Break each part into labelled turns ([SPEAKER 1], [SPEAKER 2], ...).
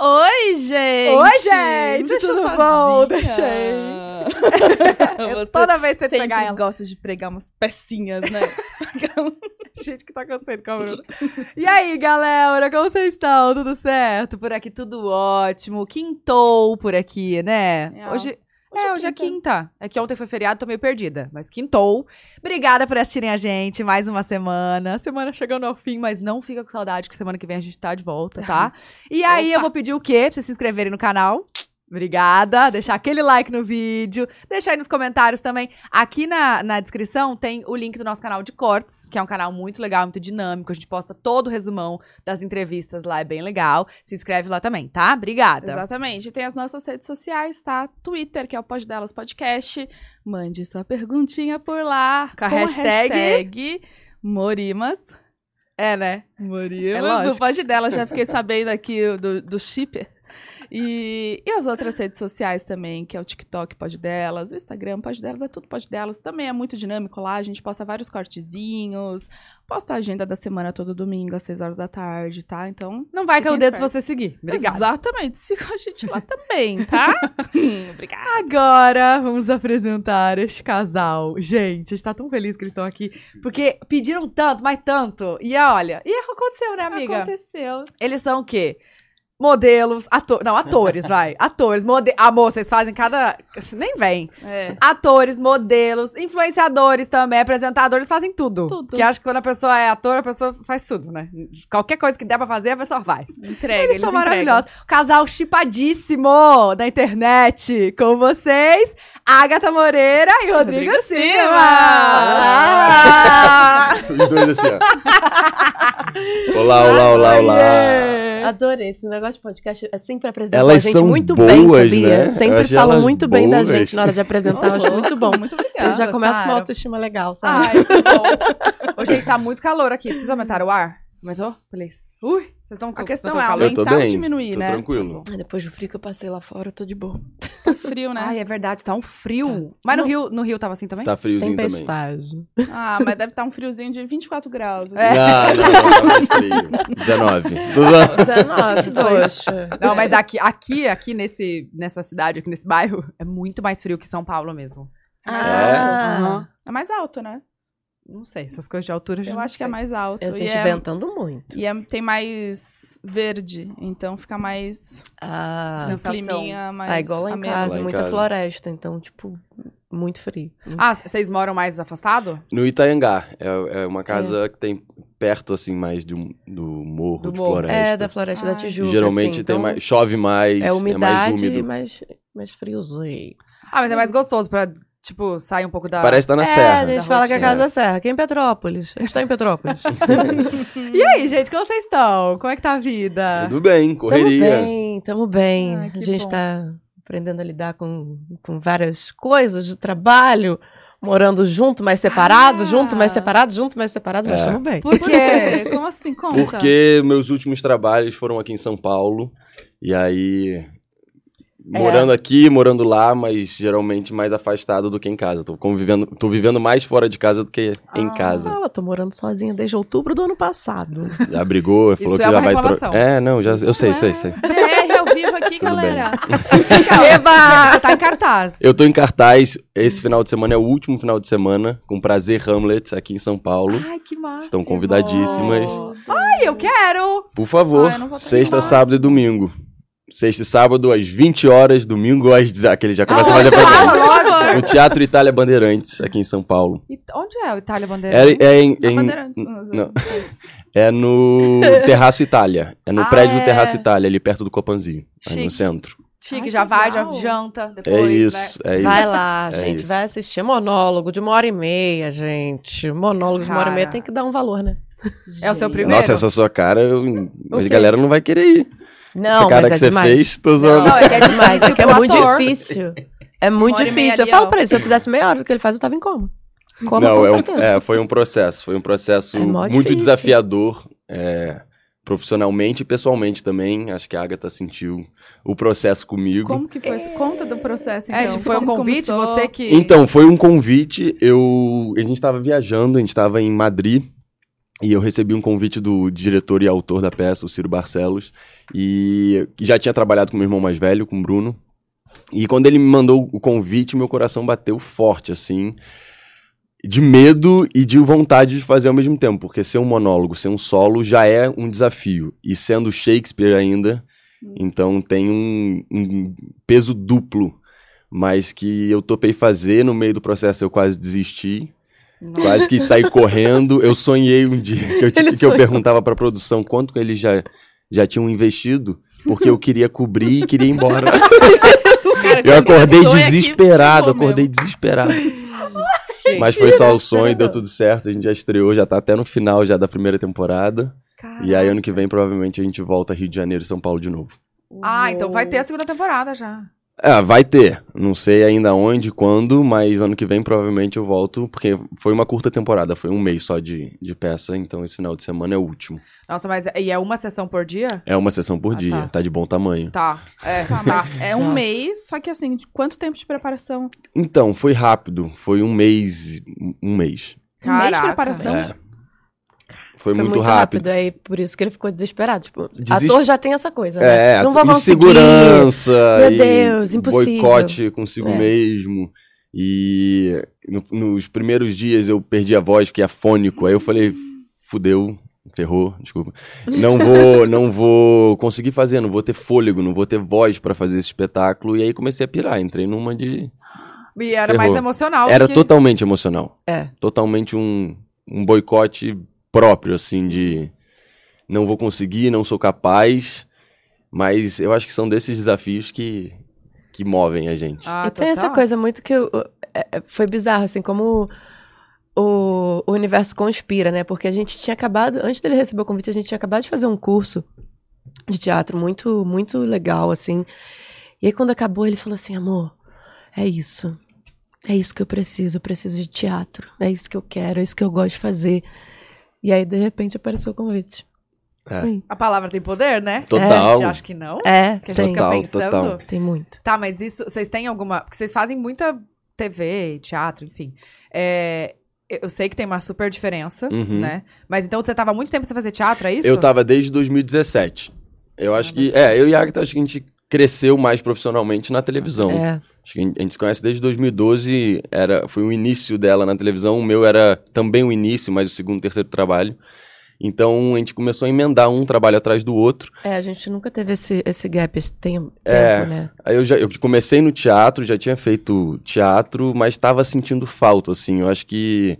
[SPEAKER 1] Oi, gente!
[SPEAKER 2] Oi, gente!
[SPEAKER 1] Me
[SPEAKER 2] Tudo bom?
[SPEAKER 1] deixou sozinha.
[SPEAKER 2] Deixei. Eu
[SPEAKER 1] Você
[SPEAKER 2] toda vez tento
[SPEAKER 1] sempre
[SPEAKER 2] pegar ela.
[SPEAKER 1] gosta de pregar umas pecinhas, né?
[SPEAKER 2] Gente, o que tá acontecendo com a Bruna? E aí, galera, como vocês estão? Tudo certo? Por aqui tudo ótimo. Quintou por aqui, né?
[SPEAKER 1] É,
[SPEAKER 2] Hoje,
[SPEAKER 1] hoje
[SPEAKER 2] é,
[SPEAKER 1] é
[SPEAKER 2] hoje é
[SPEAKER 1] quinta.
[SPEAKER 2] quinta. É que ontem foi feriado, tô meio perdida. Mas quintou. Obrigada por assistirem a gente mais uma semana. Semana chegando ao fim, mas não fica com saudade, que semana que vem a gente tá de volta, tá? E aí, eu vou pedir o quê? Pra vocês se inscreverem no canal. Obrigada. Deixar aquele like no vídeo. Deixa aí nos comentários também. Aqui na, na descrição tem o link do nosso canal de cortes, que é um canal muito legal, muito dinâmico. A gente posta todo o resumão das entrevistas lá, é bem legal. Se inscreve lá também, tá? Obrigada.
[SPEAKER 1] Exatamente. Tem as nossas redes sociais, tá? Twitter, que é o Pod Delas Podcast. Mande sua perguntinha por lá.
[SPEAKER 2] Com a hashtag-
[SPEAKER 1] hashtag Morimas.
[SPEAKER 2] É, né? É
[SPEAKER 1] Morimas
[SPEAKER 2] lógico.
[SPEAKER 1] do Pod Delas. Já fiquei sabendo aqui do, do shipper. E, e as outras redes sociais também, que é o TikTok Pod Delas, o Instagram Pod Delas, é tudo Pod Delas. Também é muito dinâmico lá, a gente posta vários cortezinhos, posta a agenda da semana todo domingo às 6 horas da tarde, tá? Então,
[SPEAKER 2] Não vai cair o
[SPEAKER 1] Fiquem
[SPEAKER 2] dedo se
[SPEAKER 1] espertos.
[SPEAKER 2] você seguir. Obrigada.
[SPEAKER 1] Exatamente. Siga a gente lá também, tá? Obrigada.
[SPEAKER 2] Agora vamos apresentar este casal. Gente, a gente tá tão feliz que eles estão aqui. Porque pediram tanto, mas tanto. E olha, e aconteceu, né, amiga?
[SPEAKER 1] Aconteceu.
[SPEAKER 2] Eles são o quê? Modelos, atores. Não, atores, vai. Atores, mode... Amor, vocês fazem cada. Nem vem.
[SPEAKER 1] É.
[SPEAKER 2] Atores, modelos, influenciadores também, apresentadores, fazem tudo.
[SPEAKER 1] Tudo.
[SPEAKER 2] Que acho que quando a pessoa é ator, a pessoa faz tudo, né? Qualquer coisa que der pra fazer, a pessoa vai.
[SPEAKER 1] Entrega,
[SPEAKER 2] Eles,
[SPEAKER 1] eles,
[SPEAKER 2] são
[SPEAKER 1] entregam.
[SPEAKER 2] maravilhosos. O casal chipadíssimo da internet. Com vocês, Agatha Moreira e Rodrigo,
[SPEAKER 1] Rodrigo
[SPEAKER 2] Silva.
[SPEAKER 1] Silva.
[SPEAKER 2] Ah!
[SPEAKER 3] Os dois assim, ó. Olá, olá, olá, olá.
[SPEAKER 2] Yeah.
[SPEAKER 4] Adorei. Esse negócio de podcast é sempre apresentar
[SPEAKER 3] Elas
[SPEAKER 4] a gente
[SPEAKER 3] são
[SPEAKER 4] muito
[SPEAKER 3] boas,
[SPEAKER 4] bem, sabia?
[SPEAKER 3] né? Eu
[SPEAKER 4] Sempre
[SPEAKER 3] achei
[SPEAKER 4] falam
[SPEAKER 3] elas
[SPEAKER 4] muito bem da
[SPEAKER 3] boas.
[SPEAKER 4] gente na hora de apresentar. Eu acho muito bom.
[SPEAKER 1] Muito
[SPEAKER 2] Ah,
[SPEAKER 4] Eu
[SPEAKER 1] obrigada.
[SPEAKER 4] já começo com
[SPEAKER 2] gostaram?
[SPEAKER 4] uma autoestima legal, sabe?
[SPEAKER 2] Ai, que bom. Ô, gente, tá muito calor aqui. Vocês aumentaram o ar? Aumentou? Please. Ui, vocês estão
[SPEAKER 1] A questão
[SPEAKER 2] tão
[SPEAKER 1] é
[SPEAKER 2] calor?
[SPEAKER 3] Eu tô
[SPEAKER 1] aumentar ou
[SPEAKER 3] bem,
[SPEAKER 1] diminuir,
[SPEAKER 3] tô
[SPEAKER 1] né?
[SPEAKER 3] tranquilo.
[SPEAKER 4] Ai, Depois do frio que eu passei lá fora, eu tô de boa.
[SPEAKER 1] Tá frio, né?
[SPEAKER 2] Ai, é verdade, tá um frio. Mas no
[SPEAKER 4] Não.
[SPEAKER 2] Rio, no Rio tava assim também?
[SPEAKER 3] Tá friozinho também.
[SPEAKER 4] Tempestade.
[SPEAKER 1] Ah, mas deve estar um friozinho de 24 graus. assim.
[SPEAKER 2] É.
[SPEAKER 3] Não, não, não, tá mais frio. 19. Tudo-
[SPEAKER 4] 19, poxa.
[SPEAKER 2] Não, mas aqui, aqui, aqui nesse, nessa cidade, aqui nesse bairro, é muito mais frio que São Paulo mesmo.
[SPEAKER 1] É mais
[SPEAKER 4] Ah.
[SPEAKER 1] alto. Aham. É mais alto, né?
[SPEAKER 2] Não sei, essas coisas de altura já
[SPEAKER 1] Eu
[SPEAKER 2] não
[SPEAKER 1] acho que é
[SPEAKER 2] sei.
[SPEAKER 1] mais alto.
[SPEAKER 4] Eu
[SPEAKER 1] e
[SPEAKER 4] senti
[SPEAKER 1] é-
[SPEAKER 4] ventando muito.
[SPEAKER 1] E é- tem mais verde, então fica mais
[SPEAKER 4] Ah,
[SPEAKER 2] Sensação.
[SPEAKER 1] climinha, mais
[SPEAKER 4] ah, igual lá em
[SPEAKER 1] ameno.
[SPEAKER 4] casa,
[SPEAKER 3] Lá em
[SPEAKER 4] muita
[SPEAKER 3] casa.
[SPEAKER 4] floresta. Então, tipo, muito frio.
[SPEAKER 2] Ah, vocês moram mais afastado?
[SPEAKER 3] No Itaiangá. É, é uma casa que tem perto, assim, mais de um- do morro,
[SPEAKER 2] Do
[SPEAKER 3] de
[SPEAKER 2] morro.
[SPEAKER 3] floresta.
[SPEAKER 4] é, da floresta
[SPEAKER 1] Ah.
[SPEAKER 4] da Tijuca.
[SPEAKER 3] Geralmente
[SPEAKER 4] assim,
[SPEAKER 3] tem
[SPEAKER 4] então
[SPEAKER 3] mais, chove mais, é
[SPEAKER 4] É
[SPEAKER 3] mais
[SPEAKER 4] umidade,
[SPEAKER 3] úmido.
[SPEAKER 4] mas, mas friozinho.
[SPEAKER 2] Ah,
[SPEAKER 1] Hum.
[SPEAKER 2] mas é mais gostoso pra, tipo, sair um pouco da...
[SPEAKER 3] Parece que tá na
[SPEAKER 4] é,
[SPEAKER 3] serra.
[SPEAKER 4] a gente
[SPEAKER 2] Da
[SPEAKER 4] fala que
[SPEAKER 2] rotina.
[SPEAKER 4] a casa é serra. Aqui em Petrópolis. A gente tá em Petrópolis.
[SPEAKER 2] E aí, gente, como vocês estão? Como é que tá a vida?
[SPEAKER 3] Tudo bem,
[SPEAKER 4] Tamo
[SPEAKER 3] correria.
[SPEAKER 4] bem, tamo bem.
[SPEAKER 2] Ah, que
[SPEAKER 4] a gente
[SPEAKER 2] bom.
[SPEAKER 4] tá aprendendo a lidar com, com várias coisas de trabalho, morando junto, mas separado,
[SPEAKER 1] Ah.
[SPEAKER 4] junto, mas separado, junto, mas separado, mas
[SPEAKER 3] É.
[SPEAKER 4] tamo bem.
[SPEAKER 2] Por
[SPEAKER 1] Por
[SPEAKER 2] quê?
[SPEAKER 1] quê? Como assim? Conta.
[SPEAKER 3] Porque meus últimos trabalhos foram aqui em São Paulo. E aí. Morando aqui, morando lá, mas geralmente mais afastado do que em casa. Tô convivendo, tô vivendo mais fora de casa do que em
[SPEAKER 2] Ah.
[SPEAKER 3] casa.
[SPEAKER 4] Fala, tô morando sozinha desde outubro do ano passado.
[SPEAKER 3] Já brigou, falou
[SPEAKER 2] Isso
[SPEAKER 3] que
[SPEAKER 2] é
[SPEAKER 3] já
[SPEAKER 2] uma
[SPEAKER 3] vai
[SPEAKER 2] reclamação.
[SPEAKER 3] trocar. É, não, já, eu sei,
[SPEAKER 1] Ué,
[SPEAKER 3] sei, sei.
[SPEAKER 1] BR ao vivo aqui,
[SPEAKER 3] Tudo bem.
[SPEAKER 1] galera.
[SPEAKER 2] Eba! Você tá em cartaz.
[SPEAKER 3] Eu tô em cartaz, esse final de semana é o último final de semana, com prazer Hamlet aqui em São Paulo.
[SPEAKER 2] Ai, que massa.
[SPEAKER 3] Estão convidadíssimas.
[SPEAKER 2] Ai, eu quero!
[SPEAKER 3] Por favor,
[SPEAKER 1] Ah, eu não vou
[SPEAKER 3] sexta,
[SPEAKER 1] terminar.
[SPEAKER 3] sábado e domingo. Sexta e sábado às 20 horas, domingo às 10. Aquele já começa a
[SPEAKER 2] Aonde?
[SPEAKER 3] fazer
[SPEAKER 2] Fala,
[SPEAKER 3] programa.
[SPEAKER 2] lógico.
[SPEAKER 3] No Teatro Itália Bandeirantes, aqui em São Paulo.
[SPEAKER 2] E t- onde é o Itália Bandeira?
[SPEAKER 3] É, é, em-
[SPEAKER 1] Na
[SPEAKER 3] em-
[SPEAKER 1] Bandeirantes.
[SPEAKER 3] não. é no Terraço Itália. É no
[SPEAKER 2] Ah,
[SPEAKER 3] prédio do
[SPEAKER 2] é.
[SPEAKER 3] Terraço Itália, ali perto do Copanzinho, aí
[SPEAKER 2] Chique.
[SPEAKER 3] no centro.
[SPEAKER 2] Chique,
[SPEAKER 1] Ai,
[SPEAKER 2] já
[SPEAKER 1] que
[SPEAKER 2] vai, já
[SPEAKER 1] legal.
[SPEAKER 2] janta depois,
[SPEAKER 3] é isso,
[SPEAKER 2] né?
[SPEAKER 3] é
[SPEAKER 4] Vai
[SPEAKER 3] isso.
[SPEAKER 4] lá,
[SPEAKER 3] é
[SPEAKER 4] gente,
[SPEAKER 3] isso.
[SPEAKER 4] vai assistir. É monólogo de uma hora e meia, gente. Monólogo de uma hora e meia
[SPEAKER 2] Cara.
[SPEAKER 4] tem que dar um valor, né?
[SPEAKER 2] É o seu
[SPEAKER 4] Gente.
[SPEAKER 2] primeiro?
[SPEAKER 3] Nossa, essa sua cara, eu- mas
[SPEAKER 4] quê?
[SPEAKER 3] a galera não vai querer ir.
[SPEAKER 4] Não,
[SPEAKER 3] essa cara
[SPEAKER 4] mas
[SPEAKER 3] que
[SPEAKER 4] é
[SPEAKER 3] você
[SPEAKER 4] demais.
[SPEAKER 3] fez, tô
[SPEAKER 4] Não,
[SPEAKER 3] zoando.
[SPEAKER 4] é que é demais, é que é
[SPEAKER 2] pro
[SPEAKER 4] muito
[SPEAKER 2] ator.
[SPEAKER 4] difícil. É muito
[SPEAKER 1] Uma hora e meia
[SPEAKER 4] difícil. Eu
[SPEAKER 1] ali, ó.
[SPEAKER 4] falo pra ele, se eu fizesse meia hora do que ele faz, eu tava em coma. Coma
[SPEAKER 3] Não,
[SPEAKER 4] com
[SPEAKER 3] é um-
[SPEAKER 4] certeza.
[SPEAKER 3] é, foi um processo. Foi um processo
[SPEAKER 4] É mó
[SPEAKER 3] muito
[SPEAKER 4] difícil.
[SPEAKER 3] desafiador, é, profissionalmente e pessoalmente também. Acho que a Agatha sentiu o processo comigo.
[SPEAKER 1] Como que foi? esse- Conta do processo, então.
[SPEAKER 2] É, tipo, foi um
[SPEAKER 1] Como
[SPEAKER 2] convite,
[SPEAKER 1] começou?
[SPEAKER 2] você que...
[SPEAKER 3] Então, foi um convite. Eu, a gente estava viajando, a gente estava em Madrid. E eu recebi um convite do diretor e autor da peça, o Ciro Barcelos, e que já tinha trabalhado com meu irmão mais velho, com o Bruno. E quando ele me mandou o convite, meu coração bateu forte, assim, de medo e de vontade de fazer ao mesmo tempo, porque ser um monólogo, ser um solo já é um desafio. E sendo Shakespeare ainda, então tem um, um peso duplo, mas que eu topei fazer, no meio do processo eu quase desisti. Quase que saí correndo. Eu sonhei um dia que eu,
[SPEAKER 4] Ele
[SPEAKER 3] que eu
[SPEAKER 4] sonhou.
[SPEAKER 3] perguntava pra produção quanto que eles já, já tinham investido, porque eu queria cobrir e queria ir embora.
[SPEAKER 1] Cara,
[SPEAKER 3] Eu acordei
[SPEAKER 1] sonho é que
[SPEAKER 3] desesperado,
[SPEAKER 1] ficou
[SPEAKER 3] acordei desesperado. Mas foi só o sonho, deu tudo certo. A gente já estreou, já tá até no final já da primeira temporada. E aí ano que vem provavelmente a gente volta Rio de Janeiro e São Paulo de novo.
[SPEAKER 1] mesmo.
[SPEAKER 2] Ah, então vai ter a segunda temporada já.
[SPEAKER 3] Ah, vai ter. Não sei ainda onde, quando, mas ano que vem provavelmente eu volto, porque foi uma curta temporada, foi um mês só de, de peça, então esse final de semana é o último.
[SPEAKER 2] Nossa, mas e é uma sessão por dia?
[SPEAKER 3] É uma sessão por
[SPEAKER 2] Ah,
[SPEAKER 3] dia,
[SPEAKER 2] tá.
[SPEAKER 3] tá. de bom tamanho.
[SPEAKER 2] Tá. É, tá.
[SPEAKER 1] Tá, mas é um
[SPEAKER 4] Nossa.
[SPEAKER 1] mês, só que assim, de quanto tempo de preparação?
[SPEAKER 3] Então, foi rápido, foi um mês, um mês.
[SPEAKER 1] Um mês
[SPEAKER 2] Caraca.
[SPEAKER 1] de preparação?
[SPEAKER 3] É. Foi,
[SPEAKER 4] Foi
[SPEAKER 3] muito, rápido.
[SPEAKER 4] Aí, por isso que ele ficou desesperado. Tipo,
[SPEAKER 3] Desist-
[SPEAKER 4] ator já tem essa coisa, né?
[SPEAKER 3] É,
[SPEAKER 4] Não vou
[SPEAKER 3] e
[SPEAKER 4] conseguir.
[SPEAKER 3] segurança.
[SPEAKER 4] Meu
[SPEAKER 3] e
[SPEAKER 4] Deus, impossível.
[SPEAKER 3] Boicote consigo
[SPEAKER 4] É.
[SPEAKER 3] mesmo. E no- nos primeiros dias eu perdi a voz, fiquei afônico. Aí eu falei, fudeu, ferrou, desculpa. Não vou, não vou conseguir fazer, não vou ter fôlego, não vou ter voz pra fazer esse espetáculo. E aí comecei a pirar, entrei numa de...
[SPEAKER 2] E era mais
[SPEAKER 3] Ferrou.
[SPEAKER 2] emocional.
[SPEAKER 3] Era
[SPEAKER 2] que...
[SPEAKER 3] totalmente emocional.
[SPEAKER 4] É.
[SPEAKER 3] Totalmente um, um boicote próprio, assim, de não vou conseguir, não sou capaz. Mas eu acho que são desses desafios que, que movem a gente.
[SPEAKER 2] Ah,
[SPEAKER 4] e tem
[SPEAKER 2] total.
[SPEAKER 4] essa coisa muito que eu- é, é, foi bizarro, assim, como o, o universo conspira, né? Porque a gente tinha acabado, antes dele receber o convite, a gente tinha acabado de fazer um curso de teatro muito, muito legal, assim. E aí quando acabou, ele falou assim, amor, é isso. É isso que eu preciso, eu preciso de teatro. É isso que eu quero, é isso que eu gosto de fazer. E aí, de repente, apareceu o convite.
[SPEAKER 3] É.
[SPEAKER 4] Foi.
[SPEAKER 2] A palavra tem poder, né? A
[SPEAKER 3] Total.
[SPEAKER 2] gente acha que não.
[SPEAKER 4] É,
[SPEAKER 2] Que a gente
[SPEAKER 4] tem,
[SPEAKER 3] Total,
[SPEAKER 2] fica pensando.
[SPEAKER 3] total.
[SPEAKER 4] tem muito.
[SPEAKER 2] Tá, mas isso, vocês têm alguma. Porque vocês fazem muita TV, teatro, enfim. É, eu eu sei que tem uma super diferença,
[SPEAKER 3] Uhum.
[SPEAKER 2] né? Mas então você tava há muito tempo sem fazer teatro, é isso?
[SPEAKER 3] Eu tava desde 2017. Eu
[SPEAKER 2] Ah,
[SPEAKER 3] acho que.
[SPEAKER 2] tá.
[SPEAKER 3] É, eu e a Agatha, acho que a gente cresceu mais profissionalmente na televisão.
[SPEAKER 4] É,
[SPEAKER 3] Acho que a gente a gente se conhece desde 2012, era, foi o início dela na televisão, o meu era também o início, mas o segundo, terceiro trabalho. Então a gente começou a emendar um trabalho atrás do outro.
[SPEAKER 4] é, a gente nunca teve esse, esse gap, esse tem- tempo,
[SPEAKER 3] É.
[SPEAKER 4] né?
[SPEAKER 3] Aí eu já eu comecei no teatro, já tinha feito teatro, mas estava sentindo falta, assim. Eu acho que.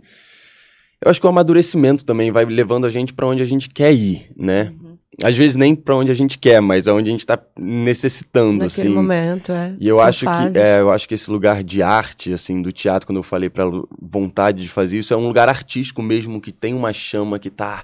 [SPEAKER 3] Eu acho que o amadurecimento também vai levando a gente para onde a gente quer ir, né?
[SPEAKER 2] Uhum.
[SPEAKER 3] Às vezes nem para onde a gente quer, mas aonde a gente tá necessitando,
[SPEAKER 4] Naquele
[SPEAKER 3] assim.
[SPEAKER 4] momento, é.
[SPEAKER 3] E eu
[SPEAKER 4] São
[SPEAKER 3] acho
[SPEAKER 4] fases.
[SPEAKER 3] que é, eu acho que esse lugar de arte, assim, do teatro, quando eu falei pra Lu- vontade de fazer isso, é um lugar artístico mesmo, que tem uma chama que tá.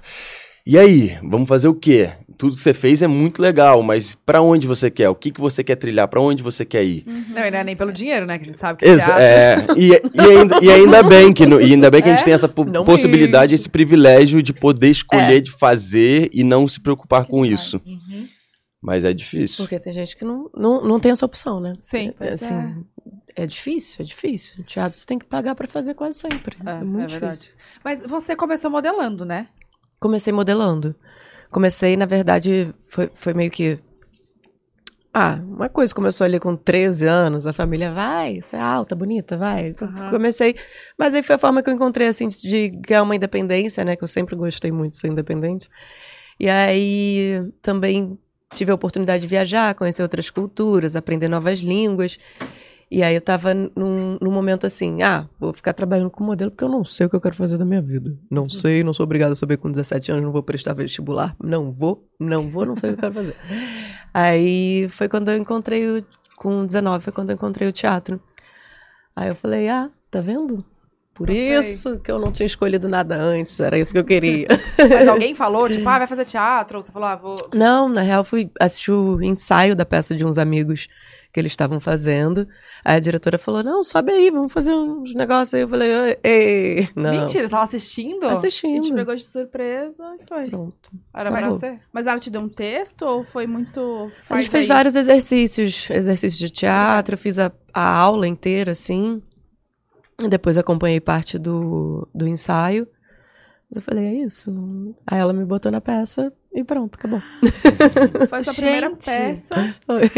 [SPEAKER 3] E aí, vamos fazer o quê? Tudo que você fez é muito legal, mas pra onde você quer? O que, que você quer trilhar? Pra onde você quer ir?
[SPEAKER 1] Uhum.
[SPEAKER 2] Não, e não é nem pelo dinheiro, né? Que a gente sabe que
[SPEAKER 3] Exa
[SPEAKER 2] teatro-
[SPEAKER 3] é, e, e ainda, e ainda bem que no- e ainda bem que a gente
[SPEAKER 2] É?
[SPEAKER 3] tem essa po-
[SPEAKER 4] Não É.
[SPEAKER 3] possibilidade, esse privilégio de poder escolher, de fazer e não se preocupar com isso.
[SPEAKER 2] Uhum.
[SPEAKER 3] Mas é difícil.
[SPEAKER 4] Porque tem gente que não, não, não tem essa opção, né?
[SPEAKER 2] Sim,
[SPEAKER 4] É,
[SPEAKER 2] pois
[SPEAKER 4] assim, é. difícil, é difícil. O teatro você tem que pagar pra fazer quase sempre.
[SPEAKER 2] É,
[SPEAKER 4] É, muito
[SPEAKER 2] é verdade.
[SPEAKER 4] difícil.
[SPEAKER 2] Mas você começou modelando, né?
[SPEAKER 4] Comecei modelando. Comecei, na verdade, foi, foi meio que. Ah, uma coisa começou ali com 13 anos, a família vai, você é alta, bonita, vai.
[SPEAKER 2] Aham.
[SPEAKER 4] Comecei. Mas aí foi a forma que eu encontrei, assim, de- de ganhar uma independência, né? Que eu sempre gostei muito de ser independente. E aí também tive a oportunidade de viajar, conhecer outras culturas, aprender novas línguas. E aí eu tava num, num momento assim, ah, vou ficar trabalhando com modelo porque eu não sei o que eu quero fazer da minha vida. Não sei, não sou obrigada a saber com 17 anos, não vou prestar vestibular, não vou, não vou, não sei o que eu quero fazer. aí foi quando eu encontrei o, com 19, foi quando eu encontrei o teatro. Aí eu falei, ah, tá vendo? Por
[SPEAKER 2] Gostei.
[SPEAKER 4] isso que eu não tinha escolhido nada antes, era isso que eu queria.
[SPEAKER 2] Mas alguém falou, tipo, ah, vai fazer teatro? Ou você falou, ah, vou.
[SPEAKER 4] Não, na real fui assistir o ensaio da peça de uns amigos que eles estavam fazendo. Aí a diretora falou: "Não, sobe aí, vamos fazer uns negócios aí". Eu falei: "Ei, "Ei, não".
[SPEAKER 2] Mentira, você tava assistindo?
[SPEAKER 1] E te
[SPEAKER 4] Assistindo.
[SPEAKER 1] pegou de surpresa e foi.
[SPEAKER 4] Pronto.
[SPEAKER 2] Era pra
[SPEAKER 4] Acabou.
[SPEAKER 2] você?
[SPEAKER 1] Mas ela te deu um texto ou foi muito.
[SPEAKER 4] a
[SPEAKER 1] faz
[SPEAKER 4] gente fez
[SPEAKER 1] aí?
[SPEAKER 4] vários exercícios, exercícios de teatro, eu fiz a, a aula inteira assim. E depois acompanhei parte do, do ensaio. Mas eu falei, é isso. Aí ela me botou na peça e pronto, acabou.
[SPEAKER 1] Foi sua primeira
[SPEAKER 2] Gente.
[SPEAKER 1] peça.
[SPEAKER 4] Foi.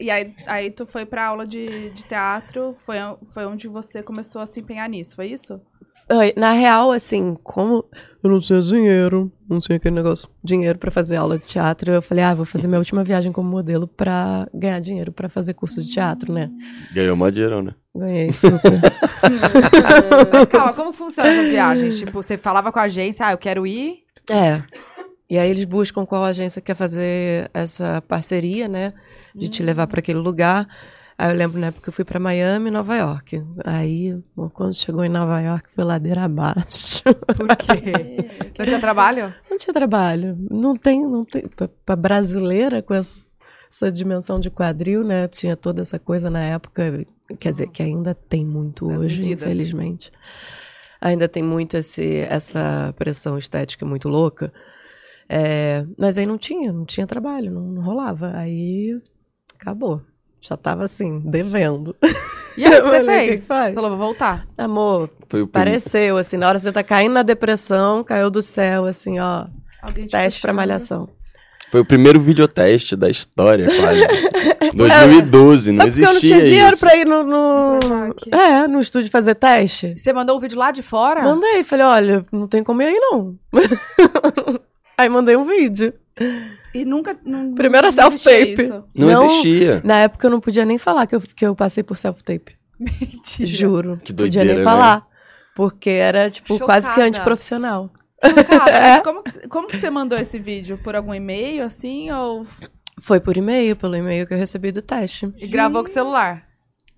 [SPEAKER 1] E aí, aí tu foi pra aula de, de teatro, foi, foi onde você começou a se empenhar nisso, foi isso?
[SPEAKER 4] Ai, Na real, assim, como eu não tinha dinheiro, não tinha aquele negócio, dinheiro pra fazer aula de teatro, eu falei, ah, vou fazer minha última viagem como modelo pra ganhar dinheiro pra fazer curso de teatro, né?
[SPEAKER 3] Ganhou mó dinheirão, né?
[SPEAKER 4] Ganhei super.
[SPEAKER 2] Mas calma, como que funciona essas viagens? Tipo, você falava com a agência, ah, eu quero ir.
[SPEAKER 4] É. E aí eles buscam qual agência quer fazer essa parceria, né? De te levar pra aquele lugar. Aí eu lembro na época que eu fui pra Miami e Nova York. Aí, bom, quando chegou em Nova York, foi ladeira abaixo.
[SPEAKER 2] Por
[SPEAKER 4] É.
[SPEAKER 2] quê? Não tinha trabalho?
[SPEAKER 4] Não tinha trabalho. Não tem, não tem. pra- Pra brasileira com essa, essa dimensão de quadril, né? Tinha toda essa coisa na época. Quer dizer, que ainda tem muito
[SPEAKER 2] Das
[SPEAKER 4] hoje,
[SPEAKER 2] medidas.
[SPEAKER 4] infelizmente. Ainda tem muito esse, essa pressão estética muito louca. É, mas aí não tinha, não tinha trabalho, não, não rolava. Aí acabou. Já tava assim, devendo.
[SPEAKER 2] E aí, o que
[SPEAKER 4] Olha,
[SPEAKER 2] você
[SPEAKER 4] o que
[SPEAKER 2] fez?
[SPEAKER 4] que faz?
[SPEAKER 2] Você falou, vou voltar.
[SPEAKER 4] Amor,
[SPEAKER 3] Foi o primeiro.
[SPEAKER 4] pareceu, assim, na hora que você tá caindo na depressão, caiu do céu, assim, ó,
[SPEAKER 1] Alguém te
[SPEAKER 4] teste pra
[SPEAKER 1] puxando?
[SPEAKER 4] malhação.
[SPEAKER 3] Foi o primeiro videoteste da história, quase. 2012, não
[SPEAKER 4] É porque eu não
[SPEAKER 3] existia
[SPEAKER 4] tinha dinheiro
[SPEAKER 3] isso.
[SPEAKER 4] pra ir no, no-
[SPEAKER 1] Projac.
[SPEAKER 4] É, no estúdio fazer teste.
[SPEAKER 2] Você mandou o vídeo lá de
[SPEAKER 3] Ah.
[SPEAKER 2] fora?
[SPEAKER 4] Mandei, falei, olha, não tem como ir aí não. aí mandei um vídeo.
[SPEAKER 1] E nunca. Não,
[SPEAKER 4] Primeira
[SPEAKER 1] não
[SPEAKER 4] self-tape.
[SPEAKER 1] existia isso.
[SPEAKER 3] Não,
[SPEAKER 4] Não.
[SPEAKER 3] existia.
[SPEAKER 4] Na época eu não podia nem falar que eu, que eu passei por self-tape.
[SPEAKER 2] Mentira.
[SPEAKER 4] Juro.
[SPEAKER 3] Que
[SPEAKER 4] Podia
[SPEAKER 3] doideira,
[SPEAKER 4] nem
[SPEAKER 3] né?
[SPEAKER 4] falar. Porque era, tipo, quase que
[SPEAKER 2] Chocada.
[SPEAKER 4] antiprofissional.
[SPEAKER 1] Cara,
[SPEAKER 4] É.
[SPEAKER 1] mas como, que- como que você mandou esse vídeo? Por algum e-mail, assim? Ou.
[SPEAKER 4] É. Foi por e-mail, pelo e-mail que eu recebi do teste.
[SPEAKER 2] E gravou com o celular.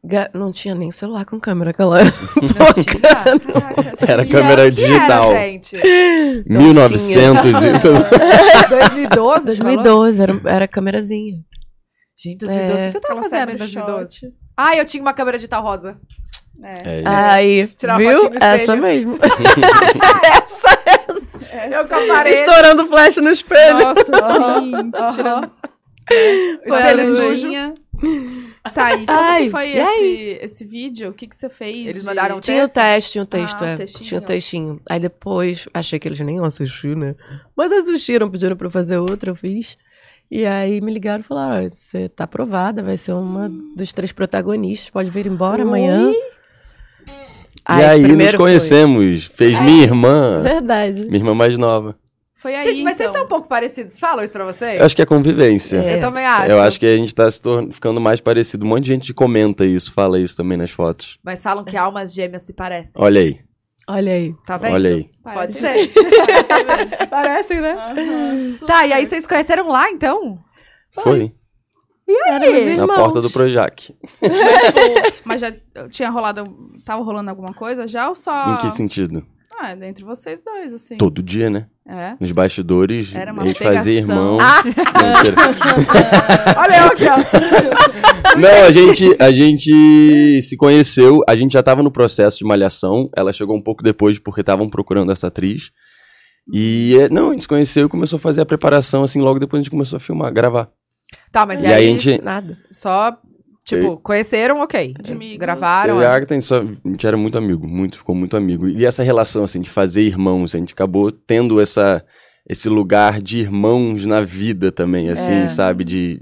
[SPEAKER 4] Ga- Não tinha nem celular com câmera aquela
[SPEAKER 2] tinha?
[SPEAKER 1] Caraca,
[SPEAKER 3] Era
[SPEAKER 2] Ah, Que
[SPEAKER 3] câmera
[SPEAKER 2] ano que era,
[SPEAKER 3] digital.
[SPEAKER 2] gente?
[SPEAKER 3] 1900 e... então-
[SPEAKER 2] 2012?
[SPEAKER 4] 2012, era, era câmerazinha.
[SPEAKER 2] Gente, 2012.
[SPEAKER 4] É.
[SPEAKER 2] O que eu tava
[SPEAKER 1] Aquela
[SPEAKER 2] fazendo em
[SPEAKER 1] cyber
[SPEAKER 2] 2012?
[SPEAKER 1] shot.
[SPEAKER 2] Ah, eu tinha uma câmera digital rosa.
[SPEAKER 1] É.
[SPEAKER 3] É isso.
[SPEAKER 4] Ah, Aí,
[SPEAKER 2] Tirar a
[SPEAKER 4] viu?
[SPEAKER 2] fotinho no
[SPEAKER 4] Essa
[SPEAKER 2] espelho.
[SPEAKER 4] mesmo.
[SPEAKER 2] Eu comparei.
[SPEAKER 4] Estourando flash no espelho.
[SPEAKER 1] Nossa, sim. Tirando
[SPEAKER 2] É.
[SPEAKER 4] Foi
[SPEAKER 1] espelho
[SPEAKER 4] ela mesmo.
[SPEAKER 1] sujinha. Tá aí. Como
[SPEAKER 4] Ai,
[SPEAKER 1] que foi
[SPEAKER 4] e aí?
[SPEAKER 1] esse, esse vídeo? O que, que você fez?
[SPEAKER 2] Eles
[SPEAKER 1] de-
[SPEAKER 2] mandaram um
[SPEAKER 4] Tinha o teste, tinha o texto,
[SPEAKER 1] Ah, um
[SPEAKER 4] é.
[SPEAKER 1] textinho.
[SPEAKER 4] tinha o textinho. Aí depois, achei que eles nem iam assistir, né? Mas assistiram, pediram pra eu fazer outro, eu fiz. E aí me ligaram e falaram: "Ó, você tá aprovada, vai ser uma dos três protagonistas, pode vir embora amanhã.
[SPEAKER 3] e aí
[SPEAKER 4] primeiro
[SPEAKER 3] nos
[SPEAKER 4] foi- É.
[SPEAKER 3] conhecemos. Fez minha irmã.
[SPEAKER 4] Verdade.
[SPEAKER 3] Minha irmã mais nova.
[SPEAKER 1] Foi aí.
[SPEAKER 2] Gente, mas vocês
[SPEAKER 1] então.
[SPEAKER 2] são um pouco parecidos. Falam isso pra vocês?
[SPEAKER 3] Eu acho que é convivência.
[SPEAKER 4] É.
[SPEAKER 2] Eu também acho.
[SPEAKER 3] Eu acho que a gente tá se torn- ficando mais parecido. Um monte de gente comenta isso, fala isso também nas fotos.
[SPEAKER 2] Mas falam que almas gêmeas se parecem.
[SPEAKER 3] Olha aí,
[SPEAKER 4] Olha aí.
[SPEAKER 2] Tá vendo?
[SPEAKER 3] olha aí.
[SPEAKER 2] Pode
[SPEAKER 1] Parece
[SPEAKER 2] ser.
[SPEAKER 1] mesmo, parece mesmo.
[SPEAKER 4] Parecem, né?
[SPEAKER 1] Aham,
[SPEAKER 2] Tá, e aí
[SPEAKER 1] super.
[SPEAKER 2] vocês conheceram lá, então?
[SPEAKER 3] Foi. Na porta do Projac.
[SPEAKER 1] tipo, Mas já tinha rolado. Tava rolando alguma coisa já ou só.
[SPEAKER 3] Em que sentido?
[SPEAKER 1] Ah, entre vocês dois, assim.
[SPEAKER 3] Todo dia, né?
[SPEAKER 1] É.
[SPEAKER 3] Nos bastidores,
[SPEAKER 1] Era uma
[SPEAKER 3] a gente fazia
[SPEAKER 1] pegação.
[SPEAKER 3] irmão.
[SPEAKER 2] Ah!
[SPEAKER 3] Não, mentira.
[SPEAKER 2] Olha eu aqui, ó.
[SPEAKER 3] Não, a gente, a gente se conheceu, a gente já tava no processo de malhação, ela chegou um pouco depois porque estavam procurando essa atriz. E é, não, a gente se conheceu e começou a fazer a preparação, assim, logo depois a gente começou a filmar, gravar.
[SPEAKER 2] Tá, mas
[SPEAKER 3] E
[SPEAKER 2] e aí,
[SPEAKER 3] aí a gente-
[SPEAKER 4] Nada.
[SPEAKER 2] só, tipo, conheceram, ok.
[SPEAKER 1] Amigos.
[SPEAKER 2] Gravaram.
[SPEAKER 3] eu e a
[SPEAKER 2] é.
[SPEAKER 3] Agatha, a gente, só- a gente era muito amigo, muito, ficou muito amigo. E essa relação, assim, de fazer irmãos, a gente acabou tendo essa, esse lugar de irmãos na vida também, assim,
[SPEAKER 4] É.
[SPEAKER 3] sabe? De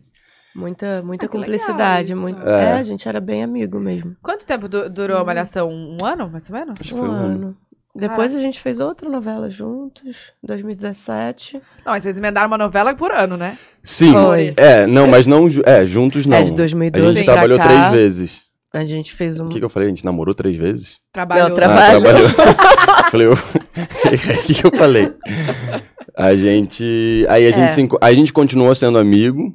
[SPEAKER 4] Muita, muita
[SPEAKER 1] Ah, que legal
[SPEAKER 4] cumplicidade.
[SPEAKER 1] isso.
[SPEAKER 4] muito-
[SPEAKER 3] É.
[SPEAKER 4] É. a gente era bem amigo mesmo.
[SPEAKER 2] Quanto tempo du- durou a malhação? Um ano, mais ou menos?
[SPEAKER 3] Acho que
[SPEAKER 4] Um
[SPEAKER 3] foi um ano.
[SPEAKER 4] ano. Depois a gente fez outra novela juntos, 2017.
[SPEAKER 2] Não, mas vocês emendaram uma novela por ano, né?
[SPEAKER 3] Sim,
[SPEAKER 4] Foi.
[SPEAKER 3] é, não, mas não, ju- é, juntos não.
[SPEAKER 4] É de
[SPEAKER 3] a
[SPEAKER 4] 2012
[SPEAKER 3] gente
[SPEAKER 2] pra
[SPEAKER 3] trabalhou
[SPEAKER 4] cá.
[SPEAKER 3] três vezes.
[SPEAKER 4] A gente fez um.
[SPEAKER 3] O que, que eu falei? A gente namorou três vezes?
[SPEAKER 2] Trabalhou.
[SPEAKER 4] Não,
[SPEAKER 3] Ah,
[SPEAKER 4] Trabalhou.
[SPEAKER 3] trabalhou. falei, eu- o que, que eu falei? A gente. Aí a gente,
[SPEAKER 4] É.
[SPEAKER 3] se enco- a gente continuou sendo amigo.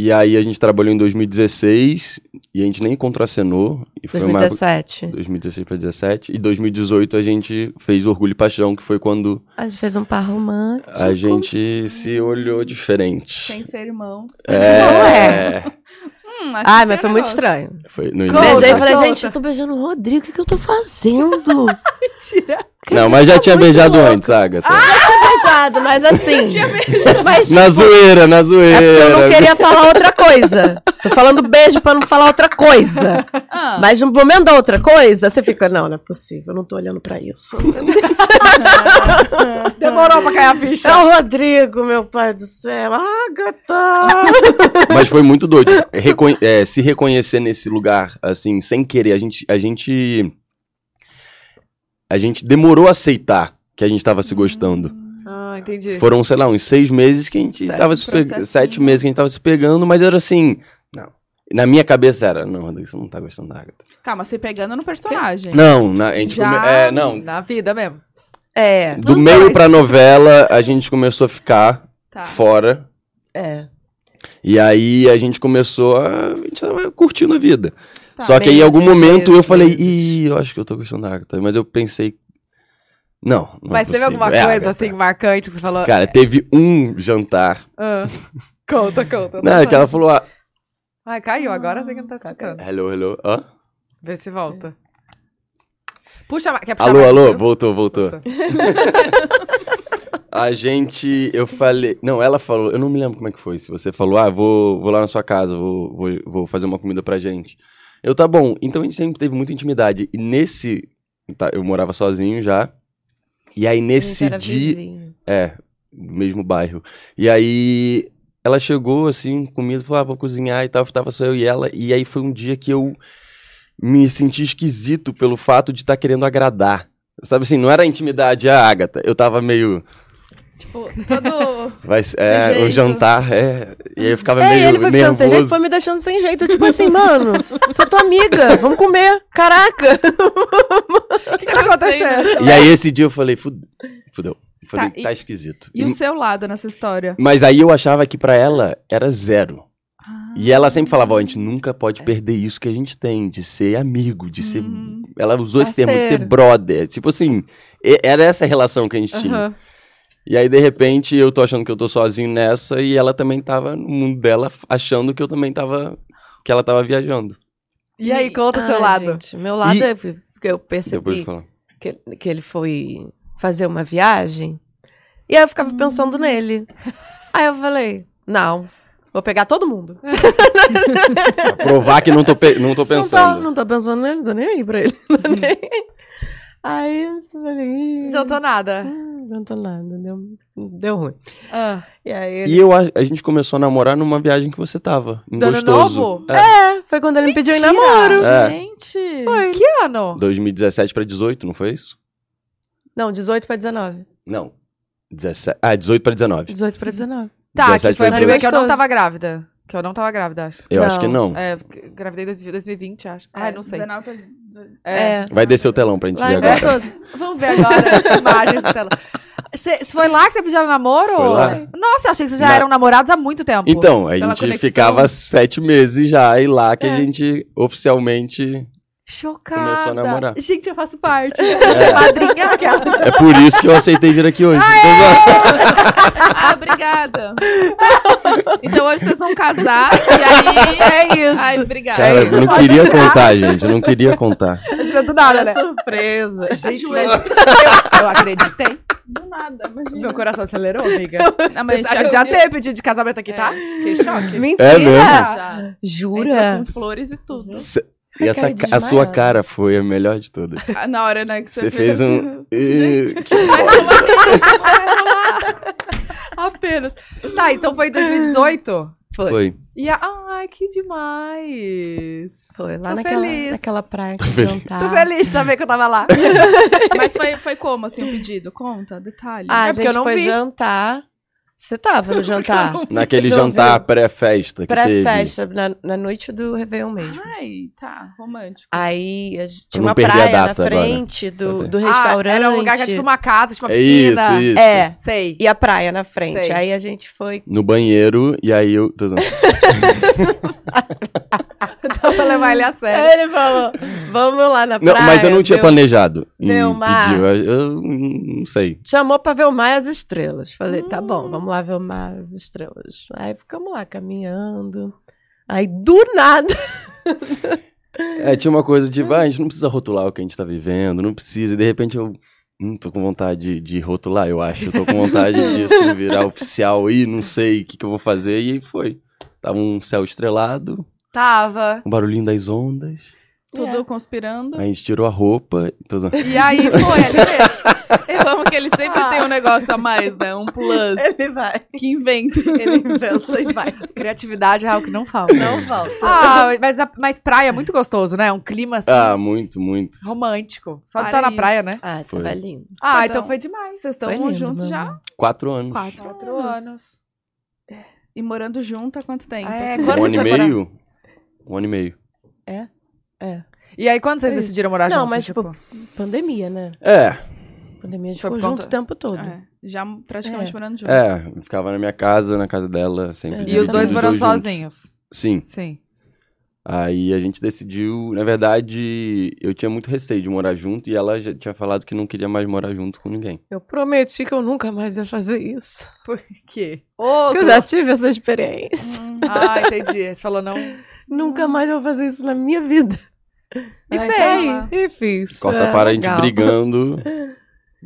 [SPEAKER 3] E aí a gente trabalhou em 2016. E a gente nem contracenou. E foi uma época-
[SPEAKER 4] 2017.
[SPEAKER 3] 2016 pra 17. E 2018 a gente fez Orgulho e Paixão, que foi quando
[SPEAKER 4] A gente fez um par romântico.
[SPEAKER 3] a gente se olhou
[SPEAKER 1] Sem
[SPEAKER 3] diferente.
[SPEAKER 1] ser irmãos.
[SPEAKER 3] É.
[SPEAKER 1] Hum, aqui tem
[SPEAKER 4] Ai, Ah,
[SPEAKER 1] um
[SPEAKER 4] mas foi muito
[SPEAKER 1] negócio.
[SPEAKER 4] estranho.
[SPEAKER 3] Foi no
[SPEAKER 2] Conta,
[SPEAKER 4] Beijei e
[SPEAKER 3] início.
[SPEAKER 4] falei,
[SPEAKER 2] conta.
[SPEAKER 4] gente, eu tô beijando o Rodrigo, o que, que eu tô fazendo?
[SPEAKER 2] Mentira.
[SPEAKER 3] Não, mas já tinha beijado antes, Agatha.
[SPEAKER 4] beijado, mas assim. Mas,
[SPEAKER 3] na
[SPEAKER 4] tipo,
[SPEAKER 3] zoeira, na
[SPEAKER 4] é porque eu não
[SPEAKER 3] zoeira.
[SPEAKER 4] queria falar outra coisa. Tô falando beijo pra não falar outra coisa.
[SPEAKER 1] Ah,
[SPEAKER 4] Mas no momento da outra coisa, você fica, não, não é possível, eu não tô olhando pra isso.
[SPEAKER 2] Demorou pra cair a ficha.
[SPEAKER 4] É o Rodrigo, meu pai do céu. Ah, Agatha!
[SPEAKER 3] Mas foi muito doido. Recon- é, se reconhecer nesse lugar, assim, sem querer. A gente, a gente. A gente demorou a aceitar que a gente tava se gostando.
[SPEAKER 2] Ah, entendi.
[SPEAKER 3] Foram, sei lá, uns seis meses que a gente
[SPEAKER 2] Sete
[SPEAKER 3] tava se pegando.
[SPEAKER 1] processinhos.
[SPEAKER 3] Sete meses que a gente tava se pegando, mas era assim. Não. Na minha cabeça era, não, Rodrigo, você não tá gostando da Agatha.
[SPEAKER 1] calma, você pegando no personagem.
[SPEAKER 3] Não, na- a gente
[SPEAKER 1] É. Já-
[SPEAKER 3] come- é, não.
[SPEAKER 2] Na vida mesmo.
[SPEAKER 4] É,
[SPEAKER 3] Do
[SPEAKER 2] Dos
[SPEAKER 3] meio
[SPEAKER 2] dois.
[SPEAKER 3] pra novela, a gente começou a ficar
[SPEAKER 1] Tá.
[SPEAKER 3] fora.
[SPEAKER 4] é.
[SPEAKER 3] E aí a gente começou a. A gente tava curtindo a vida.
[SPEAKER 1] Tá,
[SPEAKER 3] Só que aí em
[SPEAKER 4] meses,
[SPEAKER 3] algum momento eu
[SPEAKER 4] meses,
[SPEAKER 3] falei,
[SPEAKER 4] meses.
[SPEAKER 3] ih, eu acho que eu tô gostando da Agatha. tá? Mas eu pensei. Não. não é
[SPEAKER 2] Mas teve
[SPEAKER 3] possível,
[SPEAKER 2] alguma
[SPEAKER 3] é a
[SPEAKER 2] coisa,
[SPEAKER 3] Agatha.
[SPEAKER 2] assim, marcante que você falou? "É".
[SPEAKER 3] Cara, teve um jantar.
[SPEAKER 2] Ah. Conta, conta.
[SPEAKER 3] Não, que ela falou, ah,
[SPEAKER 2] Ai, caiu, agora sei que não tá escutando.
[SPEAKER 3] hello, hello. Hã?
[SPEAKER 2] Vê se volta. Puxa, ma- quer puxar
[SPEAKER 3] Alô,
[SPEAKER 2] mais, um?
[SPEAKER 3] alô,
[SPEAKER 2] viu?
[SPEAKER 3] voltou, voltou. A gente, eu falei. Não, ela falou, eu não me lembro como é que foi. Se você falou, ah, vou, vou lá na sua casa, vou, vou, vou fazer uma comida pra gente. Eu, tá bom. Então a gente sempre teve muita intimidade. E nesse. tá, eu morava sozinho já. E aí nesse dia. É, no mesmo bairro. E aí ela chegou assim, comida, falou, ah, vou cozinhar e tal, tava só eu e ela. E aí foi um dia que eu me senti esquisito pelo fato de estar querendo agradar. Sabe assim, não era a intimidade a Agatha. Eu tava meio.
[SPEAKER 1] Tipo, todo.
[SPEAKER 3] Vai, ser- é, o
[SPEAKER 1] jeito.
[SPEAKER 3] jantar, é. E aí eu ficava
[SPEAKER 4] É, e
[SPEAKER 3] meio
[SPEAKER 4] ele foi ficando
[SPEAKER 3] nervoso.
[SPEAKER 4] sem jeito, foi me deixando sem jeito. Tipo assim, mano, sou tua amiga, vamos comer. Caraca!
[SPEAKER 2] O que, que
[SPEAKER 1] né?
[SPEAKER 2] tá acontecendo?
[SPEAKER 3] E aí esse dia eu falei, "Fude- fudeu. Falei, tá,
[SPEAKER 1] e-
[SPEAKER 3] esquisito.
[SPEAKER 1] E o seu lado nessa história?
[SPEAKER 3] Mas aí eu achava que pra ela era zero. E ela sempre falava, ó, a gente nunca pode perder isso que a gente tem, de ser amigo, de ser.
[SPEAKER 1] Hum.
[SPEAKER 3] Ela usou esse termo, de ser
[SPEAKER 2] Parceiro.
[SPEAKER 3] brother. Tipo assim, e- era essa a relação que a gente tinha.
[SPEAKER 2] Aham.
[SPEAKER 3] E aí, de repente, eu tô achando que eu tô sozinho nessa e ela também tava no mundo dela, f- achando que eu também tava. que ela tava viajando.
[SPEAKER 2] E aí, conta o seu
[SPEAKER 4] Ai,
[SPEAKER 2] lado.
[SPEAKER 4] gente, meu lado
[SPEAKER 3] E-
[SPEAKER 4] é que eu
[SPEAKER 3] Depois
[SPEAKER 4] percebi
[SPEAKER 3] eu falo.
[SPEAKER 4] que, que ele foi fazer uma viagem. E aí eu ficava pensando nele. Aí eu falei, não, vou pegar todo mundo.
[SPEAKER 3] Pra provar que não tô, pe- não tô pensando.
[SPEAKER 4] Não tô, não tô pensando nele, não tô nem aí pra ele. Não tô nem aí. Aí eu falei, "Ih,
[SPEAKER 2] Não adiantou nada.
[SPEAKER 4] hum, não tô nada, deu, deu ruim.
[SPEAKER 2] Ah.
[SPEAKER 4] E aí ele...
[SPEAKER 3] E eu, a, a gente começou a namorar numa viagem que você tava. Em
[SPEAKER 2] Do ano
[SPEAKER 3] Gostoso.
[SPEAKER 2] novo?
[SPEAKER 3] É,
[SPEAKER 4] É, foi quando ele me pediu em
[SPEAKER 2] Mentira!
[SPEAKER 4] namoro.
[SPEAKER 3] É.
[SPEAKER 1] Ah, Gente!
[SPEAKER 4] Foi.
[SPEAKER 2] Que ano?
[SPEAKER 3] 2017 pra 18, não foi isso?
[SPEAKER 4] Não, 18 pra 19.
[SPEAKER 3] Não. 17, ah, 18 pra 19.
[SPEAKER 4] 18 pra 19.
[SPEAKER 2] Tá, que
[SPEAKER 3] 17
[SPEAKER 2] foi
[SPEAKER 3] pra
[SPEAKER 2] no ano que eu não
[SPEAKER 4] 18.
[SPEAKER 2] tava grávida. Que eu não tava grávida, acho.
[SPEAKER 3] Eu
[SPEAKER 4] Não.
[SPEAKER 3] acho que não.
[SPEAKER 2] É, porque gravidei em 2020, acho. Ai, não sei.
[SPEAKER 1] 19
[SPEAKER 2] É.
[SPEAKER 4] É.
[SPEAKER 3] Vai descer o telão pra gente
[SPEAKER 4] Lá
[SPEAKER 3] ver
[SPEAKER 4] em
[SPEAKER 3] agora.
[SPEAKER 4] Gostoso.
[SPEAKER 2] Vamos ver agora imagens dela. Cê, cê foi lá que você pediu ela namoro?
[SPEAKER 3] Foi lá.
[SPEAKER 2] Nossa, eu achei que vocês já
[SPEAKER 3] Na-
[SPEAKER 2] eram namorados há muito tempo.
[SPEAKER 3] Então, a
[SPEAKER 2] Pela
[SPEAKER 3] gente
[SPEAKER 2] conexão.
[SPEAKER 3] ficava sete meses já, e lá que a
[SPEAKER 4] É.
[SPEAKER 3] gente oficialmente.
[SPEAKER 2] Chocada.
[SPEAKER 3] Começou a namorar.
[SPEAKER 2] Gente, eu faço parte. É. Madrinha aquela.
[SPEAKER 3] É por isso que eu aceitei vir aqui hoje.
[SPEAKER 1] Ah, obrigada! então hoje vocês vão casar e aí.
[SPEAKER 4] É isso.
[SPEAKER 1] Ai, obrigada.
[SPEAKER 3] Cara, eu não
[SPEAKER 2] Pode
[SPEAKER 3] queria
[SPEAKER 2] entrar.
[SPEAKER 3] contar, gente. Eu não queria contar.
[SPEAKER 2] Não é do nada, né?
[SPEAKER 4] surpresa.
[SPEAKER 2] Gente, eu,
[SPEAKER 1] Joelho.
[SPEAKER 2] eu acreditei.
[SPEAKER 1] Do nada, imagina.
[SPEAKER 2] Meu coração acelerou, amiga.
[SPEAKER 1] Não, mas
[SPEAKER 2] a gente já teve pedido de casamento aqui, tá? Que choque.
[SPEAKER 4] Mentira.
[SPEAKER 3] É mesmo?
[SPEAKER 1] Já.
[SPEAKER 4] Jura?
[SPEAKER 1] Com flores e tudo.
[SPEAKER 3] E
[SPEAKER 4] Ai,
[SPEAKER 3] essa,
[SPEAKER 4] cara,
[SPEAKER 3] ca- a sua
[SPEAKER 4] desmaiada.
[SPEAKER 3] cara foi a melhor de todas.
[SPEAKER 1] Ah, Na hora, né, que você,
[SPEAKER 3] Você fez
[SPEAKER 1] assim,
[SPEAKER 3] um. Ih, que-
[SPEAKER 1] "Ah,
[SPEAKER 2] Apenas. Tá, então foi em 2018.
[SPEAKER 3] Foi.
[SPEAKER 2] E a... Ai, que demais.
[SPEAKER 4] Foi lá
[SPEAKER 2] Tô
[SPEAKER 4] naquela,
[SPEAKER 2] feliz.
[SPEAKER 4] naquela praia que
[SPEAKER 3] feliz.
[SPEAKER 4] jantar.
[SPEAKER 2] Tô feliz de saber que eu tava lá.
[SPEAKER 1] Mas foi, foi como, assim, o pedido? Conta, detalhe.
[SPEAKER 4] Ah,
[SPEAKER 2] É
[SPEAKER 4] a
[SPEAKER 2] porque
[SPEAKER 4] gente
[SPEAKER 2] eu não
[SPEAKER 4] foi
[SPEAKER 2] vi.
[SPEAKER 4] jantar. Você tava no jantar?
[SPEAKER 3] Naquele
[SPEAKER 4] Não,
[SPEAKER 3] jantar pré-festa que teve.
[SPEAKER 4] Pré-festa, na, na noite do Réveillon
[SPEAKER 2] Ah.
[SPEAKER 4] mesmo.
[SPEAKER 1] Ai, tá, romântico.
[SPEAKER 4] Aí a gente-
[SPEAKER 3] Pra
[SPEAKER 4] tinha
[SPEAKER 3] não
[SPEAKER 4] uma
[SPEAKER 3] perder a
[SPEAKER 4] praia na
[SPEAKER 3] data agora.
[SPEAKER 4] frente do,
[SPEAKER 3] Sabe.
[SPEAKER 4] do
[SPEAKER 2] Ah,
[SPEAKER 4] restaurante.
[SPEAKER 2] era um lugar que era tipo uma casa, tipo uma
[SPEAKER 3] É isso,
[SPEAKER 2] piscina.
[SPEAKER 3] isso.
[SPEAKER 4] É,
[SPEAKER 2] Sei.
[SPEAKER 4] e a praia na frente.
[SPEAKER 2] Sei.
[SPEAKER 4] Aí a gente foi.
[SPEAKER 3] No banheiro, e aí eu. tô zoando.
[SPEAKER 2] Então pra levar ele a sério.
[SPEAKER 4] Ele falou: vamos lá na
[SPEAKER 3] Não,
[SPEAKER 4] praia.
[SPEAKER 3] mas eu não tinha
[SPEAKER 4] deu-
[SPEAKER 3] planejado. em
[SPEAKER 4] deu uma-
[SPEAKER 3] pedir. Eu, eu não sei.
[SPEAKER 4] Chamou pra ver o mar e as estrelas. Falei, tá
[SPEAKER 2] Hum.
[SPEAKER 4] bom, vamos lá ver o mar e as estrelas. Aí ficamos lá caminhando. Aí do nada.
[SPEAKER 3] tipo, É, tinha uma coisa de, ah, a gente não precisa rotular o que a gente tá vivendo, não precisa. E de repente eu. Hum, tô com vontade de, de rotular, eu acho. Tô com vontade disso virar oficial e não sei o que, que eu vou fazer. E aí foi. Tava um céu estrelado,
[SPEAKER 2] Tava.
[SPEAKER 3] um barulhinho das ondas.
[SPEAKER 1] Tudo conspirando.
[SPEAKER 3] Aí a gente tirou a roupa. e tô zoando.
[SPEAKER 2] E aí foi ali mesmo. Ah.
[SPEAKER 1] Eu amo que ele sempre tem um negócio a mais, né? Um plus.
[SPEAKER 4] Ele vai.
[SPEAKER 1] Que inventa.
[SPEAKER 4] Ele inventa e vai.
[SPEAKER 2] Criatividade é algo que não falta.
[SPEAKER 4] Não volta.
[SPEAKER 2] Ah, mas, a- mas praia é muito gostoso, né? Um clima assim,
[SPEAKER 3] Ah, muito, muito.
[SPEAKER 2] romântico. Só de
[SPEAKER 1] Para
[SPEAKER 2] estar na
[SPEAKER 1] isso.
[SPEAKER 2] praia, né?
[SPEAKER 4] Ah,
[SPEAKER 3] Foi.
[SPEAKER 4] tava lindo.
[SPEAKER 2] Ah,
[SPEAKER 1] Tá
[SPEAKER 2] então
[SPEAKER 1] bom.
[SPEAKER 2] foi demais.
[SPEAKER 1] Vocês
[SPEAKER 4] Foi
[SPEAKER 1] estão
[SPEAKER 4] lindo,
[SPEAKER 1] juntos já há
[SPEAKER 3] Quatro anos.
[SPEAKER 1] quatro, É.
[SPEAKER 2] Quatro anos.
[SPEAKER 1] E morando junto há quanto tempo?
[SPEAKER 2] É,
[SPEAKER 1] assim?
[SPEAKER 2] quando
[SPEAKER 3] Um ano e
[SPEAKER 2] vocês moraram?
[SPEAKER 3] meio? Um ano e meio.
[SPEAKER 2] E aí, quando vocês
[SPEAKER 4] Foi isso.
[SPEAKER 2] decidiram morar
[SPEAKER 4] Não,
[SPEAKER 2] juntos?
[SPEAKER 4] mas, tipo, Pandemia, né?
[SPEAKER 3] É,
[SPEAKER 4] Pandemia de
[SPEAKER 2] Foi por
[SPEAKER 4] ficou junto
[SPEAKER 2] conta-
[SPEAKER 4] o tempo todo.
[SPEAKER 1] É, já praticamente
[SPEAKER 4] É.
[SPEAKER 1] morando junto.
[SPEAKER 3] é. eu Ficava na minha casa, na casa dela, sempre.
[SPEAKER 4] E
[SPEAKER 2] E os
[SPEAKER 3] dividindo
[SPEAKER 2] dois morando
[SPEAKER 3] juntos.
[SPEAKER 2] sozinhos.
[SPEAKER 3] Sim.
[SPEAKER 2] Sim.
[SPEAKER 3] Aí a gente decidiu, na verdade, eu tinha muito receio de morar junto e ela já tinha falado que não queria mais morar junto com ninguém.
[SPEAKER 4] Eu prometi que eu nunca mais ia fazer isso.
[SPEAKER 2] Por quê? Ô,
[SPEAKER 4] Porque eu já tive essa experiência.
[SPEAKER 1] Hum,
[SPEAKER 2] Ah, entendi. Você falou não.
[SPEAKER 4] Nunca mais vou fazer isso na minha vida.
[SPEAKER 2] E
[SPEAKER 4] Ai,
[SPEAKER 2] fez.
[SPEAKER 4] tá aí. E fiz.
[SPEAKER 3] Corta
[SPEAKER 4] É,
[SPEAKER 3] para a gente
[SPEAKER 4] legal.
[SPEAKER 3] brigando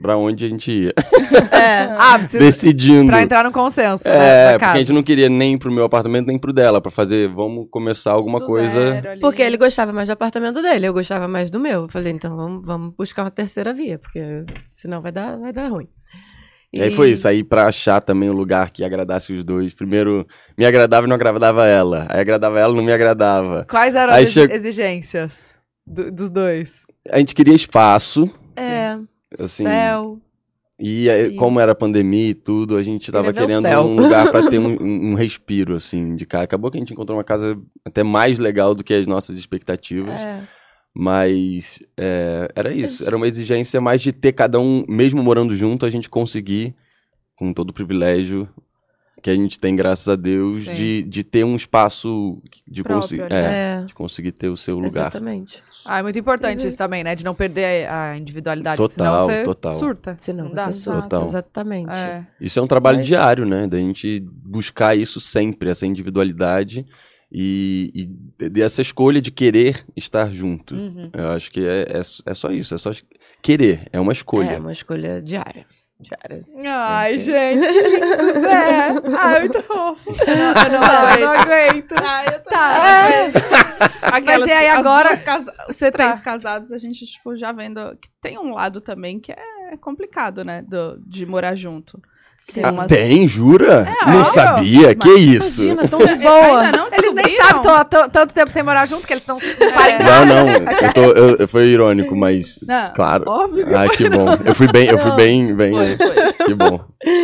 [SPEAKER 3] pra onde a gente ia.
[SPEAKER 2] É. Ah, precisa,
[SPEAKER 3] Decidindo.
[SPEAKER 2] pra entrar no consenso. né,
[SPEAKER 3] É,
[SPEAKER 2] da
[SPEAKER 3] porque a
[SPEAKER 2] casa.
[SPEAKER 3] gente não queria nem pro meu apartamento, nem pro dela, pra fazer, vamos começar alguma
[SPEAKER 1] do
[SPEAKER 3] coisa.
[SPEAKER 1] zero ali. É.
[SPEAKER 4] Porque ele gostava mais do apartamento dele, eu gostava mais do meu. Eu falei, então vamos, vamos buscar uma terceira via, porque senão vai dar, vai dar ruim.
[SPEAKER 3] E... aí foi isso, aí pra achar também um lugar que agradasse os dois. Primeiro, me agradava e não agradava ela. Aí agradava ela e não me agradava.
[SPEAKER 2] Quais eram
[SPEAKER 3] Aí
[SPEAKER 2] as
[SPEAKER 3] chegou-
[SPEAKER 2] exigências do- dos dois?
[SPEAKER 3] A gente queria espaço,
[SPEAKER 4] É,
[SPEAKER 3] assim.
[SPEAKER 4] céu.
[SPEAKER 3] E aí,
[SPEAKER 4] E-
[SPEAKER 3] como era pandemia e tudo, a gente tava
[SPEAKER 4] Queria ver o
[SPEAKER 3] querendo
[SPEAKER 4] céu.
[SPEAKER 3] um lugar pra ter um, um- um respiro, assim, de cá. Acabou que a gente encontrou uma casa até mais legal do que as nossas expectativas.
[SPEAKER 4] É.
[SPEAKER 3] Mas é, era isso. Era uma exigência mais de ter cada um, mesmo morando junto, a gente conseguir, com todo o privilégio que a gente tem, graças a Deus,
[SPEAKER 2] Sim.
[SPEAKER 3] de, de ter um espaço de,
[SPEAKER 1] Próprio,
[SPEAKER 3] consi-
[SPEAKER 1] né?
[SPEAKER 3] é,
[SPEAKER 4] É,
[SPEAKER 3] de conseguir ter o seu lugar.
[SPEAKER 4] exatamente.
[SPEAKER 2] Ah, é muito
[SPEAKER 1] Uhum.
[SPEAKER 2] importante isso também, né? De não perder a individualidade. porque
[SPEAKER 3] Total,
[SPEAKER 2] senão você
[SPEAKER 3] total.
[SPEAKER 2] surta.
[SPEAKER 4] Senão
[SPEAKER 2] Não dá.
[SPEAKER 4] você surta,
[SPEAKER 3] Total.
[SPEAKER 4] exatamente.
[SPEAKER 2] É.
[SPEAKER 3] Isso é um trabalho
[SPEAKER 4] Mas-
[SPEAKER 3] diário, né? Da gente buscar isso sempre, essa individualidade e, e dessa escolha de querer estar junto.
[SPEAKER 2] Uhum.
[SPEAKER 3] Eu acho que é, é, é só isso, é só es- querer, é uma
[SPEAKER 4] É,
[SPEAKER 3] escolha.
[SPEAKER 4] uma escolha diária. Diária. assim.
[SPEAKER 2] Ai,
[SPEAKER 4] Ok.
[SPEAKER 2] gente, que lindo, Zé. Ai, muito fofo. Eu não, eu
[SPEAKER 1] Tá,
[SPEAKER 2] não aguento.
[SPEAKER 1] Ah, eu tô
[SPEAKER 2] Tá.
[SPEAKER 1] Aquelas,
[SPEAKER 2] Mas e aí
[SPEAKER 1] as
[SPEAKER 2] agora-
[SPEAKER 1] duas casa- os
[SPEAKER 2] Você
[SPEAKER 1] três
[SPEAKER 2] tá.
[SPEAKER 1] casados, a gente, tipo, já vendo que tem um lado também que é complicado, né? do- de morar junto.
[SPEAKER 4] Sim.
[SPEAKER 1] Ah,
[SPEAKER 3] Ah,
[SPEAKER 1] mas-
[SPEAKER 3] Tem, jura?
[SPEAKER 2] É,
[SPEAKER 3] não
[SPEAKER 2] óbvio.
[SPEAKER 3] sabia? que isso?
[SPEAKER 4] Imagina, tão de
[SPEAKER 2] Boa.
[SPEAKER 1] Ainda não
[SPEAKER 2] Eles nem
[SPEAKER 1] descobriram?
[SPEAKER 2] sabem tô há t- tanto tempo sem morar junto que eles estão
[SPEAKER 1] É.
[SPEAKER 3] Não, não, eu tô, eu- eu- foi irônico, mas
[SPEAKER 1] Não.
[SPEAKER 3] claro.
[SPEAKER 1] Óbvio
[SPEAKER 3] Ah, que bom. Eu fui bem, eu fui
[SPEAKER 4] Não.
[SPEAKER 3] bem, bem.
[SPEAKER 1] Foi, foi.
[SPEAKER 3] Que bom.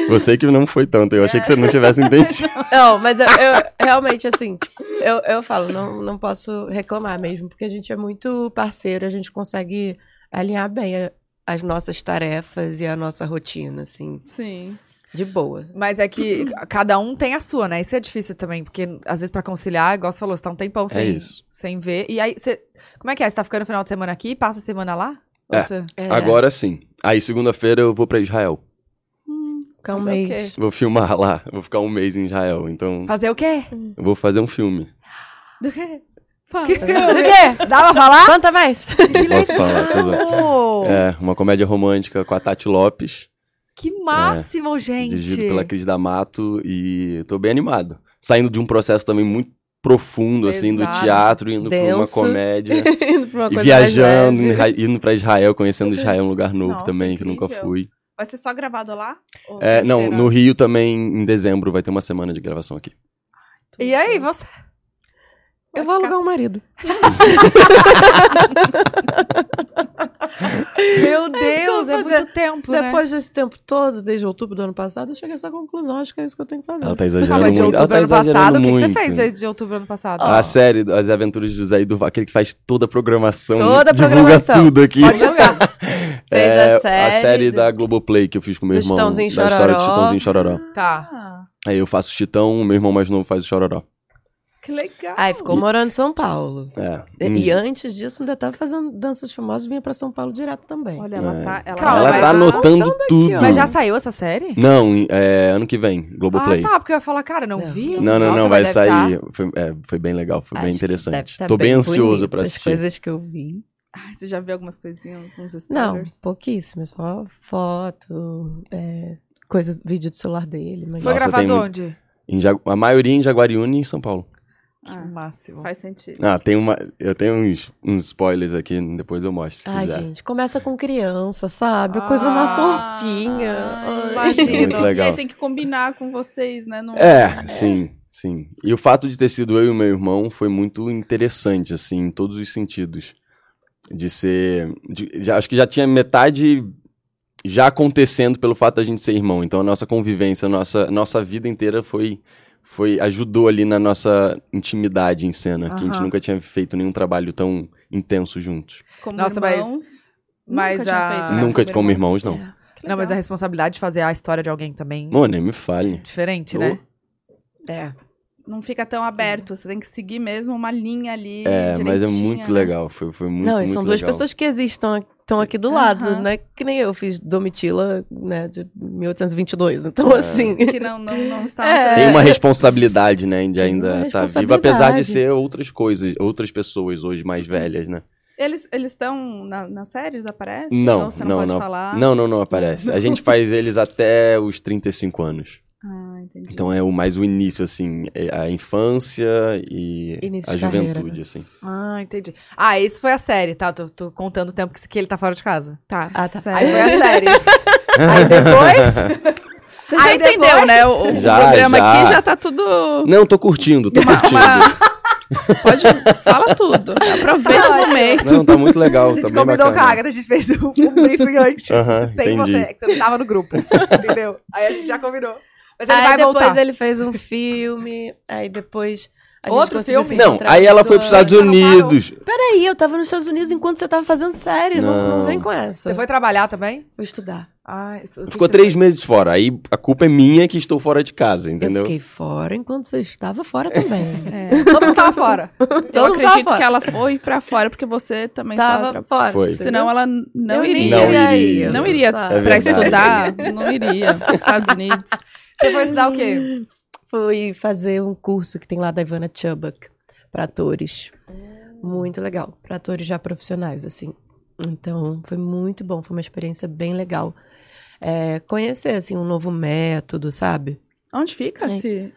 [SPEAKER 3] Você que não foi tanto, eu achei que você não tivesse entendido.
[SPEAKER 4] Não, mas eu, eu realmente, assim, eu, eu falo, não, não posso reclamar mesmo, porque a gente é muito parceiro, a gente consegue alinhar bem a- as nossas tarefas e a nossa rotina, assim,
[SPEAKER 1] Sim.
[SPEAKER 4] de boa.
[SPEAKER 2] Mas é que cada um tem a sua, né? Isso é difícil também, porque às vezes pra conciliar, igual você falou, você tá um tempão sem,
[SPEAKER 3] É isso.
[SPEAKER 2] sem ver. E aí, você. Como é que é? Você tá ficando o final de semana aqui e passa a semana lá? Ou
[SPEAKER 3] É.
[SPEAKER 2] você-
[SPEAKER 4] É,
[SPEAKER 3] Agora sim. Aí segunda-feira eu vou pra Israel.
[SPEAKER 4] ficar um
[SPEAKER 1] Mas é o
[SPEAKER 4] mês.
[SPEAKER 1] quê?
[SPEAKER 3] Vou filmar lá. Vou ficar um mês em Israel. Então,
[SPEAKER 2] Fazer o quê?
[SPEAKER 3] eu vou fazer um filme.
[SPEAKER 1] Do quê? Fala.
[SPEAKER 2] Que- é? o quê? Dá pra falar?
[SPEAKER 4] Tá Conta mais!
[SPEAKER 3] Não posso falar. pois é.
[SPEAKER 2] Não!
[SPEAKER 3] É, uma comédia romântica com a Tati Lopes,
[SPEAKER 2] Que máximo, gente!
[SPEAKER 3] dirigida É, pela Cris D'Amato. E tô bem animado. Saindo de um processo também muito profundo, assim, do
[SPEAKER 2] Pesado,
[SPEAKER 3] teatro, indo pra uma
[SPEAKER 4] denso.
[SPEAKER 3] comédia.
[SPEAKER 4] Indo pra uma
[SPEAKER 3] E
[SPEAKER 4] coisa mais
[SPEAKER 3] viajando,
[SPEAKER 4] leve.
[SPEAKER 3] Isra- indo pra Israel, conhecendo Israel, um lugar novo
[SPEAKER 1] Nossa,
[SPEAKER 3] também, que eu nunca
[SPEAKER 1] incrível.
[SPEAKER 3] fui.
[SPEAKER 1] Vai ser só gravado lá? Ou
[SPEAKER 3] É,
[SPEAKER 1] vai
[SPEAKER 3] não,
[SPEAKER 1] ser
[SPEAKER 3] no
[SPEAKER 1] na-
[SPEAKER 3] Rio também, em dezembro, vai ter uma semana de gravação aqui.
[SPEAKER 2] E aí, você?
[SPEAKER 4] Eu vou alugar um marido.
[SPEAKER 2] Meu
[SPEAKER 4] eu
[SPEAKER 2] Deus,
[SPEAKER 4] vou
[SPEAKER 2] é
[SPEAKER 4] fazer.
[SPEAKER 2] muito tempo, né?
[SPEAKER 4] Depois desse tempo todo, desde outubro do ano passado, eu cheguei a essa conclusão, acho que é isso que eu tenho que fazer.
[SPEAKER 3] Ela tá
[SPEAKER 2] Ah,
[SPEAKER 3] exagerando
[SPEAKER 2] mas de
[SPEAKER 3] muito. Ela
[SPEAKER 2] outubro
[SPEAKER 3] tá
[SPEAKER 2] ano
[SPEAKER 3] exagerando
[SPEAKER 2] passado, o que,
[SPEAKER 3] muito. Ah,
[SPEAKER 2] que você fez desde de outubro ano passado?
[SPEAKER 3] A série As Aventuras de José e Durval, aquele que faz toda a programação.
[SPEAKER 4] Toda a
[SPEAKER 3] divulga
[SPEAKER 4] programação.
[SPEAKER 3] tudo aqui. É,
[SPEAKER 4] Pode
[SPEAKER 3] tá.
[SPEAKER 4] alugar. Fez a série do-
[SPEAKER 3] da Globoplay que eu fiz com meu
[SPEAKER 4] do
[SPEAKER 3] irmão.
[SPEAKER 4] Chitãozinho
[SPEAKER 3] da história do
[SPEAKER 4] Chororó.
[SPEAKER 3] Chitãozinho Chororó.
[SPEAKER 2] Tá.
[SPEAKER 1] Ah,
[SPEAKER 3] Aí eu faço o Chitão, meu irmão mais novo faz o Chororó.
[SPEAKER 1] que legal.
[SPEAKER 4] Ai, ficou
[SPEAKER 3] E-
[SPEAKER 4] morando em São Paulo.
[SPEAKER 3] É.
[SPEAKER 4] E,
[SPEAKER 3] Hum.
[SPEAKER 4] e antes disso, ainda tava fazendo danças famosas e vinha pra São Paulo direto também.
[SPEAKER 1] Olha, ela
[SPEAKER 3] É.
[SPEAKER 1] tá. Ela,
[SPEAKER 2] Calma,
[SPEAKER 3] Ela
[SPEAKER 2] mas
[SPEAKER 3] tá
[SPEAKER 2] tá
[SPEAKER 3] anotando tudo.
[SPEAKER 4] um ó.
[SPEAKER 2] Mas já saiu essa série?
[SPEAKER 3] Não, em- é, ano que vem, Globoplay.
[SPEAKER 2] Ah, tá, porque eu ia falar, cara, não,
[SPEAKER 4] Não.
[SPEAKER 2] vi.
[SPEAKER 3] Não, não,
[SPEAKER 2] Nossa,
[SPEAKER 3] não, vai
[SPEAKER 2] mas deve tá.
[SPEAKER 3] sair. Foi, é, foi bem legal, foi
[SPEAKER 4] Acho
[SPEAKER 3] bem
[SPEAKER 4] que
[SPEAKER 3] interessante.
[SPEAKER 4] deve tá
[SPEAKER 3] Tô bem, ansioso
[SPEAKER 4] bonito
[SPEAKER 3] pra
[SPEAKER 4] as
[SPEAKER 3] assistir.
[SPEAKER 4] coisas que eu vi.
[SPEAKER 1] Ai, você já viu algumas coisinhas, uns
[SPEAKER 4] Não,
[SPEAKER 1] spoilers?
[SPEAKER 4] pouquíssimo. Só foto, é, coisa, vídeo do celular dele. Mas...
[SPEAKER 2] Foi
[SPEAKER 3] Nossa, tem
[SPEAKER 2] gravado
[SPEAKER 3] muito-
[SPEAKER 2] onde?
[SPEAKER 3] Em Jagu- A maioria em Jaguariúna e em São Paulo.
[SPEAKER 1] Ah,
[SPEAKER 2] máximo.
[SPEAKER 1] faz sentido.
[SPEAKER 3] Ah, tem uma. Eu tenho uns, uns spoilers aqui, depois eu mostro, se
[SPEAKER 4] Ai,
[SPEAKER 3] quiser.
[SPEAKER 4] gente, começa com criança, sabe? Coisa mais
[SPEAKER 2] Ah,
[SPEAKER 4] fofinha.
[SPEAKER 1] Ai,
[SPEAKER 4] Ai.
[SPEAKER 3] imagina. Muito
[SPEAKER 1] imagino. E
[SPEAKER 3] legal.
[SPEAKER 1] aí tem que combinar com vocês, né? Não-
[SPEAKER 3] É, sim, sim. E o fato de ter sido eu e meu irmão foi muito interessante, assim, em todos os sentidos. De ser. de- já- acho que já tinha metade já acontecendo pelo fato da gente ser irmão. Então a nossa convivência, a nossa, nossa vida inteira foi. Foi, ajudou ali na nossa intimidade em cena, que a gente
[SPEAKER 2] Aham.
[SPEAKER 3] nunca tinha feito nenhum trabalho tão intenso juntos.
[SPEAKER 1] Como
[SPEAKER 2] Nossa, mas-
[SPEAKER 1] irmãos.
[SPEAKER 2] mas
[SPEAKER 1] nunca tinha
[SPEAKER 2] a-
[SPEAKER 4] Ah,
[SPEAKER 1] feito, né,
[SPEAKER 3] nunca como irmãos, não.
[SPEAKER 4] É.
[SPEAKER 1] Que
[SPEAKER 2] Não, mas a
[SPEAKER 1] legal.
[SPEAKER 2] responsabilidade de fazer a história de alguém também
[SPEAKER 3] Mô, nem me fale.
[SPEAKER 2] é diferente, né?
[SPEAKER 4] É.
[SPEAKER 1] Não fica tão aberto, você tem que seguir mesmo uma linha ali.
[SPEAKER 3] É, mas é
[SPEAKER 1] direitinha,
[SPEAKER 3] muito
[SPEAKER 1] né?
[SPEAKER 3] legal. Foi, foi muito,
[SPEAKER 4] Não, e
[SPEAKER 3] muito
[SPEAKER 4] são duas
[SPEAKER 3] legal.
[SPEAKER 4] pessoas que existem, estão aqui do lado,
[SPEAKER 1] Aham.
[SPEAKER 4] né? Que nem eu fiz Domitila, né, de 1822. Então,
[SPEAKER 3] É.
[SPEAKER 4] assim.
[SPEAKER 1] Que não, não, não está
[SPEAKER 4] É.
[SPEAKER 1] na sua-
[SPEAKER 3] Tem uma responsabilidade, né? De ainda
[SPEAKER 4] uma
[SPEAKER 3] estar viva,
[SPEAKER 4] responsabilidade.
[SPEAKER 3] apesar de ser outras coisas, outras pessoas hoje mais velhas, né?
[SPEAKER 1] Eles eles estão na, nas séries? Aparecem?
[SPEAKER 3] Não,
[SPEAKER 1] Ou você
[SPEAKER 3] não,
[SPEAKER 1] não pode
[SPEAKER 3] não.
[SPEAKER 4] Ah.
[SPEAKER 1] falar?
[SPEAKER 3] Não, não, não aparece. A gente faz eles até os 35 anos.
[SPEAKER 1] Ah, entendi.
[SPEAKER 3] Então é o mais o início, assim, é a infância e
[SPEAKER 4] Início
[SPEAKER 3] a
[SPEAKER 4] de carreira,
[SPEAKER 3] juventude,
[SPEAKER 4] né?
[SPEAKER 3] assim.
[SPEAKER 2] Ah, entendi. Ah, isso foi a série, tá? Tô, tô contando o tempo que, que ele tá fora de casa.
[SPEAKER 1] tá.
[SPEAKER 4] Ah, tá.
[SPEAKER 2] Aí
[SPEAKER 1] Sério.
[SPEAKER 2] foi a série. Aí depois.
[SPEAKER 1] Você
[SPEAKER 2] Aí depois-
[SPEAKER 1] né? O, o
[SPEAKER 3] Já, já.
[SPEAKER 1] tá tudo.
[SPEAKER 3] Não, tô curtindo, tô curtindo.
[SPEAKER 1] Pode. Fala tudo. Aproveita o momento.
[SPEAKER 3] Não, tá muito legal.
[SPEAKER 2] A gente
[SPEAKER 3] tá bem
[SPEAKER 2] combinou com a
[SPEAKER 3] bacana.
[SPEAKER 2] Agatha, a gente fez um, um briefing antes.
[SPEAKER 3] Aham,
[SPEAKER 2] sem
[SPEAKER 3] entendi.
[SPEAKER 2] você, que você não tava no grupo. entendeu? Aí a gente já combinou. Mas ele
[SPEAKER 4] aí
[SPEAKER 2] vai
[SPEAKER 4] depois
[SPEAKER 2] voltar.
[SPEAKER 4] ele fez um filme, aí depois. A gente
[SPEAKER 2] Outro
[SPEAKER 4] conseguiu se
[SPEAKER 2] filme?
[SPEAKER 3] Não,
[SPEAKER 4] encontrar
[SPEAKER 3] aí ela
[SPEAKER 4] outro
[SPEAKER 3] foi pros
[SPEAKER 4] ano.
[SPEAKER 3] Estados
[SPEAKER 2] Ela parou.
[SPEAKER 3] Unidos.
[SPEAKER 4] Peraí, eu tava nos Estados Unidos enquanto você tava fazendo série. Não, não
[SPEAKER 3] Não.
[SPEAKER 4] vem com essa.
[SPEAKER 2] Você foi trabalhar também?
[SPEAKER 4] Vou estudar.
[SPEAKER 2] Ah, isso, o que
[SPEAKER 3] Ficou
[SPEAKER 2] você
[SPEAKER 3] três
[SPEAKER 2] fez?
[SPEAKER 3] meses fora. Aí a culpa é minha que estou fora de casa, entendeu?
[SPEAKER 4] Eu fiquei fora enquanto você estava fora também.
[SPEAKER 1] É.
[SPEAKER 2] Todo mundo tava fora.
[SPEAKER 1] Eu
[SPEAKER 4] Todo mundo tava
[SPEAKER 1] acredito
[SPEAKER 4] fora.
[SPEAKER 1] que ela foi pra fora porque você também estava
[SPEAKER 4] Tava
[SPEAKER 1] tra-
[SPEAKER 4] fora.
[SPEAKER 3] Foi.
[SPEAKER 1] Senão ela n- não
[SPEAKER 4] eu
[SPEAKER 1] iria.
[SPEAKER 4] nem
[SPEAKER 3] Não
[SPEAKER 4] iria.
[SPEAKER 3] iria.
[SPEAKER 4] aí,
[SPEAKER 1] Não
[SPEAKER 4] eu
[SPEAKER 1] iria
[SPEAKER 4] sabe?
[SPEAKER 3] É
[SPEAKER 1] pra
[SPEAKER 3] verdade.
[SPEAKER 1] estudar, não iria. Pros Estados Unidos.
[SPEAKER 2] Você foi estudar o quê?
[SPEAKER 4] Fui fazer um curso que tem lá da Ivana Chubbuck pra atores. Muito legal. Pra atores já profissionais, assim. Então, foi muito bom. Foi uma experiência bem legal. É, conhecer, assim, um novo método, sabe?
[SPEAKER 1] Onde fica
[SPEAKER 4] É.
[SPEAKER 1] esse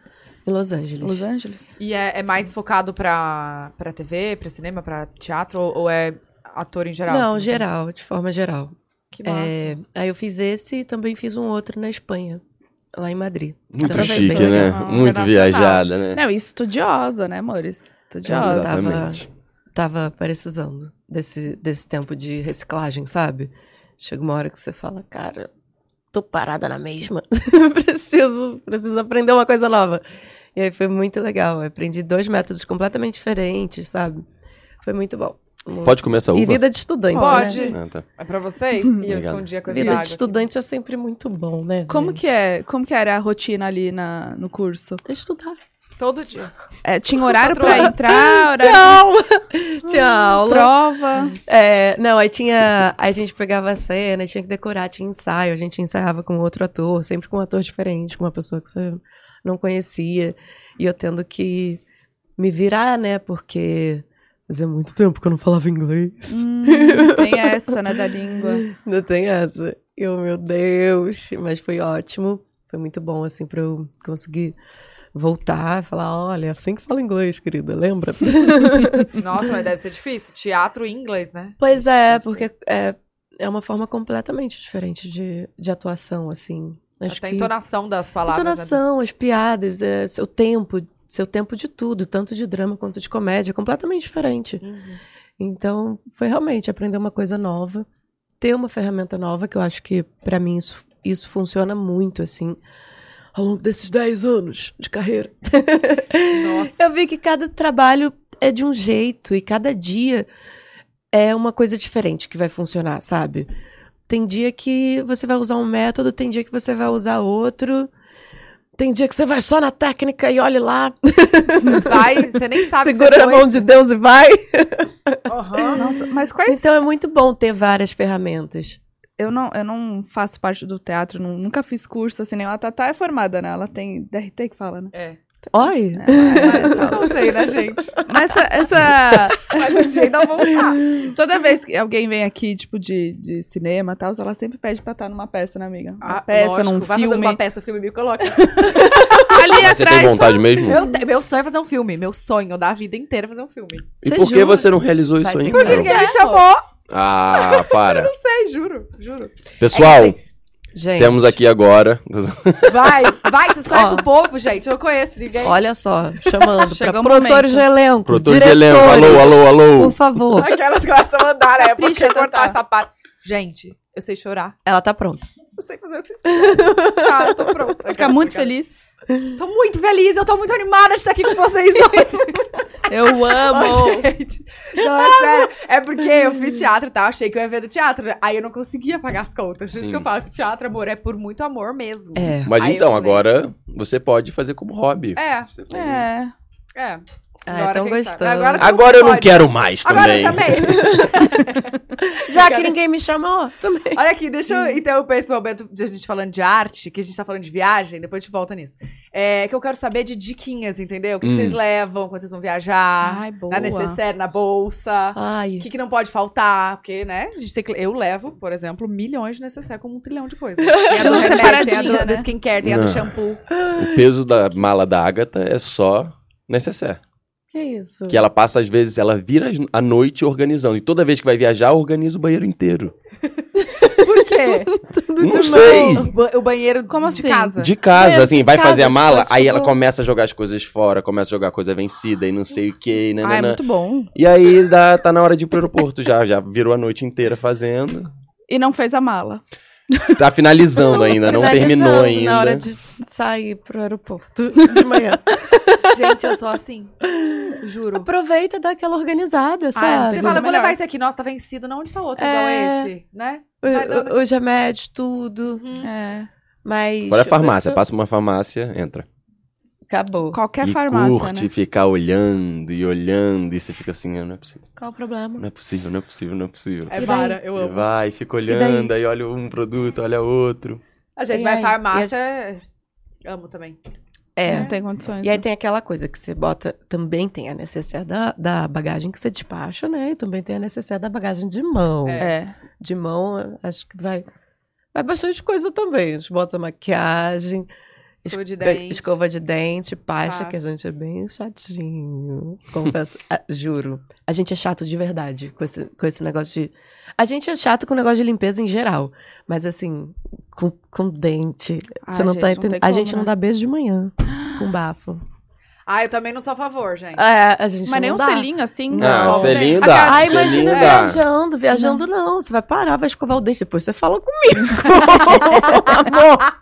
[SPEAKER 4] Em Los Angeles.
[SPEAKER 1] Los Angeles?
[SPEAKER 2] E é, é mais focado pra, pra TV, pra cinema, pra teatro? Ou, ou é ator em geral?
[SPEAKER 4] Não,
[SPEAKER 2] assim?
[SPEAKER 4] geral, de forma geral.
[SPEAKER 2] Que massa.
[SPEAKER 4] É, aí eu fiz esse e também fiz um outro na Espanha, lá em Madrid.
[SPEAKER 3] Muito
[SPEAKER 4] Também bem
[SPEAKER 3] chique, né?
[SPEAKER 2] legal.
[SPEAKER 3] Muito
[SPEAKER 2] Internacional.
[SPEAKER 3] viajada, né?
[SPEAKER 1] Não, e estudiosa, né, amores? Estudiosa.
[SPEAKER 4] Exato. Tava precisando desse, desse tempo de reciclagem, sabe? Chega uma hora que você fala, cara, tô parada na mesma. preciso, preciso aprender uma coisa nova. E aí foi muito legal. Eu aprendi dois métodos completamente diferentes, sabe? Foi muito bom.
[SPEAKER 3] Pode comer essa uva?
[SPEAKER 4] E vida de estudante, né?
[SPEAKER 2] Pode.
[SPEAKER 3] Ah, tá.
[SPEAKER 2] É pra vocês? E eu
[SPEAKER 3] Obrigado.
[SPEAKER 2] escondi a coisa da
[SPEAKER 4] Vida
[SPEAKER 2] água. assim. aqui.
[SPEAKER 4] de estudante é sempre muito bom, né?
[SPEAKER 1] Como
[SPEAKER 4] gente?
[SPEAKER 1] que, é, como que era a rotina ali na, no curso?
[SPEAKER 4] Estudar.
[SPEAKER 2] Todo dia.
[SPEAKER 1] É, tinha horário pra entrar, horário
[SPEAKER 4] Tchau!
[SPEAKER 1] Hum,
[SPEAKER 4] Tchau!
[SPEAKER 1] prova.
[SPEAKER 4] É, não, aí tinha. Aí a gente pegava a cena, tinha que decorar, tinha ensaio, a gente ensaiava com outro ator, sempre com um ator diferente, com uma pessoa que você não conhecia. E eu tendo que me virar, né? Porque fazia muito tempo que eu não falava inglês.
[SPEAKER 1] Hum, tem essa, né, da língua.
[SPEAKER 4] Ainda tem essa. Eu, meu Deus. Mas foi ótimo. Foi muito bom, assim, pra eu conseguir voltar, falar, olha, é assim que fala inglês, querida, lembra?
[SPEAKER 2] Nossa, mas deve ser difícil. Teatro em inglês, né?
[SPEAKER 4] Pois é, porque é, é uma forma completamente diferente de, de atuação, assim. Acho
[SPEAKER 2] Até a
[SPEAKER 4] que
[SPEAKER 2] entonação das palavras. né?
[SPEAKER 4] entonação, as piadas, é, seu tempo, seu tempo de tudo, tanto de drama quanto de comédia, é completamente diferente.
[SPEAKER 2] Uhum.
[SPEAKER 4] Então, foi realmente aprender uma coisa nova, ter uma ferramenta nova, que eu acho que, pra mim, isso, isso funciona muito, assim, ao longo desses 10 anos de carreira.
[SPEAKER 2] Nossa.
[SPEAKER 4] Eu vi que cada trabalho é de um jeito e cada dia é uma coisa diferente que vai funcionar, sabe? Tem dia que você vai usar um método, tem dia que você vai usar outro. Tem dia que você vai só na técnica e olhe lá,
[SPEAKER 2] Vai, você nem sabe que
[SPEAKER 4] segura
[SPEAKER 2] você
[SPEAKER 4] na mão de Deus e vai.
[SPEAKER 2] foi. Aham.
[SPEAKER 1] Nossa, mas quais
[SPEAKER 4] Então é muito bom ter várias ferramentas.
[SPEAKER 1] eu não, eu não tá, faço parte do teatro, nu- nunca fiz curso assim, nem a Tatá é formada, né? Ela tem DRT que fala, né?
[SPEAKER 2] É.
[SPEAKER 4] Oi!
[SPEAKER 2] Não sei, né, gente?
[SPEAKER 1] Mas essa, essa-
[SPEAKER 2] Mas um dia ainda vão lá.
[SPEAKER 1] então Toda vez que alguém vem aqui, tipo, de, de cinema e tal, ela sempre pede pra estar numa peça, né, amiga?
[SPEAKER 2] É.
[SPEAKER 1] Uma peça,
[SPEAKER 2] Ah, lógico,
[SPEAKER 1] num
[SPEAKER 2] vai
[SPEAKER 1] filme.
[SPEAKER 2] fazer uma peça, filme, me coloca.
[SPEAKER 1] Ali
[SPEAKER 3] Você tem
[SPEAKER 1] atrás.
[SPEAKER 3] vontade mesmo?
[SPEAKER 2] Meu, te- meu sonho é fazer um filme. Meu sonho da vida inteira é fazer um filme.
[SPEAKER 3] E
[SPEAKER 1] Você
[SPEAKER 3] por que
[SPEAKER 1] jura?
[SPEAKER 3] você não realizou
[SPEAKER 1] Tá,
[SPEAKER 3] isso
[SPEAKER 2] Vai
[SPEAKER 3] ainda?
[SPEAKER 2] ter que- Por que que é?
[SPEAKER 3] Carol?
[SPEAKER 1] me
[SPEAKER 2] pô.
[SPEAKER 1] chamou.
[SPEAKER 3] Ah, para.
[SPEAKER 2] Sei, juro, juro.
[SPEAKER 3] Pessoal,
[SPEAKER 4] Gente,
[SPEAKER 3] temos aqui agora.
[SPEAKER 2] Vai, vai, vocês conhecem
[SPEAKER 4] Ó.
[SPEAKER 2] o povo, gente. Eu não conheço ninguém.
[SPEAKER 4] Olha só, chamando
[SPEAKER 1] Chegou
[SPEAKER 4] pra
[SPEAKER 1] o
[SPEAKER 4] produtores
[SPEAKER 1] um momento.
[SPEAKER 4] de elenco.
[SPEAKER 3] Produtor de
[SPEAKER 4] diretores,
[SPEAKER 3] elenco. Alô, alô, alô.
[SPEAKER 4] Por favor.
[SPEAKER 2] Aquelas que começam a mandar, né? Porque
[SPEAKER 4] Deixa eu
[SPEAKER 2] cortar
[SPEAKER 4] tentar.
[SPEAKER 2] essa parte. Gente, eu sei chorar.
[SPEAKER 4] Ela tá pronta.
[SPEAKER 2] Eu sei fazer o que vocês querem. Tá, eu tô pronta.
[SPEAKER 1] Fica muito feliz.
[SPEAKER 2] Tô muito feliz, eu tô muito animada de estar aqui com vocês hoje.
[SPEAKER 1] Eu amo.
[SPEAKER 2] Ai, gente. Não, é sério. É porque eu fiz teatro, tá? Achei que eu ia ver do teatro. Aí eu não conseguia pagar as contas. Por isso
[SPEAKER 3] Sim.
[SPEAKER 2] que eu falo que teatro, amor, é por muito amor mesmo.
[SPEAKER 4] É.
[SPEAKER 3] Mas
[SPEAKER 2] Aí eu
[SPEAKER 3] então,
[SPEAKER 2] falei.
[SPEAKER 3] agora você pode fazer como hobby.
[SPEAKER 2] É,
[SPEAKER 3] Você tem-
[SPEAKER 1] É.
[SPEAKER 2] é.
[SPEAKER 4] Ah,
[SPEAKER 2] Agora,
[SPEAKER 4] tão
[SPEAKER 2] quem sabe?
[SPEAKER 4] gostoso.
[SPEAKER 2] Agora, tudo
[SPEAKER 3] Agora eu não
[SPEAKER 2] pode.
[SPEAKER 3] quero mais
[SPEAKER 2] Agora
[SPEAKER 3] também.
[SPEAKER 2] eu também.
[SPEAKER 4] Já que ninguém me chamou, também.
[SPEAKER 2] Olha aqui, deixa eu interromper esse momento de a gente falando de arte, que a gente tá falando de viagem, depois a gente volta nisso. É, que eu quero saber de diquinhas, entendeu? O que, que
[SPEAKER 3] Hum.
[SPEAKER 2] vocês levam quando vocês vão viajar,
[SPEAKER 1] Ai, Ah, boa.
[SPEAKER 2] na necessaire, na bolsa.
[SPEAKER 4] Ai.
[SPEAKER 2] O que, que não pode faltar? Porque, né? A gente tem que- eu levo, por exemplo, milhões de necessaire como um trilhão de coisas. Tem a do remédio, tem
[SPEAKER 1] Tudo
[SPEAKER 2] a do,
[SPEAKER 1] separadinho,
[SPEAKER 2] do
[SPEAKER 1] né?
[SPEAKER 2] skincare, tem a do
[SPEAKER 3] Não.
[SPEAKER 2] shampoo.
[SPEAKER 3] O peso da mala da Agatha é só necessaire.
[SPEAKER 1] Que isso?
[SPEAKER 3] Que ela passa, às vezes, ela vira as- a noite organizando. E toda vez que vai viajar, organiza o banheiro inteiro.
[SPEAKER 2] Por quê?
[SPEAKER 3] não sei.
[SPEAKER 2] O ba- O banheiro
[SPEAKER 1] Como
[SPEAKER 2] de
[SPEAKER 1] assim?
[SPEAKER 2] casa.
[SPEAKER 3] De casa,
[SPEAKER 1] Banheiro
[SPEAKER 3] assim,
[SPEAKER 1] de
[SPEAKER 3] vai
[SPEAKER 1] casa,
[SPEAKER 3] fazer a
[SPEAKER 1] as
[SPEAKER 3] mala,
[SPEAKER 1] coisas
[SPEAKER 3] aí ela
[SPEAKER 1] como-
[SPEAKER 3] começa a jogar as coisas fora, começa a jogar coisa vencida e não sei o que, e
[SPEAKER 1] Ah, é
[SPEAKER 3] nananã.
[SPEAKER 1] muito bom.
[SPEAKER 3] E aí dá, tá na hora de ir pro aeroporto já, já virou a noite inteira fazendo.
[SPEAKER 1] E não fez a mala.
[SPEAKER 3] Tá finalizando ainda, não terminou ainda.
[SPEAKER 4] Na hora de sair pro aeroporto de manhã.
[SPEAKER 2] Gente, eu sou assim. Juro.
[SPEAKER 4] Aproveita e dá aquela organizada,
[SPEAKER 1] Ah,
[SPEAKER 4] sabe?
[SPEAKER 2] Você
[SPEAKER 1] Coisa
[SPEAKER 2] fala, eu vou
[SPEAKER 1] melhor.
[SPEAKER 2] levar esse aqui. Nossa, tá vencido. Não, onde tá o outro? Igual
[SPEAKER 4] É.
[SPEAKER 2] esse, né? vai dando-
[SPEAKER 4] O- o- Os remédios, tudo.
[SPEAKER 1] É.
[SPEAKER 4] Mas.
[SPEAKER 3] Fora a farmácia, passa uma farmácia, entra.
[SPEAKER 4] Acabou.
[SPEAKER 1] Qualquer
[SPEAKER 3] e
[SPEAKER 1] farmácia,
[SPEAKER 3] curte
[SPEAKER 1] né?
[SPEAKER 3] ficar olhando e olhando, e você fica assim, ah, não é possível,
[SPEAKER 4] Qual o problema?
[SPEAKER 3] não é possível, não é possível, não é possível.
[SPEAKER 2] É
[SPEAKER 4] E daí?
[SPEAKER 2] vara, eu
[SPEAKER 3] E
[SPEAKER 2] amo.
[SPEAKER 3] vai, fica olhando, aí olha um produto, olha outro.
[SPEAKER 2] A gente
[SPEAKER 4] E
[SPEAKER 2] vai
[SPEAKER 4] aí?
[SPEAKER 2] farmácia. é, Amo também.
[SPEAKER 1] Não
[SPEAKER 4] É.
[SPEAKER 1] tem condições.
[SPEAKER 4] E aí
[SPEAKER 1] né?
[SPEAKER 4] tem aquela coisa que você bota, também tem a necessaire da, da bagagem que você despacha, né? E também tem a necessaire da bagagem de mão.
[SPEAKER 2] É.
[SPEAKER 1] É.
[SPEAKER 4] De mão, acho que vai. Vai bastante coisa também. A gente bota maquiagem,
[SPEAKER 2] Escova de
[SPEAKER 4] Bem,
[SPEAKER 2] dente.
[SPEAKER 4] Escova de dente, pasta,
[SPEAKER 2] Pasta.
[SPEAKER 4] que a gente é bem chatinho. Confesso, Ah, juro. A gente é chato de verdade com esse, com esse negócio de. A gente é chato com o negócio de limpeza em geral. Mas assim, com, com dente. você
[SPEAKER 1] Ai,
[SPEAKER 4] não
[SPEAKER 1] gente,
[SPEAKER 4] tá
[SPEAKER 1] não
[SPEAKER 4] entendendo.
[SPEAKER 1] tem
[SPEAKER 4] a
[SPEAKER 1] como,
[SPEAKER 4] gente não
[SPEAKER 1] né?
[SPEAKER 4] dá beijo de manhã com bafo.
[SPEAKER 2] Ah, eu também não sou a favor, gente.
[SPEAKER 4] É, a gente
[SPEAKER 1] Mas
[SPEAKER 4] não
[SPEAKER 1] nem um
[SPEAKER 4] dá.
[SPEAKER 1] selinho assim.
[SPEAKER 4] Não,
[SPEAKER 1] né?
[SPEAKER 3] Ah, selinho
[SPEAKER 2] A
[SPEAKER 3] dá.
[SPEAKER 2] cara-
[SPEAKER 4] Ah,
[SPEAKER 3] selinho
[SPEAKER 4] imagina
[SPEAKER 3] dá.
[SPEAKER 4] viajando, viajando não. Você vai parar, vai escovar o dente, depois você fala comigo. Amor,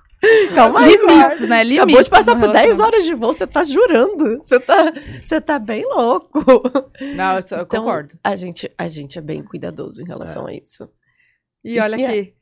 [SPEAKER 4] calma aí, cara.
[SPEAKER 1] Limites, né? Limites.
[SPEAKER 4] Acabou de passar
[SPEAKER 1] no
[SPEAKER 4] por 10
[SPEAKER 1] relacionamento.
[SPEAKER 4] horas de voo, você tá jurando. Você tá, você tá bem louco.
[SPEAKER 2] Não, eu, sou- eu
[SPEAKER 4] Então,
[SPEAKER 2] concordo.
[SPEAKER 4] A gente, a gente é bem cuidadoso em relação
[SPEAKER 3] É.
[SPEAKER 4] a isso.
[SPEAKER 2] E olha
[SPEAKER 4] isso é.
[SPEAKER 2] aqui.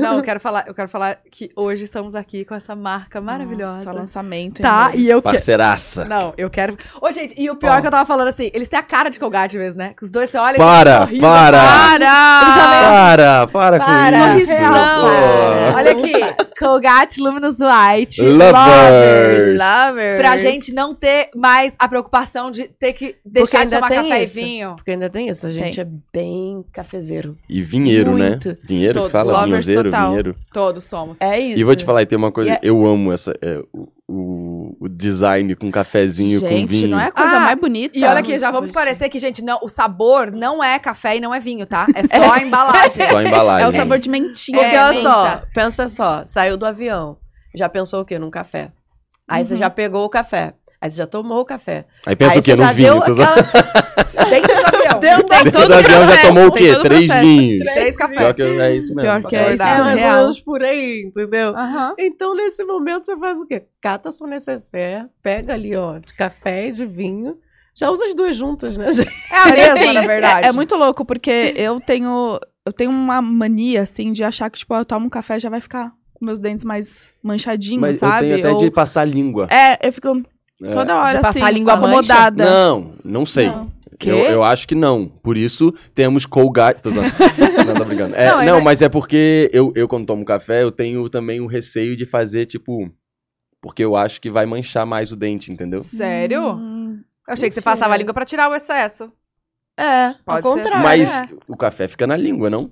[SPEAKER 2] Não, eu quero falar, eu quero falar que hoje estamos aqui com essa marca maravilhosa.
[SPEAKER 1] Nossa, lançamento. então.
[SPEAKER 2] tá, e eu quero.
[SPEAKER 3] Parceiraça.
[SPEAKER 2] Não, eu quero. Ô, gente, e o pior
[SPEAKER 4] Ó.
[SPEAKER 2] que eu tava falando assim, eles têm a cara de Colgate mesmo, né? Que os dois você olha
[SPEAKER 3] Para,
[SPEAKER 2] e Ah,
[SPEAKER 3] para.
[SPEAKER 1] Para!
[SPEAKER 3] Para, para com
[SPEAKER 4] Para,
[SPEAKER 3] isso.
[SPEAKER 4] real,
[SPEAKER 3] pô.
[SPEAKER 4] para.
[SPEAKER 2] Olha aqui, Colgate Luminous White.
[SPEAKER 3] Lovers.
[SPEAKER 1] Lovers.
[SPEAKER 2] Pra gente não ter mais a preocupação de ter que
[SPEAKER 4] Porque
[SPEAKER 2] deixar de
[SPEAKER 4] ainda
[SPEAKER 2] tomar
[SPEAKER 4] tem
[SPEAKER 2] café
[SPEAKER 4] isso.
[SPEAKER 2] e vinho.
[SPEAKER 4] Porque ainda tem isso, a gente é bem cafezeiro.
[SPEAKER 3] E vinheiro, né?
[SPEAKER 4] Muito.
[SPEAKER 3] Dinheiro que
[SPEAKER 2] Todos
[SPEAKER 3] fala?
[SPEAKER 1] lovers
[SPEAKER 3] Vinheiro,
[SPEAKER 1] total.
[SPEAKER 3] vinheiro.
[SPEAKER 2] Todos somos.
[SPEAKER 4] É isso.
[SPEAKER 3] E vou te falar, e tem uma coisa,
[SPEAKER 4] E é-
[SPEAKER 3] eu amo essa, é, o- o, o design com cafezinho, com vinho.
[SPEAKER 1] Gente, não é a coisa
[SPEAKER 2] Ah,
[SPEAKER 1] mais bonita.
[SPEAKER 2] E olha aqui, já vamos esclarecer que, gente, não, o sabor não é café e não é vinho, tá? É só a embalagem.
[SPEAKER 3] Só a embalagem.
[SPEAKER 1] É o sabor de mentinha.
[SPEAKER 4] Porque
[SPEAKER 2] É,
[SPEAKER 4] olha
[SPEAKER 2] menta.
[SPEAKER 4] só, pensa só, saiu do avião, já pensou o quê? Num café. Aí você
[SPEAKER 1] Uhum.
[SPEAKER 4] já pegou o café. Aí você já tomou o café.
[SPEAKER 3] Aí pensa
[SPEAKER 4] aí
[SPEAKER 3] o quê?
[SPEAKER 4] você já
[SPEAKER 3] No vinho.
[SPEAKER 4] deu
[SPEAKER 3] tu-
[SPEAKER 4] aquela...
[SPEAKER 2] Dentro do avião.
[SPEAKER 4] deu
[SPEAKER 1] Tem
[SPEAKER 3] Dentro
[SPEAKER 1] todo
[SPEAKER 3] do
[SPEAKER 1] o
[SPEAKER 3] avião já
[SPEAKER 1] processo,
[SPEAKER 3] tomou o
[SPEAKER 1] tem
[SPEAKER 3] quê?
[SPEAKER 1] todo o
[SPEAKER 3] Três
[SPEAKER 1] processo.
[SPEAKER 3] vinhos.
[SPEAKER 2] Três
[SPEAKER 3] Pior
[SPEAKER 2] cafés.
[SPEAKER 3] que é isso mesmo.
[SPEAKER 1] Pior que é
[SPEAKER 3] verdade.
[SPEAKER 1] isso.
[SPEAKER 4] É mais ou
[SPEAKER 1] Surreal.
[SPEAKER 4] menos por aí, entendeu?
[SPEAKER 2] Aham.
[SPEAKER 4] Então, nesse momento, você faz o quê? Cata sua necessaire, pega ali, ó, de café e de vinho. Já usa as duas juntas, né, gente?
[SPEAKER 2] É a
[SPEAKER 1] Porque,
[SPEAKER 2] mesma,
[SPEAKER 1] assim,
[SPEAKER 2] na verdade.
[SPEAKER 1] É, é muito louco, porque eu tenho. Eu tenho uma mania, assim, de achar que, tipo, eu tomo um café já vai ficar com meus dentes mais manchadinhos,
[SPEAKER 3] Mas eu
[SPEAKER 1] sabe?
[SPEAKER 3] tenho até
[SPEAKER 1] Ou-
[SPEAKER 3] de passar a língua.
[SPEAKER 1] É, eu fico
[SPEAKER 3] É.
[SPEAKER 1] toda hora
[SPEAKER 2] passar
[SPEAKER 1] assim,
[SPEAKER 2] a língua mancha?
[SPEAKER 1] acomodada.
[SPEAKER 3] Não, não sei.
[SPEAKER 1] Não.
[SPEAKER 4] Quê?
[SPEAKER 3] Eu, eu acho que não. Por isso, temos Colgate. Tô zoando. não, tô brincando. É,
[SPEAKER 2] Não, é
[SPEAKER 3] não,
[SPEAKER 2] ver-
[SPEAKER 3] mas é porque eu, eu, quando tomo café, eu tenho também o receio de fazer, tipo, Porque eu acho que vai manchar mais o dente, entendeu?
[SPEAKER 2] Sério?
[SPEAKER 1] Hum,
[SPEAKER 2] Eu achei que você
[SPEAKER 1] Mentira.
[SPEAKER 2] passava a língua pra tirar o excesso.
[SPEAKER 4] É,
[SPEAKER 2] Pode
[SPEAKER 4] ao
[SPEAKER 2] ser assim.
[SPEAKER 4] contrário.
[SPEAKER 3] Mas
[SPEAKER 2] é.
[SPEAKER 3] o café fica na língua, não?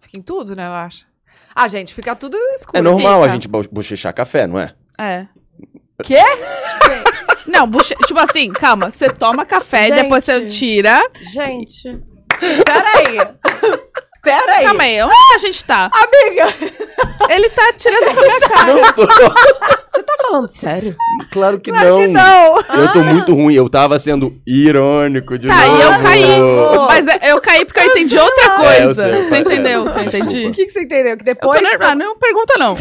[SPEAKER 2] Fica em tudo, né, eu acho. Ah, gente, fica tudo escuro.
[SPEAKER 3] É normal a
[SPEAKER 2] fica.
[SPEAKER 3] gente bo- bochechar café, não é?
[SPEAKER 1] É.
[SPEAKER 2] Quê?
[SPEAKER 1] Gente, Não, buche... tipo assim, calma. Você toma café,
[SPEAKER 4] Gente.
[SPEAKER 1] depois você tira.
[SPEAKER 4] Gente, peraí. Peraí.
[SPEAKER 1] Calma aí, onde que a gente tá?
[SPEAKER 4] Amiga,
[SPEAKER 1] Ele tá tirando com a minha cara.
[SPEAKER 3] Não, tô,
[SPEAKER 4] você tá falando sério?
[SPEAKER 3] claro que não.
[SPEAKER 1] Não.
[SPEAKER 3] Eu tô muito ruim, eu tava sendo irônico de
[SPEAKER 1] Tá,
[SPEAKER 3] novo.
[SPEAKER 1] e eu caí.
[SPEAKER 4] Pô.
[SPEAKER 1] Mas é- eu caí porque eu entendi outra
[SPEAKER 3] É, eu
[SPEAKER 1] coisa.
[SPEAKER 3] sei, eu
[SPEAKER 1] você
[SPEAKER 3] sei.
[SPEAKER 1] entendeu o que eu
[SPEAKER 3] Desculpa.
[SPEAKER 1] entendi?
[SPEAKER 2] O que, que você entendeu? Que
[SPEAKER 1] Eu tô
[SPEAKER 2] depois.
[SPEAKER 1] nervosa. Não é pergunta, não.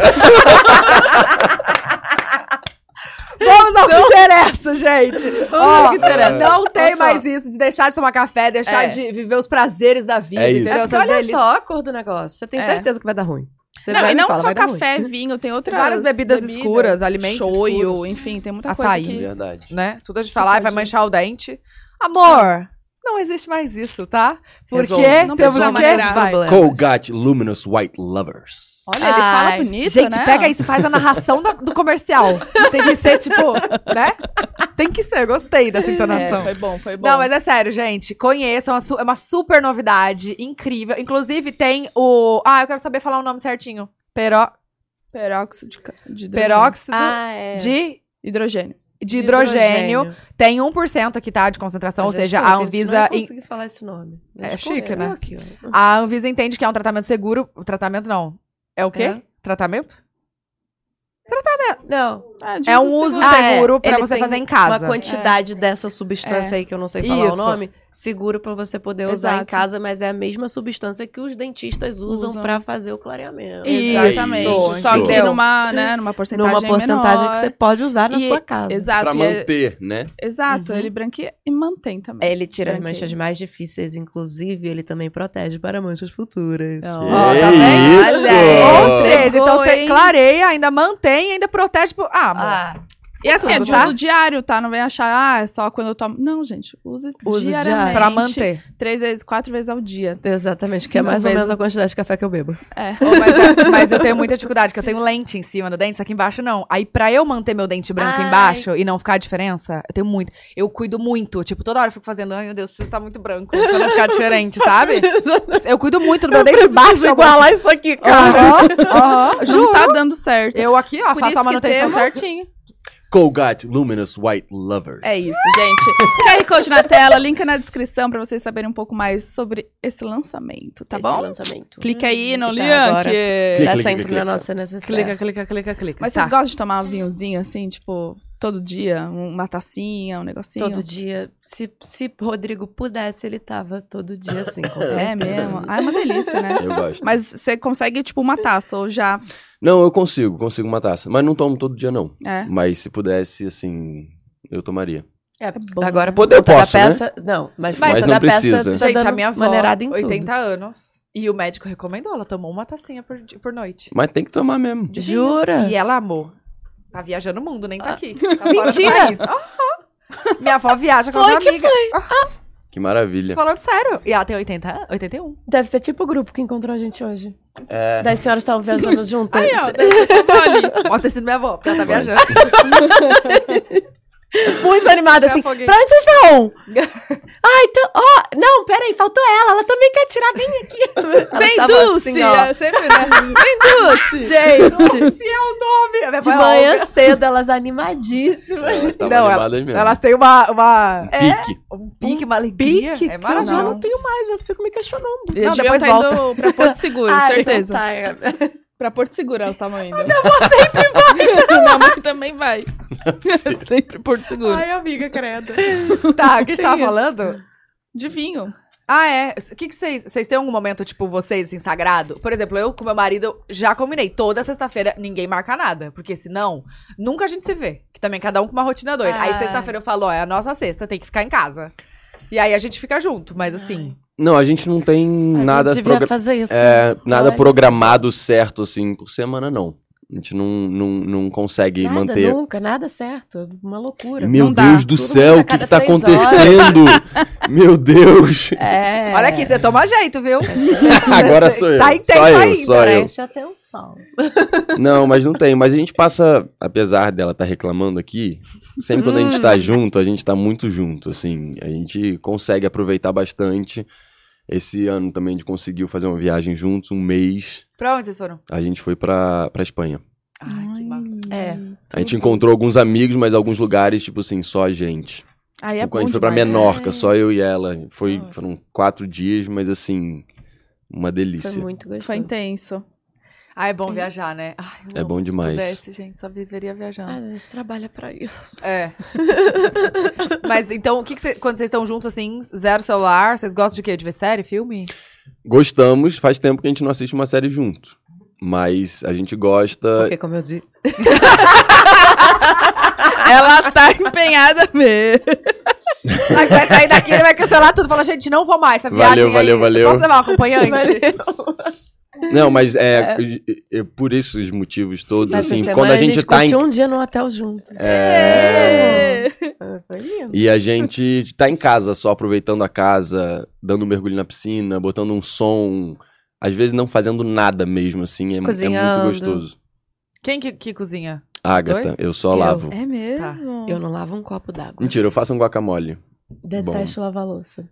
[SPEAKER 2] Vamos ao que interessa, gente. Ó,
[SPEAKER 1] que interessa.
[SPEAKER 2] Não tem
[SPEAKER 1] Olha só.
[SPEAKER 2] mais isso de deixar de tomar café, deixar
[SPEAKER 1] É.
[SPEAKER 2] de viver os prazeres da vida,
[SPEAKER 3] É isso.
[SPEAKER 2] entendeu?
[SPEAKER 3] É
[SPEAKER 2] Essas
[SPEAKER 4] olha
[SPEAKER 2] delícias.
[SPEAKER 4] só a cor do negócio. Você tem
[SPEAKER 1] É.
[SPEAKER 4] certeza que vai dar ruim. Você
[SPEAKER 1] Não,
[SPEAKER 4] vai
[SPEAKER 1] e
[SPEAKER 4] me
[SPEAKER 1] não
[SPEAKER 4] fala,
[SPEAKER 1] só
[SPEAKER 4] vai dar ruim.
[SPEAKER 1] café, vinho, tem outras
[SPEAKER 2] Várias bebidas escuras, alimentos
[SPEAKER 1] Shoyu,
[SPEAKER 2] escuros.
[SPEAKER 1] enfim, tem muita
[SPEAKER 2] Açaí.
[SPEAKER 1] coisa que...
[SPEAKER 3] Verdade.
[SPEAKER 2] né? Tudo a gente falar e vai manchar o dente. Amor, não existe mais isso, tá? Porque
[SPEAKER 1] Resolve. Não
[SPEAKER 2] temos
[SPEAKER 1] precisa
[SPEAKER 2] o quê?
[SPEAKER 1] mascarar.
[SPEAKER 2] Vai.
[SPEAKER 3] É Colgate Luminous White Lovers.
[SPEAKER 1] Olha, ele fala
[SPEAKER 2] Ai,
[SPEAKER 1] bonito,
[SPEAKER 2] Gente,
[SPEAKER 1] né?
[SPEAKER 2] pega isso, faz a narração da- do comercial. Tem que ser, tipo, né? Tem que ser, eu gostei dessa entonação.
[SPEAKER 1] É, foi bom, foi bom.
[SPEAKER 2] Não, mas é sério, gente. Conheçam, a su- é uma super novidade, incrível. Inclusive, tem o. Ah, eu quero saber falar o nome certinho. Pero...
[SPEAKER 1] Peróxido de... ca- de hidrogênio.
[SPEAKER 2] Peróxido
[SPEAKER 4] Ah, é.
[SPEAKER 2] de...
[SPEAKER 1] Hidrogênio.
[SPEAKER 2] de hidrogênio. Tem 1% aqui, tá? De
[SPEAKER 1] Ah,
[SPEAKER 2] concentração, ou
[SPEAKER 4] é
[SPEAKER 2] seja, a Anvisa.
[SPEAKER 4] Eu não consegui falar esse nome.
[SPEAKER 2] É chique, né?
[SPEAKER 4] Aqui, ó.
[SPEAKER 2] A Anvisa entende que é um tratamento seguro. O tratamento não. É o quê?
[SPEAKER 4] É.
[SPEAKER 2] Tratamento?
[SPEAKER 4] Não.
[SPEAKER 2] É um uso
[SPEAKER 4] Ah, é.
[SPEAKER 2] Ah, seguro pra
[SPEAKER 4] Ele
[SPEAKER 2] você
[SPEAKER 4] tem
[SPEAKER 2] fazer em casa. É.
[SPEAKER 4] Uma quantidade dessa substância aí que eu não sei falar
[SPEAKER 2] Isso.
[SPEAKER 4] o nome, seguro pra você poder usar
[SPEAKER 1] Exato.
[SPEAKER 4] em casa, mas é a mesma substância que os dentistas usam,
[SPEAKER 1] Usam.
[SPEAKER 4] pra fazer o clareamento.
[SPEAKER 1] Exatamente.
[SPEAKER 3] Isso,
[SPEAKER 1] Só que
[SPEAKER 2] entendeu?
[SPEAKER 1] numa, né, numa porcentagem
[SPEAKER 4] Numa porcentagem
[SPEAKER 1] menor.
[SPEAKER 4] que você pode usar na
[SPEAKER 1] E-
[SPEAKER 4] sua casa.
[SPEAKER 1] Exato.
[SPEAKER 3] Pra
[SPEAKER 1] e é-
[SPEAKER 3] manter, né?
[SPEAKER 1] Exato,
[SPEAKER 4] Uhum. É,
[SPEAKER 1] ele branqueia e mantém também.
[SPEAKER 4] Ele tira as
[SPEAKER 1] Branquinho.
[SPEAKER 4] manchas mais difíceis, inclusive, ele também protege para manchas futuras.
[SPEAKER 1] Ó.
[SPEAKER 2] Ó, tá
[SPEAKER 3] Ei,
[SPEAKER 2] vendo?
[SPEAKER 3] isso!
[SPEAKER 2] Olha aí. Ou seja,
[SPEAKER 1] Pegou,
[SPEAKER 2] então você
[SPEAKER 1] hein?
[SPEAKER 2] clareia, ainda mantém, ainda protege. Pro... Ah, amor.
[SPEAKER 4] Ah,
[SPEAKER 1] E assim, é de
[SPEAKER 2] Tá?
[SPEAKER 1] uso diário, tá? Não vem achar, ah, é só quando eu tomo. Não, gente, use
[SPEAKER 4] Use diário.
[SPEAKER 1] diariamente.
[SPEAKER 2] pra manter.
[SPEAKER 1] Três vezes, quatro vezes ao dia.
[SPEAKER 4] exatamente, que é
[SPEAKER 1] Sim,
[SPEAKER 4] mais ou
[SPEAKER 1] mas-
[SPEAKER 4] menos a quantidade de café que eu bebo.
[SPEAKER 1] É.
[SPEAKER 2] Ô, mas, mas eu tenho muita dificuldade, que eu tenho lente em cima do dente, só que embaixo não. Aí pra eu manter meu dente branco
[SPEAKER 4] Ai.
[SPEAKER 2] embaixo e não ficar a diferença, eu tenho muito. Eu cuido muito. Tipo, toda hora eu fico fazendo, ai meu Deus, precisa estar muito branco pra não ficar diferente, sabe? Eu cuido muito do meu dente baixo. eu gosto.
[SPEAKER 4] isso aqui,
[SPEAKER 2] Aham, aham,
[SPEAKER 1] Não
[SPEAKER 2] juro.
[SPEAKER 1] tá dando certo.
[SPEAKER 2] Eu aqui, ó,
[SPEAKER 1] Por
[SPEAKER 2] faço
[SPEAKER 1] isso
[SPEAKER 2] a
[SPEAKER 1] que
[SPEAKER 2] manutenção
[SPEAKER 1] temos-
[SPEAKER 2] certinho.
[SPEAKER 3] Colgate Luminous White Lovers.
[SPEAKER 1] É isso, gente. QR Code na tela, link na descrição pra vocês saberem um pouco mais sobre esse lançamento, É tá bom?
[SPEAKER 4] lançamento.
[SPEAKER 1] Clica aí no
[SPEAKER 4] Tá,
[SPEAKER 1] link.
[SPEAKER 4] agora.
[SPEAKER 3] Clica,
[SPEAKER 4] Tá
[SPEAKER 3] clica,
[SPEAKER 4] sempre
[SPEAKER 3] clica.
[SPEAKER 4] na nossa necessidade.
[SPEAKER 2] Clica, clica, clica, clica.
[SPEAKER 1] Mas vocês gostam de tomar um vinhozinho assim, tipo, todo dia? Uma tacinha, um negocinho?
[SPEAKER 4] Todo dia. Se, se Rodrigo pudesse, ele tava todo dia assim, com certeza.
[SPEAKER 1] É mesmo? Ah, é uma delícia, né?
[SPEAKER 3] Eu gosto.
[SPEAKER 1] Mas você consegue, tipo, uma taça ou já.
[SPEAKER 3] Não, eu consigo, consigo uma taça. Mas não tomo todo dia, não.
[SPEAKER 4] Ah.
[SPEAKER 1] É.
[SPEAKER 3] Mas se pudesse, assim, eu tomaria.
[SPEAKER 1] É bom,
[SPEAKER 4] Agora,
[SPEAKER 1] né?
[SPEAKER 4] por
[SPEAKER 3] Poder
[SPEAKER 4] conta
[SPEAKER 3] posso,
[SPEAKER 4] da
[SPEAKER 3] né?
[SPEAKER 4] peça... Não,
[SPEAKER 3] Mas
[SPEAKER 4] mas, por conta
[SPEAKER 3] não
[SPEAKER 4] da
[SPEAKER 3] precisa.
[SPEAKER 4] peça... tá
[SPEAKER 2] Gente, a
[SPEAKER 4] dando
[SPEAKER 2] minha avó,
[SPEAKER 4] maneirada em tudo.
[SPEAKER 2] 80 anos, e o médico recomendou, ela tomou uma tacinha por, di- por noite.
[SPEAKER 3] Mas tem que tomar mesmo.
[SPEAKER 2] De vinho.
[SPEAKER 4] Jura?
[SPEAKER 2] E ela amou. Tá viajando o mundo, nem tá
[SPEAKER 4] É. Ah.
[SPEAKER 2] aqui. Tá fora do
[SPEAKER 4] Mentira!
[SPEAKER 2] país. Aham. Minha avó viaja com as
[SPEAKER 4] Foi que
[SPEAKER 2] amigas. Ah,
[SPEAKER 3] Que maravilha.
[SPEAKER 2] Falando sério. E um. ela tem 80, an- 81.
[SPEAKER 4] Deve ser tipo o grupo que encontrou a gente hoje.
[SPEAKER 3] É.
[SPEAKER 4] Das senhoras estavam viajando juntas.
[SPEAKER 1] Aí, ó, deve ter sido ali.
[SPEAKER 2] Pode ter sido minha avó, porque ela tá
[SPEAKER 3] Vai.
[SPEAKER 2] viajando.
[SPEAKER 4] Muito
[SPEAKER 2] Me
[SPEAKER 4] animada, assim.
[SPEAKER 2] afoguei.
[SPEAKER 4] Pra onde vocês vão? ah, então. Ó, não, peraí, faltou ela. Ela também quer tirar. Vem aqui.
[SPEAKER 1] Vem
[SPEAKER 4] Ela tava
[SPEAKER 1] Dulce!
[SPEAKER 4] assim, ó.
[SPEAKER 1] é sempre, né? Vem Dulce!
[SPEAKER 4] Gente,
[SPEAKER 2] Minha avó
[SPEAKER 4] de
[SPEAKER 2] é
[SPEAKER 4] manhã
[SPEAKER 2] Olga.
[SPEAKER 4] cedo, elas animadíssimas.
[SPEAKER 3] Elas estavam
[SPEAKER 2] Não,
[SPEAKER 3] animadas mesmo.
[SPEAKER 2] Elas têm uma, uma-
[SPEAKER 4] É.
[SPEAKER 3] Pique.
[SPEAKER 2] um pique, uma alegria.
[SPEAKER 4] Pique,
[SPEAKER 2] é
[SPEAKER 4] cara, eu já
[SPEAKER 2] maravilhoso.
[SPEAKER 4] não tenho tá mais, eu fico me questionando.
[SPEAKER 1] Eu
[SPEAKER 2] Não,
[SPEAKER 1] não,
[SPEAKER 2] depois
[SPEAKER 1] depois
[SPEAKER 2] volta.
[SPEAKER 1] indo pra Porto Seguro,
[SPEAKER 4] Ah,
[SPEAKER 1] certeza.
[SPEAKER 4] então tá, é.
[SPEAKER 1] Pra Porto Seguro é elas estavam
[SPEAKER 4] Ah,
[SPEAKER 1] indo. Minha avó sempre vai. Minha mãe também vai.
[SPEAKER 4] assim.
[SPEAKER 1] sempre Porto Seguro.
[SPEAKER 4] Ai, amiga, credo.
[SPEAKER 2] Tá, o que a gente tava
[SPEAKER 4] Isso.
[SPEAKER 2] falando?
[SPEAKER 1] De vinho.
[SPEAKER 2] Ah, é. O que que vocês... Vocês têm algum momento, tipo, vocês, assim, sagrado? Por exemplo, eu com meu marido já combinei. Toda sexta-feira ninguém marca nada. Porque senão, nunca a gente se vê. Que também cada um com uma rotina doida. Aí
[SPEAKER 4] Ah.
[SPEAKER 2] sexta-feira eu falo, ó, é a nossa sexta, tem que ficar em casa. E aí a gente fica junto, mas assim...
[SPEAKER 3] Não, a gente não tem
[SPEAKER 4] A
[SPEAKER 3] nada,
[SPEAKER 4] gente devia
[SPEAKER 3] progra-
[SPEAKER 4] fazer isso. né?
[SPEAKER 3] é, nada
[SPEAKER 4] Olha.
[SPEAKER 3] programado certo, assim, por semana, não. A gente não, não, não consegue
[SPEAKER 4] Nada,
[SPEAKER 3] manter. Hum.
[SPEAKER 4] nunca, nada certo. Uma loucura.
[SPEAKER 3] Meu
[SPEAKER 1] Não dá.
[SPEAKER 3] Deus do
[SPEAKER 4] Todo
[SPEAKER 3] céu,
[SPEAKER 4] mundo a
[SPEAKER 3] o que, que
[SPEAKER 4] cada
[SPEAKER 3] tá
[SPEAKER 4] três
[SPEAKER 3] acontecendo? Meu Deus!
[SPEAKER 4] É.
[SPEAKER 2] Olha aqui, você toma jeito, viu?
[SPEAKER 3] Agora sou eu.
[SPEAKER 2] Tá em tempo
[SPEAKER 3] só eu,
[SPEAKER 2] ainda,
[SPEAKER 3] só eu.
[SPEAKER 4] Preste atenção.
[SPEAKER 3] Não, mas não tem. Mas a gente passa, apesar dela estar reclamando aqui, sempre quando a gente
[SPEAKER 4] Hum.
[SPEAKER 3] tá junto, a gente tá muito junto, assim. A gente consegue aproveitar bastante. Esse ano também a gente conseguiu fazer uma viagem juntos, um mês.
[SPEAKER 2] Pra onde vocês foram?
[SPEAKER 3] A gente foi pra, pra Espanha.
[SPEAKER 2] Ai, que massa.
[SPEAKER 4] É.
[SPEAKER 3] A gente encontrou alguns amigos, mas alguns lugares, tipo assim, só a gente.
[SPEAKER 1] Aí é
[SPEAKER 3] Quando
[SPEAKER 1] bom
[SPEAKER 3] a gente foi pra
[SPEAKER 1] demais, né?
[SPEAKER 3] Menorca, só eu e ela. Foi,
[SPEAKER 4] Nossa.
[SPEAKER 3] foram quatro dias, mas assim, uma delícia.
[SPEAKER 4] Foi muito gostoso.
[SPEAKER 1] né? Foi intenso.
[SPEAKER 2] Ah, é bom viajar, né? Ai, eu
[SPEAKER 3] É
[SPEAKER 2] amo.
[SPEAKER 3] bom
[SPEAKER 1] Se
[SPEAKER 3] demais.
[SPEAKER 1] pudesse, gente, só viveria
[SPEAKER 4] Ah,
[SPEAKER 1] viajando.
[SPEAKER 4] a gente trabalha pra isso.
[SPEAKER 2] É. Mas então, o que, que cê- quando vocês estão juntos, assim, zero celular, vocês gostam de quê? De ver série, filme?
[SPEAKER 3] Gostamos, faz tempo que a gente não assiste uma série junto. Mas a gente gosta.
[SPEAKER 4] Porque, como eu disse,
[SPEAKER 1] Ela tá empenhada mesmo.
[SPEAKER 2] Sabe, vai sair daqui, ele vai cancelar tudo. Fala, gente, não vou mais essa viagem
[SPEAKER 3] Valeu,
[SPEAKER 2] aí.
[SPEAKER 3] valeu, valeu.
[SPEAKER 2] Posso levar um acompanhante?
[SPEAKER 3] Não, mas é, e- e- e por esses motivos todos,
[SPEAKER 4] nessa
[SPEAKER 3] assim,
[SPEAKER 4] semana
[SPEAKER 3] quando a gente, tá em.
[SPEAKER 4] curtiu um dia no hotel junto.
[SPEAKER 3] É.
[SPEAKER 4] Ah, Foi lindo.
[SPEAKER 3] E a gente tá em casa só, aproveitando a casa, dando um mergulho na piscina, botando um som. Às vezes não fazendo nada mesmo, assim, é, é muito
[SPEAKER 4] Cozinhando.
[SPEAKER 3] gostoso.
[SPEAKER 2] Quem que, que cozinha?
[SPEAKER 3] Agatha,
[SPEAKER 2] dois?
[SPEAKER 3] eu só
[SPEAKER 4] Eu.
[SPEAKER 3] lavo.
[SPEAKER 1] É mesmo?
[SPEAKER 4] mesmo? Eu não lavo um copo d'água.
[SPEAKER 3] Mentira, eu faço um guacamole.
[SPEAKER 4] Detesto lavar louça.
[SPEAKER 1] O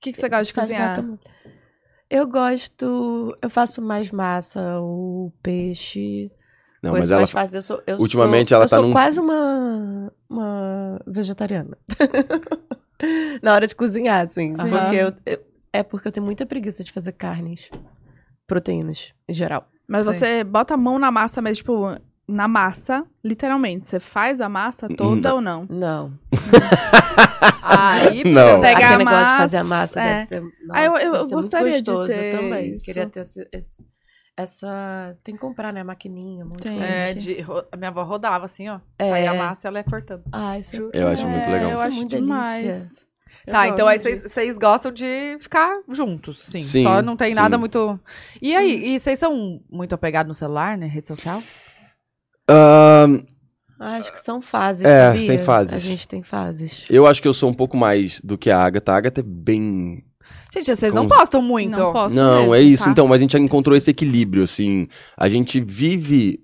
[SPEAKER 1] que, que você gosta de
[SPEAKER 4] Faz
[SPEAKER 1] cozinhar?
[SPEAKER 4] guacamole. Eu gosto. Eu faço mais massa, o peixe.
[SPEAKER 3] Não,
[SPEAKER 4] coisa
[SPEAKER 3] mas ela.
[SPEAKER 4] mais fácil. Eu sou, eu
[SPEAKER 3] ultimamente
[SPEAKER 4] sou,
[SPEAKER 3] ela
[SPEAKER 4] eu
[SPEAKER 3] tá
[SPEAKER 4] sou
[SPEAKER 3] num-
[SPEAKER 4] quase uma, uma vegetariana. Na hora de cozinhar, assim.
[SPEAKER 1] Sim.
[SPEAKER 4] Porque eu- eu- é porque eu tenho muita preguiça de fazer carnes, proteínas, em geral.
[SPEAKER 1] Mas
[SPEAKER 2] Sei.
[SPEAKER 1] você bota a mão na massa, mas tipo, na massa, literalmente. Você faz a massa
[SPEAKER 3] Hum,
[SPEAKER 1] toda ou não?
[SPEAKER 4] Não.
[SPEAKER 2] Ah, Aí,
[SPEAKER 3] Não.
[SPEAKER 2] você
[SPEAKER 1] Pega
[SPEAKER 2] pega...
[SPEAKER 1] a
[SPEAKER 4] Aquele negócio de fazer
[SPEAKER 1] massa,
[SPEAKER 4] a massa
[SPEAKER 1] é.
[SPEAKER 4] deve ser. Nossa,
[SPEAKER 1] Ah, eu- eu
[SPEAKER 4] deve ser muito
[SPEAKER 1] gostaria de
[SPEAKER 4] gostoso,
[SPEAKER 1] ter
[SPEAKER 4] eu também.
[SPEAKER 1] isso.
[SPEAKER 4] Queria ter esse, esse- essa. Tem que comprar, né? Maquininha, um monte de
[SPEAKER 1] Tem.
[SPEAKER 4] coisa.
[SPEAKER 2] É, de, ro- a minha avó rodava assim, ó.
[SPEAKER 4] É.
[SPEAKER 2] Saía a massa e ela ia cortando.
[SPEAKER 4] Ah, isso é
[SPEAKER 3] Eu acho muito
[SPEAKER 1] É,
[SPEAKER 3] legal.
[SPEAKER 1] Eu
[SPEAKER 4] Isso é
[SPEAKER 1] acho
[SPEAKER 4] muito delícia.
[SPEAKER 1] demais. Eu
[SPEAKER 2] tá,
[SPEAKER 1] gosto
[SPEAKER 2] então aí vocês
[SPEAKER 1] disso.
[SPEAKER 2] vocês gostam de ficar juntos, sim.
[SPEAKER 3] Sim,
[SPEAKER 2] Só não tem
[SPEAKER 3] sim.
[SPEAKER 2] nada muito... E
[SPEAKER 1] Hum.
[SPEAKER 2] aí, e vocês são muito apegados no celular, né? Rede social?
[SPEAKER 3] Ah,
[SPEAKER 4] Ah, Acho que são fases,
[SPEAKER 3] É,
[SPEAKER 4] sabia?
[SPEAKER 3] tem fases.
[SPEAKER 4] A gente tem fases.
[SPEAKER 3] eu acho que eu sou um pouco mais do que a Agatha. A Agatha é bem
[SPEAKER 2] Gente, vocês não
[SPEAKER 3] Com-
[SPEAKER 2] postam muito.
[SPEAKER 1] Não posso
[SPEAKER 3] Não,
[SPEAKER 1] mesmo,
[SPEAKER 3] é isso.
[SPEAKER 1] tá?
[SPEAKER 3] Então, mas a gente encontrou esse equilíbrio, assim. A gente vive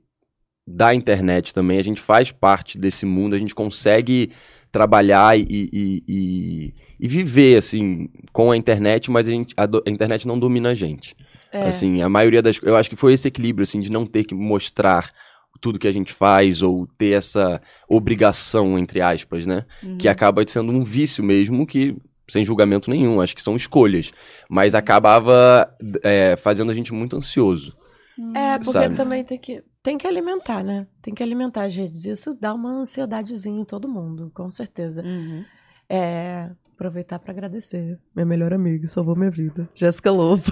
[SPEAKER 3] da internet também, a gente faz parte desse mundo, a gente consegue trabalhar e, e- e- e viver, assim, com a internet, mas a, gente- a do- a internet não domina a gente.
[SPEAKER 4] É.
[SPEAKER 3] Assim, a maioria das... Eu acho que foi esse equilíbrio, assim, de não ter que mostrar tudo que a gente faz ou ter essa obrigação, entre aspas, né?
[SPEAKER 2] Uhum.
[SPEAKER 3] que acaba sendo um vício mesmo que sem julgamento nenhum, acho que são escolhas, mas acabava é, fazendo a gente muito ansioso.
[SPEAKER 4] É, porque
[SPEAKER 3] Sabe?
[SPEAKER 4] também tem que, tem que alimentar, né? Tem que alimentar as redes. Isso dá uma ansiedadezinha em todo mundo, com certeza.
[SPEAKER 2] Uhum.
[SPEAKER 4] É, aproveitar pra agradecer. Minha melhor amiga, salvou minha vida. Jéssica Lobo.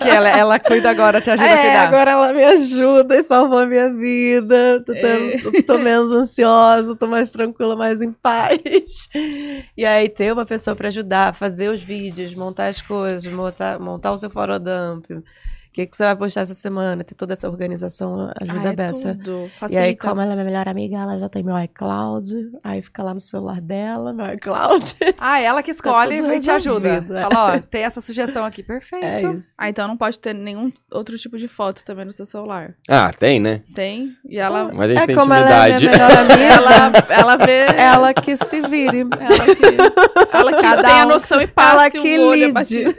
[SPEAKER 2] Que ela, ela cuida agora, te ajuda a
[SPEAKER 4] É,
[SPEAKER 2] cuidar.
[SPEAKER 4] agora ela me ajuda e salvou a minha vida.
[SPEAKER 1] É.
[SPEAKER 4] Tô, tendo- tô- tô menos ansiosa, tô mais tranquila, mais em paz. E aí ter uma pessoa pra ajudar, fazer os vídeos, montar as coisas, montar, montar o seu forodump. O que, que você vai postar essa semana? Ter toda essa organização ajuda
[SPEAKER 1] Ah,
[SPEAKER 4] a
[SPEAKER 1] é
[SPEAKER 4] beça.
[SPEAKER 1] tudo.
[SPEAKER 4] E aí,
[SPEAKER 1] Facilita.
[SPEAKER 4] como ela é minha melhor amiga, ela já tem meu iCloud. Aí fica lá no celular dela, meu iCloud.
[SPEAKER 2] Ah, ela que escolhe
[SPEAKER 4] Tá tudo
[SPEAKER 2] e te ajuda.
[SPEAKER 4] resolvido, é.
[SPEAKER 2] Fala, ó, tem essa sugestão aqui, perfeito.
[SPEAKER 4] É isso.
[SPEAKER 1] Ah, então não pode ter nenhum outro tipo de foto também no seu celular.
[SPEAKER 3] Ah, tem, né?
[SPEAKER 1] Tem? E ela.
[SPEAKER 3] Mas a gente
[SPEAKER 4] é
[SPEAKER 3] tem
[SPEAKER 4] como ela é
[SPEAKER 3] intimidade.
[SPEAKER 4] minha melhor amiga.
[SPEAKER 1] Ela, ela vê.
[SPEAKER 4] Ela que se vire.
[SPEAKER 1] Ela que, ela que
[SPEAKER 2] Cada
[SPEAKER 1] tem a
[SPEAKER 2] um-
[SPEAKER 1] noção e passa
[SPEAKER 4] ela que
[SPEAKER 1] um olho
[SPEAKER 4] lide.
[SPEAKER 1] abatido.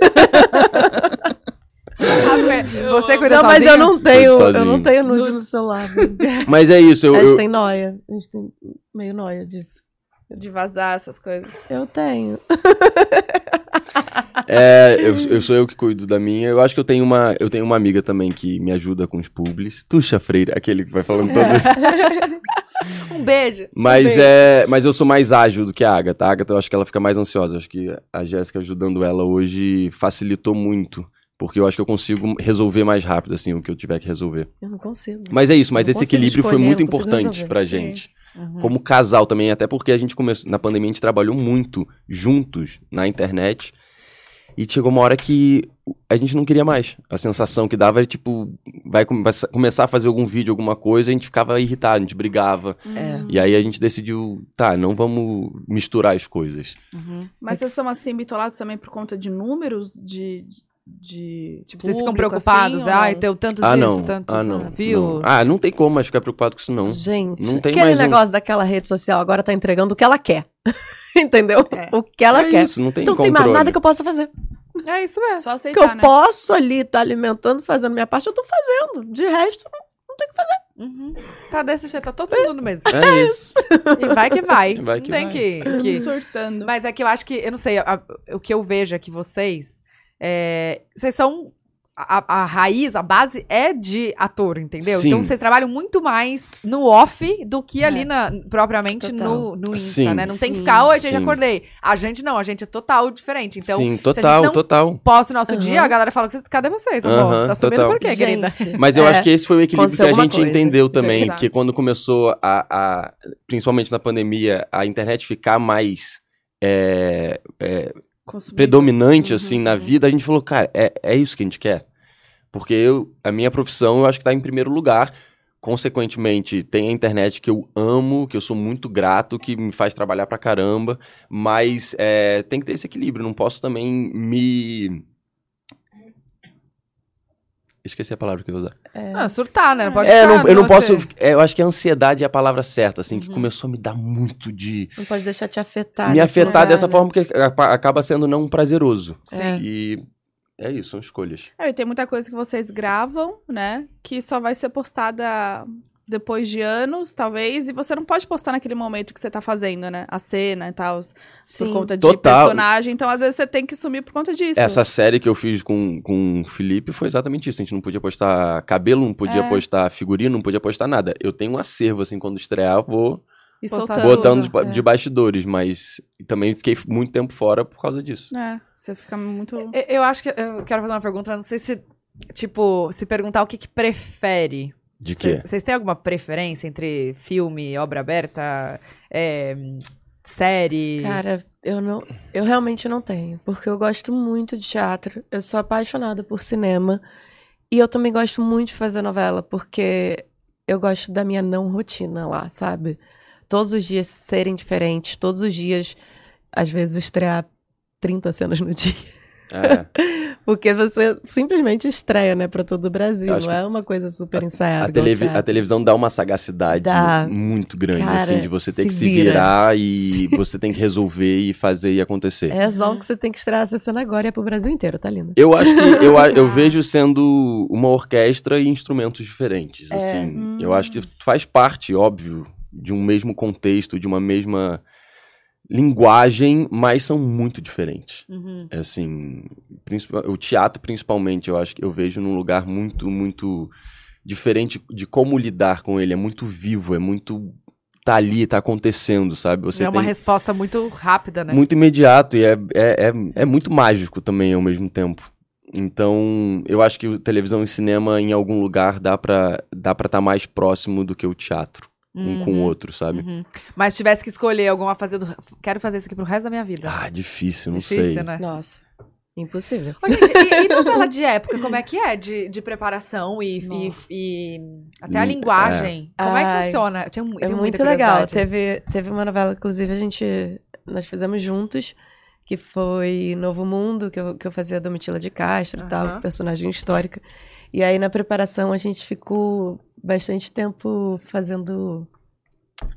[SPEAKER 2] Ah, fe- Você cuida
[SPEAKER 4] Não, mas
[SPEAKER 2] sozinha?
[SPEAKER 4] eu não tenho, eu
[SPEAKER 3] sozinho.
[SPEAKER 4] não tenho nude no
[SPEAKER 1] Nudes.
[SPEAKER 4] celular.
[SPEAKER 3] Mas é isso, eu,
[SPEAKER 4] A
[SPEAKER 3] eu-
[SPEAKER 4] gente tem noia. A gente tem meio noia disso.
[SPEAKER 1] De vazar essas coisas.
[SPEAKER 4] Eu tenho.
[SPEAKER 3] é, eu, eu sou eu que cuido da minha. Eu acho que eu tenho uma, eu tenho uma amiga também que me ajuda com os publis. Tuxa Freire, aquele que vai falando todo.
[SPEAKER 2] Um beijo.
[SPEAKER 3] Mas é, mas eu sou mais ágil do que a Agatha. A Agatha eu acho que ela fica mais ansiosa. Eu acho que a Jéssica ajudando ela hoje facilitou muito, porque eu acho que eu consigo resolver mais rápido assim o que eu tiver que resolver.
[SPEAKER 4] Eu não consigo.
[SPEAKER 3] Mas é isso, mas
[SPEAKER 4] Não
[SPEAKER 3] esse
[SPEAKER 4] consigo
[SPEAKER 3] equilíbrio foi
[SPEAKER 4] escolher,
[SPEAKER 3] muito
[SPEAKER 4] não consigo
[SPEAKER 3] importante
[SPEAKER 4] resolver.
[SPEAKER 3] pra
[SPEAKER 4] Sim. Hum.
[SPEAKER 3] gente.
[SPEAKER 2] Uhum.
[SPEAKER 3] Como casal também, até porque a gente começou. Na pandemia a gente trabalhou muito juntos na internet. E chegou uma hora que a gente não queria mais. A sensação que dava era tipo, vai, come- vai sa- começar a fazer algum vídeo, alguma coisa, a gente ficava irritado, a gente brigava.
[SPEAKER 1] Hum.
[SPEAKER 4] É.
[SPEAKER 3] E aí a gente decidiu, tá, não vamos misturar as coisas.
[SPEAKER 1] Mas vocês são assim, bitolados também por conta de números de. de
[SPEAKER 2] Tipo, vocês ficam
[SPEAKER 1] público,
[SPEAKER 2] preocupados.
[SPEAKER 1] assim, ou
[SPEAKER 2] ah,
[SPEAKER 1] não?
[SPEAKER 2] então tantos
[SPEAKER 3] ah,
[SPEAKER 2] isso,
[SPEAKER 3] não.
[SPEAKER 2] tantos
[SPEAKER 3] ah, não.
[SPEAKER 2] views.
[SPEAKER 3] não. Ah, não tem como mais ficar preocupado com isso, não.
[SPEAKER 4] Gente,
[SPEAKER 3] Não tem
[SPEAKER 4] aquele
[SPEAKER 3] mais um-
[SPEAKER 4] negócio daquela rede social agora tá entregando o que ela quer. Entendeu? O que ela
[SPEAKER 3] é
[SPEAKER 4] quer.
[SPEAKER 3] isso, não tem
[SPEAKER 4] então não tem
[SPEAKER 3] controle.
[SPEAKER 4] mais nada que eu possa fazer.
[SPEAKER 2] É isso mesmo.
[SPEAKER 1] Só
[SPEAKER 4] que eu
[SPEAKER 1] aceitar, né?
[SPEAKER 4] posso ali estar alimentando, fazendo minha parte, eu tô fazendo. De resto,
[SPEAKER 2] Uhum. Tá desse jeito, tá todo mundo no mesmo.
[SPEAKER 3] É isso.
[SPEAKER 2] E vai que vai.
[SPEAKER 3] E vai que
[SPEAKER 2] não tem
[SPEAKER 3] vai.
[SPEAKER 2] que- que...
[SPEAKER 1] Surtando.
[SPEAKER 2] Mas é que eu acho que, eu não sei, a- a- o que eu vejo é que vocês. é, vocês são. A, a raiz, a base é de ator, entendeu?
[SPEAKER 3] Sim.
[SPEAKER 2] Então vocês trabalham muito mais no off do que ali
[SPEAKER 4] É.
[SPEAKER 2] na, propriamente
[SPEAKER 4] Total.
[SPEAKER 2] no, no Insta,
[SPEAKER 3] Sim.
[SPEAKER 2] né? Não tem que
[SPEAKER 4] Sim.
[SPEAKER 2] ficar, hoje gente
[SPEAKER 3] Sim.
[SPEAKER 2] acordei. A gente não, a gente é total diferente. Então,
[SPEAKER 3] Sim,
[SPEAKER 2] a gente
[SPEAKER 3] total,
[SPEAKER 2] não-
[SPEAKER 3] total.
[SPEAKER 2] posta o nosso
[SPEAKER 4] Aham.
[SPEAKER 2] dia, a galera fala que vocês- cadê vocês, amor?
[SPEAKER 3] Aham,
[SPEAKER 2] tá subindo
[SPEAKER 3] total.
[SPEAKER 2] por quê, querida?
[SPEAKER 3] Mas eu
[SPEAKER 4] É.
[SPEAKER 3] acho que esse foi o equilíbrio que
[SPEAKER 4] Aconteceu
[SPEAKER 3] a
[SPEAKER 4] alguma
[SPEAKER 3] gente
[SPEAKER 4] coisa. é
[SPEAKER 3] entendeu também,
[SPEAKER 2] Exato.
[SPEAKER 3] que quando começou a, a- principalmente na pandemia, a internet ficar mais é, é,
[SPEAKER 1] Consumir.
[SPEAKER 3] predominante,
[SPEAKER 2] Uhum,
[SPEAKER 3] assim, na
[SPEAKER 2] uhum.
[SPEAKER 3] vida, a gente falou, cara, é, é isso que a gente quer. Porque eu, a minha profissão, eu acho que tá em primeiro lugar. Consequentemente, tem a internet que eu amo, que eu sou muito grato, que me faz trabalhar pra caramba. Mas é, tem que ter esse equilíbrio. Não posso também me. Esqueci a palavra que eu ia usar.
[SPEAKER 2] Não, surtar, né? Não pode
[SPEAKER 3] é, eu
[SPEAKER 2] ficar
[SPEAKER 3] não, eu não
[SPEAKER 2] doce.
[SPEAKER 3] posso. é, eu acho que a ansiedade é a palavra certa, assim, que
[SPEAKER 2] Uhum.
[SPEAKER 3] começou a me dar muito de.
[SPEAKER 4] Não pode deixar te afetar.
[SPEAKER 3] me
[SPEAKER 4] nesse
[SPEAKER 3] afetar
[SPEAKER 4] lugar,
[SPEAKER 3] dessa
[SPEAKER 4] né?
[SPEAKER 3] forma, porque a- acaba sendo não prazeroso.
[SPEAKER 2] Sim.
[SPEAKER 3] E é isso, são escolhas.
[SPEAKER 1] É, e tem muita coisa que vocês gravam, né? Que só vai ser postada depois de anos, talvez. E você não pode postar naquele momento que você tá fazendo, né? A cena e tal. Por
[SPEAKER 4] Sim.
[SPEAKER 1] conta de
[SPEAKER 3] Total.
[SPEAKER 1] personagem. Então, às vezes, você tem que sumir por conta disso.
[SPEAKER 3] Essa série que eu fiz com, com o Felipe foi exatamente isso. A gente não podia postar cabelo, não podia
[SPEAKER 1] É.
[SPEAKER 3] postar figurino, não podia postar nada. Eu tenho um acervo, assim, quando estrear, eu vou
[SPEAKER 1] E
[SPEAKER 2] Postar
[SPEAKER 1] soltando.
[SPEAKER 3] botando de, ba-
[SPEAKER 2] é.
[SPEAKER 3] de bastidores, mas também fiquei muito tempo fora por causa disso.
[SPEAKER 1] É, você fica
[SPEAKER 4] É.
[SPEAKER 1] muito...
[SPEAKER 2] Eu- Eu acho que eu quero fazer uma pergunta, não sei se tipo, se perguntar o que que prefere.
[SPEAKER 3] De quê?
[SPEAKER 2] Vocês vocês têm alguma preferência entre filme, obra aberta, é, série?
[SPEAKER 4] Cara, eu não, eu realmente não tenho, porque eu gosto muito de teatro. Eu sou apaixonada por cinema e eu também gosto muito de fazer novela, porque eu gosto da minha não rotina lá, sabe? Todos os dias serem diferentes, todos os dias, às vezes estrear 30 cenas no dia.
[SPEAKER 3] É,
[SPEAKER 4] Porque você simplesmente estreia, né, pra todo o Brasil.
[SPEAKER 3] Eu acho
[SPEAKER 4] Não é uma coisa super ensaiada.
[SPEAKER 3] a,
[SPEAKER 4] igual
[SPEAKER 3] televi- a
[SPEAKER 4] É, teatro.
[SPEAKER 3] televisão dá uma sagacidade
[SPEAKER 4] Dá.
[SPEAKER 3] muito grande,
[SPEAKER 4] Cara,
[SPEAKER 3] assim, de você ter
[SPEAKER 4] se
[SPEAKER 3] que se
[SPEAKER 4] vira.
[SPEAKER 3] virar e você tem que resolver e fazer e acontecer.
[SPEAKER 4] É só que você tem que estrear essa cena agora e é pro Brasil inteiro, tá lindo.
[SPEAKER 3] Eu acho que eu, a- eu vejo sendo uma orquestra e instrumentos diferentes, assim. Eu acho que faz parte, óbvio, de um mesmo contexto, de uma mesma linguagem, mas são muito diferentes.
[SPEAKER 2] Uhum.
[SPEAKER 3] Assim, princip- o teatro principalmente, eu acho que eu vejo num lugar muito, muito diferente de como lidar com ele. É muito vivo, é muito tá ali, tá acontecendo, sabe? Você
[SPEAKER 2] é uma
[SPEAKER 3] tem-
[SPEAKER 2] resposta muito rápida, né?
[SPEAKER 3] muito imediato e é, é, é, é muito mágico também ao mesmo tempo. Então, eu acho que o televisão e cinema, em algum lugar, dá pra dá pra tá mais próximo do que o teatro, um com o
[SPEAKER 2] Uhum,
[SPEAKER 3] outro, sabe?
[SPEAKER 2] uhum. Mas tivesse que escolher alguma fazer do... Quero fazer isso aqui pro resto da minha vida.
[SPEAKER 3] Ah, difícil, não
[SPEAKER 2] Difícil,
[SPEAKER 3] sei.
[SPEAKER 2] né?
[SPEAKER 4] Nossa, impossível.
[SPEAKER 2] Ô, gente, e, e novela de época, como é que é de, de preparação e, e- e até a
[SPEAKER 3] Hum,
[SPEAKER 2] linguagem? Como é que
[SPEAKER 4] Ai,
[SPEAKER 2] funciona? Eu tenho, eu
[SPEAKER 4] É
[SPEAKER 2] tenho
[SPEAKER 4] muito
[SPEAKER 2] muita
[SPEAKER 4] legal.
[SPEAKER 2] curiosidade.
[SPEAKER 4] Teve, teve uma novela, inclusive, a gente. Nós fizemos juntos, que foi Novo Mundo, que eu, que eu fazia Domitila de Castro e
[SPEAKER 2] Aham.
[SPEAKER 4] tal, personagem histórica. E aí, na preparação, a gente ficou bastante tempo fazendo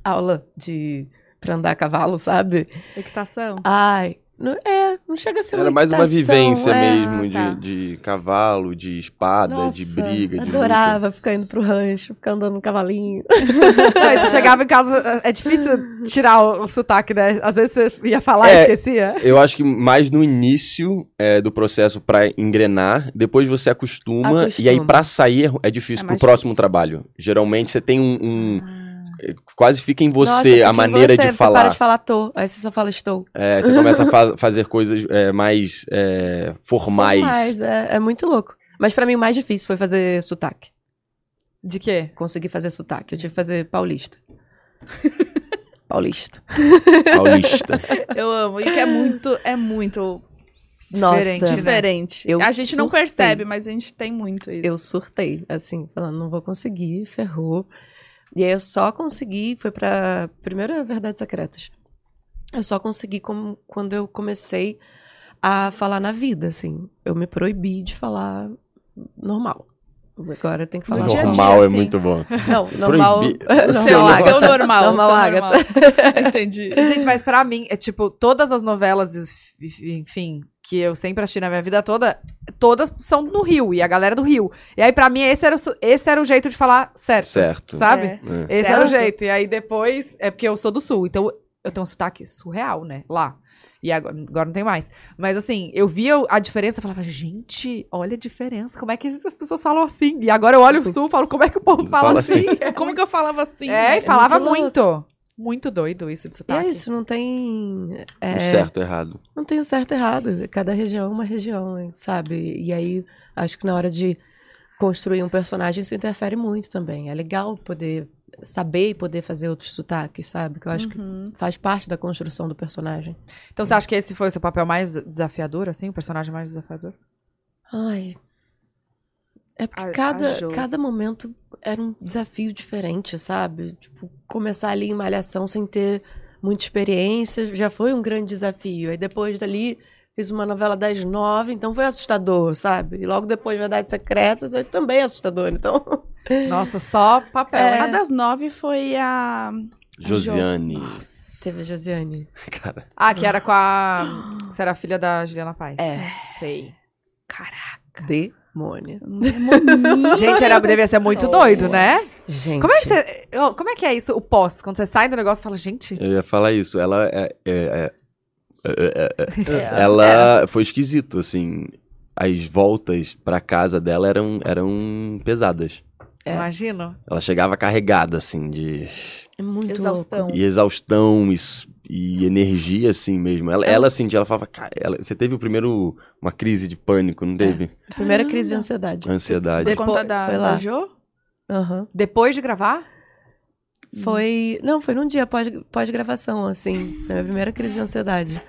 [SPEAKER 4] aula de. pra andar a cavalo, sabe?
[SPEAKER 1] Equitação.
[SPEAKER 4] Ai. Não, é, não chega a ser
[SPEAKER 3] Era mais uma
[SPEAKER 4] equitação,
[SPEAKER 3] vivência
[SPEAKER 4] é.
[SPEAKER 3] mesmo
[SPEAKER 1] tá.
[SPEAKER 3] de, de cavalo, de espada, de
[SPEAKER 4] Nossa,
[SPEAKER 3] briga, de
[SPEAKER 4] Adorava
[SPEAKER 3] luta.
[SPEAKER 4] ficar indo pro rancho, ficar andando no cavalinho.
[SPEAKER 2] Não, e você chegava em casa, é é difícil tirar o, o sotaque, né? Às vezes você ia falar e
[SPEAKER 3] É.
[SPEAKER 2] esquecia.
[SPEAKER 3] Eu acho que mais no início é, do processo pra engrenar, depois você acostuma, e aí
[SPEAKER 4] Acostuma.
[SPEAKER 3] pra sair é difícil
[SPEAKER 1] É
[SPEAKER 3] pro
[SPEAKER 1] mais
[SPEAKER 3] próximo
[SPEAKER 1] difícil.
[SPEAKER 3] trabalho. Geralmente você tem um, um- quase fica em você
[SPEAKER 4] Nossa, fica
[SPEAKER 3] a
[SPEAKER 4] em
[SPEAKER 3] maneira
[SPEAKER 4] você,
[SPEAKER 3] de
[SPEAKER 4] Você para
[SPEAKER 3] falar.
[SPEAKER 4] de falar tô, aí você só fala estou.
[SPEAKER 3] É, você começa a fa- fazer coisas é, mais é, formais.
[SPEAKER 4] Mas é, é muito louco. Mas pra mim o mais difícil foi fazer sotaque.
[SPEAKER 2] De quê?
[SPEAKER 4] Consegui fazer sotaque. Eu tive que fazer paulista. paulista.
[SPEAKER 3] Paulista.
[SPEAKER 1] Eu amo. E que é muito, é muito
[SPEAKER 4] Nossa,
[SPEAKER 2] Diferente, né?
[SPEAKER 1] Diferente.
[SPEAKER 4] Eu
[SPEAKER 1] a gente não
[SPEAKER 4] surtei.
[SPEAKER 1] percebe, mas a gente tem muito isso.
[SPEAKER 4] eu surtei, assim, falando, não vou conseguir, ferrou. E aí eu só consegui, foi pra primeira Verdades Secretas. Eu só consegui com- quando eu comecei a falar na vida, assim. Eu me proibi de falar normal. Agora eu tenho que falar
[SPEAKER 1] No dia a
[SPEAKER 4] só.
[SPEAKER 1] dia.
[SPEAKER 3] Normal é
[SPEAKER 1] assim.
[SPEAKER 3] muito bom.
[SPEAKER 4] Não, normal.
[SPEAKER 3] Proibi-
[SPEAKER 1] O
[SPEAKER 4] normal,
[SPEAKER 1] seu, o
[SPEAKER 4] Agatha.
[SPEAKER 1] seu normal.
[SPEAKER 4] Normal,
[SPEAKER 1] o seu
[SPEAKER 4] Agatha.
[SPEAKER 1] normal. Entendi.
[SPEAKER 2] Gente, mas pra mim, é tipo, todas as novelas, e os fi- enfim, que eu sempre assisti na minha vida toda, todas são no Rio, e a galera é do Rio. E aí, pra mim, esse era o, su- esse era o jeito de falar certo,
[SPEAKER 3] Certo.
[SPEAKER 2] sabe?
[SPEAKER 1] É.
[SPEAKER 3] É.
[SPEAKER 2] Esse era o
[SPEAKER 1] Certo.
[SPEAKER 2] jeito. E aí, depois, é porque eu sou do Sul, então eu tenho um sotaque surreal, né, lá. E agora, agora não tem mais. Mas assim, eu via o- a diferença, eu falava, gente, olha a diferença, como é que as pessoas falam assim? E agora eu olho o Sul e falo, como é que o povo fala,
[SPEAKER 3] Fala
[SPEAKER 2] assim?
[SPEAKER 1] Como que eu falava assim?
[SPEAKER 2] É,
[SPEAKER 1] né?
[SPEAKER 2] e falava
[SPEAKER 4] muito
[SPEAKER 2] muito. Muito, doido isso de
[SPEAKER 4] E é
[SPEAKER 2] sotaque.
[SPEAKER 4] isso, não tem.
[SPEAKER 3] O
[SPEAKER 4] é,
[SPEAKER 3] Certo, errado.
[SPEAKER 4] Não tem o certo e errado. Cada região é uma região, sabe? E aí, acho que na hora de construir um personagem, isso interfere muito também. É legal poder saber e poder fazer outros sotaques, sabe? Que eu acho
[SPEAKER 1] Uhum.
[SPEAKER 4] que faz parte da construção do personagem.
[SPEAKER 2] Então você acha que esse foi o seu papel mais desafiador, assim? O personagem mais desafiador?
[SPEAKER 4] Ai. É porque
[SPEAKER 1] A-
[SPEAKER 4] cada,
[SPEAKER 1] a Jo.
[SPEAKER 4] cada momento era um desafio diferente, sabe? Tipo, começar ali em malhação sem ter muita experiência já foi um grande desafio. Aí depois dali fiz uma novela das nove, então foi assustador, sabe? E logo depois Verdades Secretas aí também é assustador, então.
[SPEAKER 2] Nossa, só papel.
[SPEAKER 4] É.
[SPEAKER 1] A
[SPEAKER 2] né?
[SPEAKER 1] das nove foi a.
[SPEAKER 3] Josiane.
[SPEAKER 1] Nossa.
[SPEAKER 4] Teve a Josiane.
[SPEAKER 3] Cara,
[SPEAKER 2] Ah, que era com a. Você era a filha da Juliana Paz.
[SPEAKER 4] É.
[SPEAKER 2] Sei.
[SPEAKER 1] Caraca.
[SPEAKER 4] Demônio.
[SPEAKER 1] Demoninho.
[SPEAKER 2] Gente, era, devia ser muito
[SPEAKER 1] Pessoa.
[SPEAKER 2] doido, né?
[SPEAKER 4] Gente.
[SPEAKER 2] Como é, que você, eu- como é que é isso, o pós? Quando você sai do negócio e fala, gente,
[SPEAKER 3] eu ia falar isso. Ela é- é- é- é- é-
[SPEAKER 1] É.
[SPEAKER 3] ela foi esquisito, assim. As voltas pra casa dela eram, eram pesadas.
[SPEAKER 4] É.
[SPEAKER 2] imagino.
[SPEAKER 3] Ela chegava carregada, assim, de.
[SPEAKER 4] É muito
[SPEAKER 1] Exaustão.
[SPEAKER 4] louco.
[SPEAKER 3] E exaustão e, s- e energia, assim mesmo. Ela, ela sentia, ela falava, cara, ela- você teve o primeiro. Uma crise de pânico, não teve?
[SPEAKER 4] Primeira crise de ansiedade.
[SPEAKER 3] Ansiedade.
[SPEAKER 1] Por
[SPEAKER 2] Depois-
[SPEAKER 1] conta da,
[SPEAKER 4] foi lá.
[SPEAKER 1] da Jo?
[SPEAKER 4] Aham.
[SPEAKER 2] Depois de gravar?
[SPEAKER 4] Foi. Não, foi num dia pós- pós-gravação, assim. Foi a minha primeira crise de ansiedade.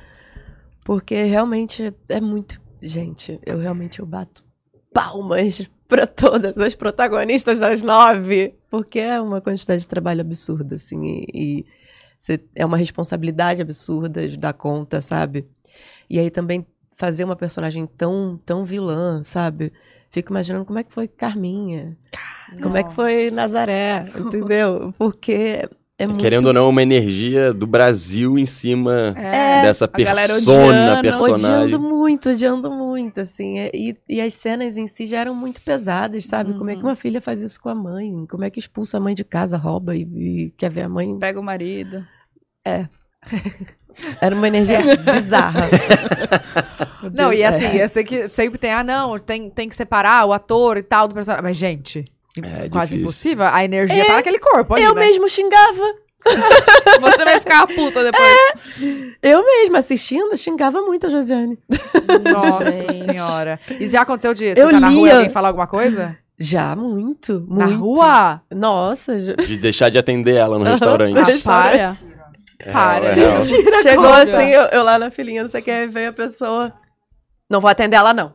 [SPEAKER 4] Porque realmente é muito. Gente, eu realmente eu bato palmas pra todas as protagonistas das nove. Porque é uma quantidade de trabalho absurda, assim. E, e cê- é uma responsabilidade absurda de dar conta, sabe? E aí também fazer uma personagem tão, tão vilã, sabe? Fico imaginando como é que foi Carminha. Como é que foi Nazaré, entendeu? Porque é muito...
[SPEAKER 3] Querendo ou não, uma energia do Brasil em cima
[SPEAKER 1] É.
[SPEAKER 3] dessa
[SPEAKER 1] galera
[SPEAKER 3] persona,
[SPEAKER 1] odiando,
[SPEAKER 3] personagem.
[SPEAKER 4] Odiando muito, odiando muito, assim. é- E, e as cenas em si já eram muito pesadas, sabe? Como é que
[SPEAKER 1] Uhum.
[SPEAKER 4] uma filha faz isso com a mãe? Como é que expulsa a mãe de casa, rouba e, e quer ver a mãe?
[SPEAKER 1] Pega o marido.
[SPEAKER 4] Era uma energia bizarra. É.
[SPEAKER 2] Não,
[SPEAKER 1] É.
[SPEAKER 2] e assim, eu sei que sempre tem, ah, não, tem, tem que separar o ator e tal do personagem. Mas, gente,
[SPEAKER 3] É,
[SPEAKER 2] quase
[SPEAKER 3] difícil.
[SPEAKER 2] impossível. A energia
[SPEAKER 1] É.
[SPEAKER 2] tá naquele corpo ali,
[SPEAKER 4] Eu
[SPEAKER 2] né?
[SPEAKER 4] mesmo xingava.
[SPEAKER 1] Você vai ficar puta depois.
[SPEAKER 4] Eu mesma assistindo, xingava muito a Josiane.
[SPEAKER 2] Nossa
[SPEAKER 1] Gente.
[SPEAKER 2] senhora. E já aconteceu de
[SPEAKER 4] Eu
[SPEAKER 2] você tá na rua e
[SPEAKER 4] lia.
[SPEAKER 2] alguém falar alguma coisa?
[SPEAKER 4] Já, muito, muito.
[SPEAKER 2] Na rua?
[SPEAKER 4] Nossa, já-
[SPEAKER 3] De deixar de atender ela no
[SPEAKER 4] Aham.
[SPEAKER 3] restaurante.
[SPEAKER 2] Ah,
[SPEAKER 4] Restaurante.
[SPEAKER 2] para.
[SPEAKER 3] É real,
[SPEAKER 2] para.
[SPEAKER 3] é real.
[SPEAKER 4] Chegou
[SPEAKER 2] conta.
[SPEAKER 4] assim, eu, eu lá na filhinha, não sei o que, aí veio a pessoa. Não vou atender ela, não.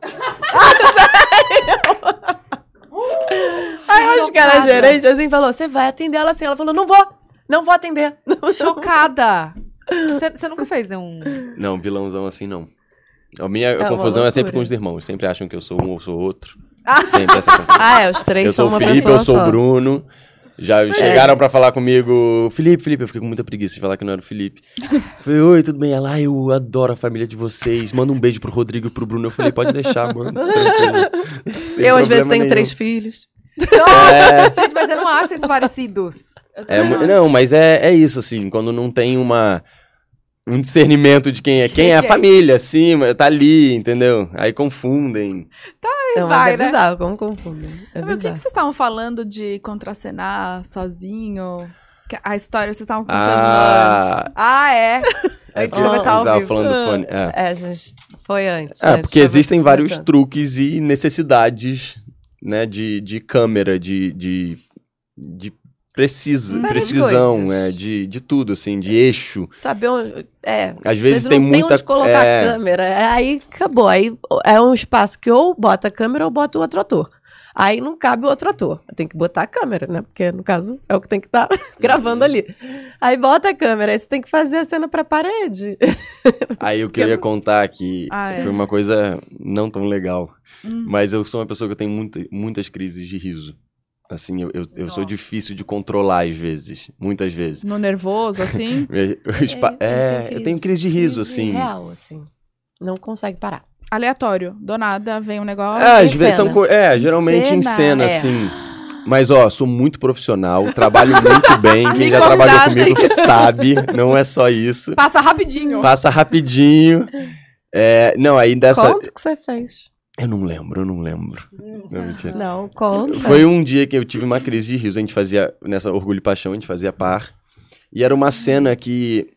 [SPEAKER 4] aí eu acho que era
[SPEAKER 1] Chocada.
[SPEAKER 4] gerente, assim, falou, você vai atender ela assim. Ela falou, não vou, não vou atender.
[SPEAKER 2] Chocada. Você você nunca fez nenhum.
[SPEAKER 3] Não, vilãozão assim não. A minha
[SPEAKER 4] uma
[SPEAKER 3] confusão é sempre
[SPEAKER 4] loucura.
[SPEAKER 3] com os irmãos. Sempre acham que eu sou um ou sou outro.
[SPEAKER 2] Ah.
[SPEAKER 3] Sempre essa confusão.
[SPEAKER 4] Ah, é, os três
[SPEAKER 3] Eu
[SPEAKER 4] são
[SPEAKER 3] sou o
[SPEAKER 4] uma
[SPEAKER 3] Felipe,
[SPEAKER 4] pessoa
[SPEAKER 3] eu sou
[SPEAKER 4] só. É.
[SPEAKER 3] o Bruno. Já chegaram pra falar comigo, Felipe, Felipe, eu fiquei com muita preguiça de falar que não era o Felipe. Falei, oi, tudo bem? Ela, "Ah, eu adoro a família de vocês. Manda um beijo pro Rodrigo e pro Bruno. Eu falei, pode deixar, mano. tranquilo." Sem
[SPEAKER 4] Eu, às
[SPEAKER 3] problema
[SPEAKER 4] vezes, tenho
[SPEAKER 3] nenhum.
[SPEAKER 4] três filhos.
[SPEAKER 3] É,
[SPEAKER 2] Gente, mas eu não acho eles parecidos.
[SPEAKER 3] é mu- não, mas é, é isso, assim, quando não tem uma. Um discernimento de quem é quem é a
[SPEAKER 2] Quem é?
[SPEAKER 3] família, assim, mas tá ali, entendeu? Aí confundem.
[SPEAKER 4] Não, mas
[SPEAKER 2] vai,
[SPEAKER 4] é
[SPEAKER 2] né?
[SPEAKER 4] bizarro, como confunde. É
[SPEAKER 1] Mas o que, que
[SPEAKER 4] bizarro.
[SPEAKER 1] vocês estavam falando de contracenar sozinho? Que A história vocês estavam contando antes.
[SPEAKER 3] Ah,
[SPEAKER 2] Ah, é.
[SPEAKER 3] é
[SPEAKER 2] Antes
[SPEAKER 4] de Então, começar ao
[SPEAKER 3] estava
[SPEAKER 2] vivo.
[SPEAKER 3] falando do fone. É,
[SPEAKER 4] É, gente, foi antes.
[SPEAKER 3] É,
[SPEAKER 4] né,
[SPEAKER 3] porque
[SPEAKER 4] estava
[SPEAKER 3] existem vários
[SPEAKER 4] comentando.
[SPEAKER 3] truques e necessidades, né, de, de câmera, de, de, de precisa,
[SPEAKER 4] Várias
[SPEAKER 3] precisão
[SPEAKER 4] coisas.
[SPEAKER 3] é, de, de tudo, assim, de eixo.
[SPEAKER 4] Saber onde. É.
[SPEAKER 3] Às
[SPEAKER 4] Às vezes
[SPEAKER 3] vezes tem
[SPEAKER 4] não
[SPEAKER 3] muita.
[SPEAKER 4] tem onde colocar
[SPEAKER 3] é,
[SPEAKER 4] a câmera. É, Aí acabou. Aí é um espaço que ou bota a câmera ou bota o outro ator. Aí não cabe o outro ator. Tem que botar a câmera, né? Porque, no caso, é o que tem que estar gravando
[SPEAKER 3] Uhum.
[SPEAKER 4] ali. Aí bota a câmera. Aí você tem que fazer a cena pra parede.
[SPEAKER 3] Aí o que eu ia contar que
[SPEAKER 2] Ah, é.
[SPEAKER 3] foi uma coisa não tão legal.
[SPEAKER 1] Hum.
[SPEAKER 3] Mas eu sou uma pessoa que eu tenho muita- muitas crises de riso. Assim, eu, eu, eu
[SPEAKER 1] Nossa.
[SPEAKER 3] sou difícil de controlar às vezes. Muitas vezes.
[SPEAKER 1] No nervoso, assim.
[SPEAKER 3] Os pa- É, eu tenho crise de riso, assim.
[SPEAKER 4] real, assim. Não consegue parar.
[SPEAKER 1] aleatório. Do nada vem um negócio.
[SPEAKER 3] É, às
[SPEAKER 4] Em
[SPEAKER 3] vezes são
[SPEAKER 4] cena.
[SPEAKER 3] co... É, geralmente em
[SPEAKER 1] cena,
[SPEAKER 3] cena,
[SPEAKER 4] é.
[SPEAKER 3] assim. Mas, ó, sou muito profissional, trabalho muito bem. Quem
[SPEAKER 2] Me
[SPEAKER 3] já trabalhou
[SPEAKER 2] contratem.
[SPEAKER 3] comigo sabe, não é só isso.
[SPEAKER 2] Passa rapidinho.
[SPEAKER 3] Passa rapidinho. É, não, aí dessa.
[SPEAKER 4] Conta o que você fez.
[SPEAKER 3] Eu não lembro, eu não lembro. Não, mentira.
[SPEAKER 4] Não, conta.
[SPEAKER 3] Foi um dia que eu tive uma crise de riso. A gente fazia, nessa Orgulho e Paixão, a gente fazia par. E era uma cena que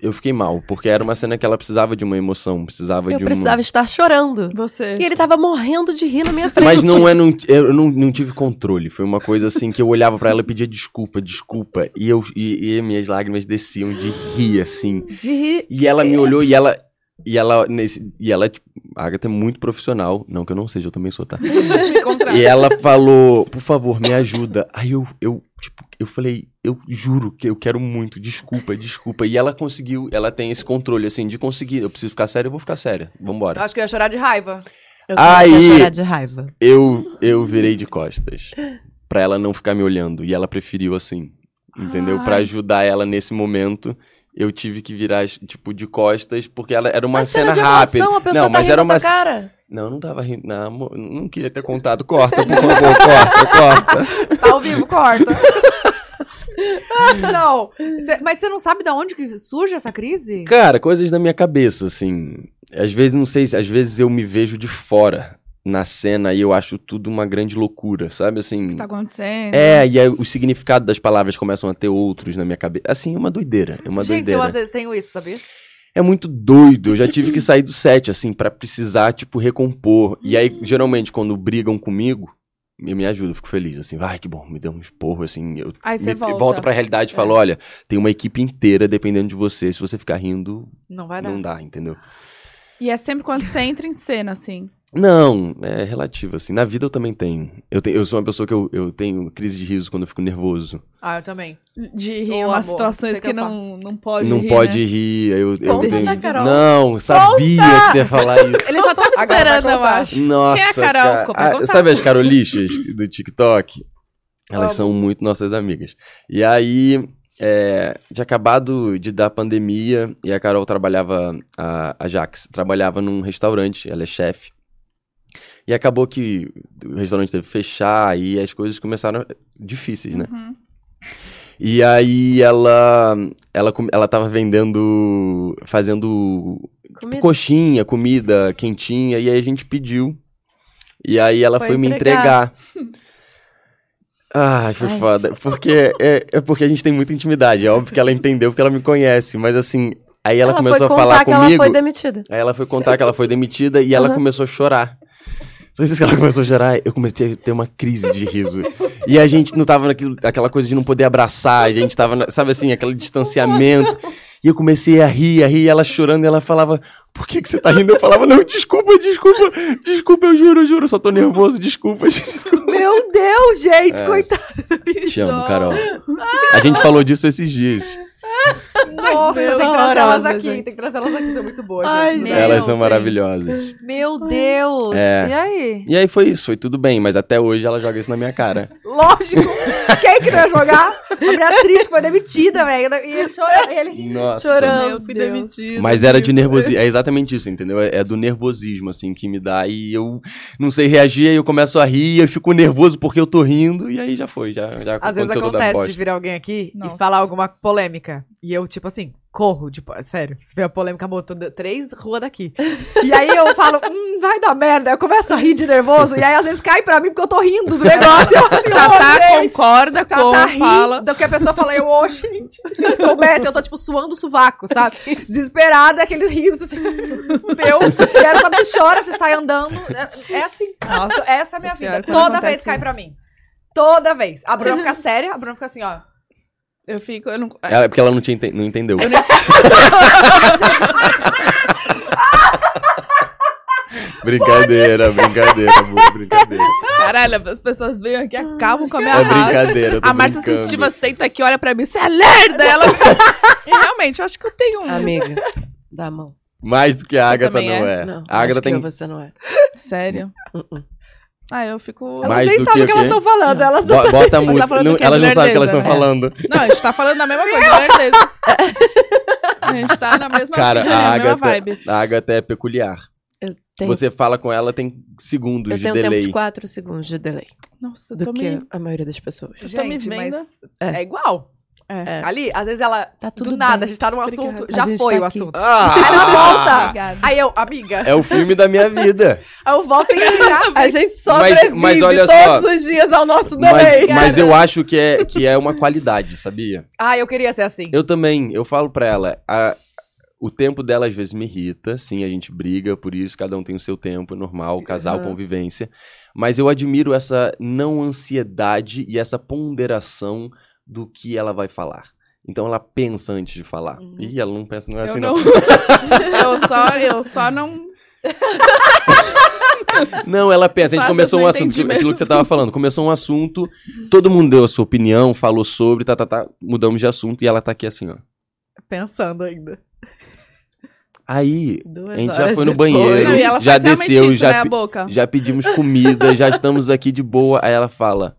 [SPEAKER 3] eu fiquei mal, porque era uma cena que ela precisava de uma emoção, precisava
[SPEAKER 4] Eu
[SPEAKER 3] de
[SPEAKER 4] precisava estar chorando.
[SPEAKER 1] Você.
[SPEAKER 4] E ele tava morrendo de rir na minha
[SPEAKER 3] uma.
[SPEAKER 4] frente.
[SPEAKER 3] Mas não é, não, eu não, não tive controle. Foi uma coisa assim que eu olhava pra ela e pedia desculpa, desculpa. E, eu, e, e minhas lágrimas desciam de rir, assim.
[SPEAKER 4] De rir.
[SPEAKER 3] E ela me olhou e ela. E ela, nesse, e ela, tipo, a Agatha é muito profissional. Não que eu não seja, eu também sou, tá?
[SPEAKER 2] Me contrata.
[SPEAKER 3] E é- ela falou, por favor, me ajuda. Aí eu, eu, tipo, eu falei, eu juro que eu quero muito, desculpa, desculpa. E ela conseguiu, ela tem esse controle, assim, de conseguir. Eu preciso ficar séria, eu vou ficar séria. Vambora.
[SPEAKER 2] Acho que eu ia chorar de raiva.
[SPEAKER 4] Eu
[SPEAKER 3] Aí-
[SPEAKER 4] comecei a chorar de raiva.
[SPEAKER 3] Eu, eu virei de costas. Pra ela não ficar me olhando. E ela preferiu assim. Entendeu? Pra
[SPEAKER 1] Ai.
[SPEAKER 3] ajudar ela nesse momento. Eu tive que virar, tipo, de costas, porque ela era uma
[SPEAKER 4] Mas
[SPEAKER 3] cena,
[SPEAKER 4] de
[SPEAKER 3] rápida.
[SPEAKER 4] emoção, a pessoa
[SPEAKER 3] não,
[SPEAKER 4] tá
[SPEAKER 3] mas
[SPEAKER 4] rindo
[SPEAKER 3] era
[SPEAKER 4] na
[SPEAKER 3] uma.
[SPEAKER 4] tua cara.
[SPEAKER 3] Não, eu não tava rindo. Não, amor, não queria ter contado. Corta, por favor, corta, corta.
[SPEAKER 2] Tá ao vivo, corta. Ah, não. Cê- mas você não sabe de onde que surge essa crise?
[SPEAKER 3] Cara, coisas da minha cabeça, assim. Às vezes, não sei, se- às vezes eu me vejo de fora na cena e eu acho tudo uma grande loucura, sabe? Assim.
[SPEAKER 1] Tá acontecendo.
[SPEAKER 3] É, e aí o significado das palavras começam a ter outros na minha cabeça. Assim, é uma doideira. É uma
[SPEAKER 2] Gente,
[SPEAKER 3] doideira.
[SPEAKER 2] eu às vezes tenho isso, sabia?
[SPEAKER 3] É muito doido. Eu já tive que sair do set, assim, pra precisar, tipo, recompor. E
[SPEAKER 2] Hum.
[SPEAKER 3] aí, geralmente, quando brigam comigo, me, me ajuda, eu fico feliz, assim, ai, que bom, me deu um esporro, assim, eu
[SPEAKER 1] Aí você
[SPEAKER 3] me,
[SPEAKER 1] volta.
[SPEAKER 3] volto pra realidade e falo,
[SPEAKER 2] É.
[SPEAKER 3] olha, tem uma equipe inteira dependendo de você, se você ficar rindo,
[SPEAKER 2] Não vai dar.
[SPEAKER 3] não dá, entendeu?
[SPEAKER 1] E é sempre quando você entra em cena, assim.
[SPEAKER 3] Não, é relativo, assim. Na vida eu também tenho. Eu, te- eu sou uma pessoa que eu, eu tenho crise de riso quando eu fico nervoso.
[SPEAKER 2] Ah, eu também.
[SPEAKER 1] De rir
[SPEAKER 2] Ô,
[SPEAKER 1] em umas
[SPEAKER 2] amor,
[SPEAKER 1] situações
[SPEAKER 2] sei que
[SPEAKER 1] que,
[SPEAKER 2] eu
[SPEAKER 1] não, não pode
[SPEAKER 3] não
[SPEAKER 1] rir,
[SPEAKER 3] pode
[SPEAKER 1] né?
[SPEAKER 3] rir. Eu, eu
[SPEAKER 1] Conta
[SPEAKER 3] tenho...
[SPEAKER 1] da Carol.
[SPEAKER 3] Não, sabia que você ia falar isso.
[SPEAKER 1] Ele só tava
[SPEAKER 2] Agora vai
[SPEAKER 1] esperando, eu
[SPEAKER 2] contar.
[SPEAKER 1] acho.
[SPEAKER 3] Nossa,
[SPEAKER 1] Quem é a Carol?
[SPEAKER 3] cara.
[SPEAKER 1] Vai
[SPEAKER 3] Ah,
[SPEAKER 1] contar.
[SPEAKER 3] sabe as Carolixas do TikTok? Elas
[SPEAKER 2] Amo.
[SPEAKER 3] são muito nossas amigas. E aí, é, tinha acabado de dar pandemia e a Carol trabalhava, a, a Jax, trabalhava num restaurante, ela é chefe. E acabou que o restaurante teve que fechar e as coisas começaram difíceis, né?
[SPEAKER 1] Uhum.
[SPEAKER 3] E aí ela, ela, come- ela tava vendendo, fazendo
[SPEAKER 4] Comida.
[SPEAKER 3] coxinha, comida quentinha, e aí a gente pediu. E aí ela foi,
[SPEAKER 4] Foi
[SPEAKER 3] me
[SPEAKER 4] entregar.
[SPEAKER 3] entregar. Ai, foi
[SPEAKER 4] Ai.
[SPEAKER 3] foda. Porque é, é porque a gente tem muita intimidade. É óbvio que ela entendeu porque ela me conhece. Mas assim, aí ela, começou a
[SPEAKER 4] foi contar
[SPEAKER 3] falar
[SPEAKER 4] que
[SPEAKER 3] comigo.
[SPEAKER 4] ela foi demitida.
[SPEAKER 3] Aí ela foi contar que ela foi demitida e ela
[SPEAKER 4] Aham.
[SPEAKER 3] começou a chorar. Só isso que ela começou a chorar, eu comecei a ter uma crise de riso. E a gente não tava naquilo, aquela coisa de não poder abraçar, a gente tava, na- sabe assim, aquele distanciamento. E eu comecei a rir, a rir, e ela chorando, e ela falava, por que, que você tá rindo? Eu falava, não, desculpa, desculpa, desculpa, eu juro, eu juro, eu só tô nervoso, desculpa.
[SPEAKER 2] Meu Deus, gente,
[SPEAKER 3] É.
[SPEAKER 2] coitado.
[SPEAKER 3] Te amo, Carol. A gente falou disso esses dias.
[SPEAKER 2] Nossa, tem que trazer
[SPEAKER 4] horrorosa,
[SPEAKER 2] elas aqui.
[SPEAKER 4] gente.
[SPEAKER 2] Tem que trazer elas aqui, são muito boas,
[SPEAKER 4] Ai,
[SPEAKER 2] gente. não dá.
[SPEAKER 4] Meu
[SPEAKER 3] Elas são
[SPEAKER 4] Deus.
[SPEAKER 3] maravilhosas.
[SPEAKER 2] Meu Deus.
[SPEAKER 3] É.
[SPEAKER 2] E aí?
[SPEAKER 3] E aí foi isso, foi tudo bem, mas até hoje ela joga isso na minha cara.
[SPEAKER 2] Lógico. Quem que não ia jogar? A mulher atriz que foi demitida, velho. E ele chora, e ele ri.
[SPEAKER 3] Nossa.
[SPEAKER 1] Meu
[SPEAKER 4] Chorando, fui
[SPEAKER 1] Deus.
[SPEAKER 4] demitida.
[SPEAKER 3] Mas era de nervosismo. É exatamente isso, entendeu? É é do nervosismo, assim, que me dá. E eu não sei reagir, aí eu começo a rir, eu fico nervoso porque eu tô rindo, e aí já foi, já, já
[SPEAKER 2] Às vezes
[SPEAKER 3] aconteceu toda a
[SPEAKER 2] acontece de
[SPEAKER 3] bosta.
[SPEAKER 2] vir alguém aqui
[SPEAKER 1] Nossa.
[SPEAKER 2] e falar alguma polêmica. E eu, tipo assim, corro, tipo, sério, se vê a polêmica, amor, tô de- três ruas daqui. E aí eu falo, hum, vai dar merda. Eu começo a rir de nervoso, e aí às vezes cai pra mim porque eu tô rindo do negócio. Eu assim,
[SPEAKER 1] Tatá
[SPEAKER 2] ô, gente.
[SPEAKER 1] concorda com
[SPEAKER 2] Tata ri
[SPEAKER 1] fala.
[SPEAKER 2] do que tá a pessoa fala, eu, ô, gente, se eu soubesse, eu tô, tipo, suando o sovaco, sabe? Desesperada, aqueles risos, assim, meu, quero saber se chora, se sai andando, é, é assim.
[SPEAKER 1] Nossa,
[SPEAKER 2] Essa é a minha
[SPEAKER 1] senhora,
[SPEAKER 2] vida,
[SPEAKER 1] quando
[SPEAKER 2] toda
[SPEAKER 1] acontece
[SPEAKER 2] vez cai
[SPEAKER 1] isso.
[SPEAKER 2] pra mim. Toda vez. A Bruna fica séria, a Bruna fica assim, ó.
[SPEAKER 1] Eu fico. Eu não...
[SPEAKER 3] Ela- É porque ela não, tinha enten- não entendeu. brincadeira, brincadeira, boa, brincadeira.
[SPEAKER 1] Caralho, as pessoas vêm aqui, acabam com a minha
[SPEAKER 3] É
[SPEAKER 1] raça.
[SPEAKER 3] brincadeira, eu tô
[SPEAKER 1] A Márcia
[SPEAKER 3] brincando.
[SPEAKER 1] Sensitiva senta aqui, olha pra mim, você é lerda! Ela... e realmente, eu acho que eu tenho um.
[SPEAKER 4] Amiga, dá a mão.
[SPEAKER 3] Mais do que a
[SPEAKER 1] Você
[SPEAKER 3] Agatha
[SPEAKER 1] também
[SPEAKER 3] não
[SPEAKER 1] é?
[SPEAKER 3] é.
[SPEAKER 4] Não,
[SPEAKER 3] a Agatha
[SPEAKER 4] acho que
[SPEAKER 3] tem...
[SPEAKER 4] eu, você não é.
[SPEAKER 2] Ah,
[SPEAKER 1] Sério.
[SPEAKER 2] uh,
[SPEAKER 4] Uh-uh.
[SPEAKER 1] Ah, eu fico.
[SPEAKER 3] Mas- Mais
[SPEAKER 2] nem
[SPEAKER 3] do
[SPEAKER 2] sabe
[SPEAKER 3] que
[SPEAKER 2] o que
[SPEAKER 3] o
[SPEAKER 2] elas
[SPEAKER 3] quê?
[SPEAKER 2] estão falando. Elas não...
[SPEAKER 3] Bo- Bota a
[SPEAKER 1] tá
[SPEAKER 3] música.
[SPEAKER 1] falando
[SPEAKER 3] não-
[SPEAKER 1] do quê?
[SPEAKER 3] elas não
[SPEAKER 1] De
[SPEAKER 3] sabem o que elas
[SPEAKER 1] lerdeza,
[SPEAKER 3] estão
[SPEAKER 1] né?
[SPEAKER 3] falando.
[SPEAKER 1] Não, a gente tá falando da mesma coisa, com certeza. A gente tá na mesma,
[SPEAKER 3] Cara,
[SPEAKER 1] sintonia,
[SPEAKER 3] a
[SPEAKER 1] na mesma
[SPEAKER 3] Agatha,
[SPEAKER 1] vibe.
[SPEAKER 3] a Agatha é peculiar.
[SPEAKER 4] Eu tenho,
[SPEAKER 3] Você fala com ela, tem segundos
[SPEAKER 4] eu
[SPEAKER 3] de
[SPEAKER 4] tenho um tempo
[SPEAKER 3] delay.
[SPEAKER 4] de 4 segundos de delay
[SPEAKER 1] Nossa, eu
[SPEAKER 4] do
[SPEAKER 1] tô
[SPEAKER 4] que
[SPEAKER 1] me...
[SPEAKER 4] a maioria das pessoas.
[SPEAKER 1] Eu tô me vendo. assim."
[SPEAKER 2] é igual.
[SPEAKER 1] É.
[SPEAKER 2] Ali, às vezes ela...
[SPEAKER 4] Tá
[SPEAKER 2] do nada, a gente tá num
[SPEAKER 1] Obrigada.
[SPEAKER 2] assunto.
[SPEAKER 1] A
[SPEAKER 2] Já
[SPEAKER 4] gente
[SPEAKER 2] foi
[SPEAKER 4] tá
[SPEAKER 2] o
[SPEAKER 4] aqui.
[SPEAKER 2] assunto.
[SPEAKER 3] Ah!
[SPEAKER 2] Aí ela volta.
[SPEAKER 1] Obrigada.
[SPEAKER 2] Aí eu, amiga.
[SPEAKER 3] É o filme da minha vida.
[SPEAKER 1] Ah,
[SPEAKER 2] Aí eu volto e já.
[SPEAKER 4] A gente
[SPEAKER 3] Mas- mas olha
[SPEAKER 4] todos
[SPEAKER 3] só.
[SPEAKER 4] os dias ao nosso delay.
[SPEAKER 3] Mas, mas eu acho que é, que é uma qualidade, sabia?
[SPEAKER 2] Ah, eu queria ser assim.
[SPEAKER 3] Eu também, eu falo pra ela, a- o tempo dela às vezes me irrita, sim, a gente briga por isso, cada um tem o seu tempo, é normal, casal,
[SPEAKER 2] Aham.
[SPEAKER 3] convivência. Mas eu admiro essa não ansiedade e essa ponderação do que ela vai falar. Então ela pensa antes de falar.
[SPEAKER 2] Uhum.
[SPEAKER 3] Ih, ela não pensa não é
[SPEAKER 1] Eu
[SPEAKER 3] assim
[SPEAKER 1] não.
[SPEAKER 3] não.
[SPEAKER 1] eu, só, eu só não.
[SPEAKER 3] Não, ela pensa. A gente
[SPEAKER 1] Nossa,
[SPEAKER 3] começou
[SPEAKER 1] eu
[SPEAKER 3] um
[SPEAKER 1] não
[SPEAKER 3] assunto,
[SPEAKER 1] entendi
[SPEAKER 3] aquilo aquilo que você
[SPEAKER 1] mesmo.
[SPEAKER 3] tava falando. Começou um assunto, todo mundo deu a sua opinião, falou sobre, tá, tá, tá, mudamos de assunto e ela tá aqui assim, ó.
[SPEAKER 2] Pensando ainda.
[SPEAKER 3] Aí,
[SPEAKER 4] Duas
[SPEAKER 3] a gente já
[SPEAKER 4] horas
[SPEAKER 3] foi no
[SPEAKER 4] depois.
[SPEAKER 3] banheiro,
[SPEAKER 1] Não, e ela
[SPEAKER 3] já
[SPEAKER 1] faz realmente
[SPEAKER 3] desceu,
[SPEAKER 1] isso,
[SPEAKER 3] já,
[SPEAKER 1] né, a
[SPEAKER 3] pe-
[SPEAKER 1] boca.
[SPEAKER 3] já pedimos comida, já estamos aqui de boa. Aí ela fala,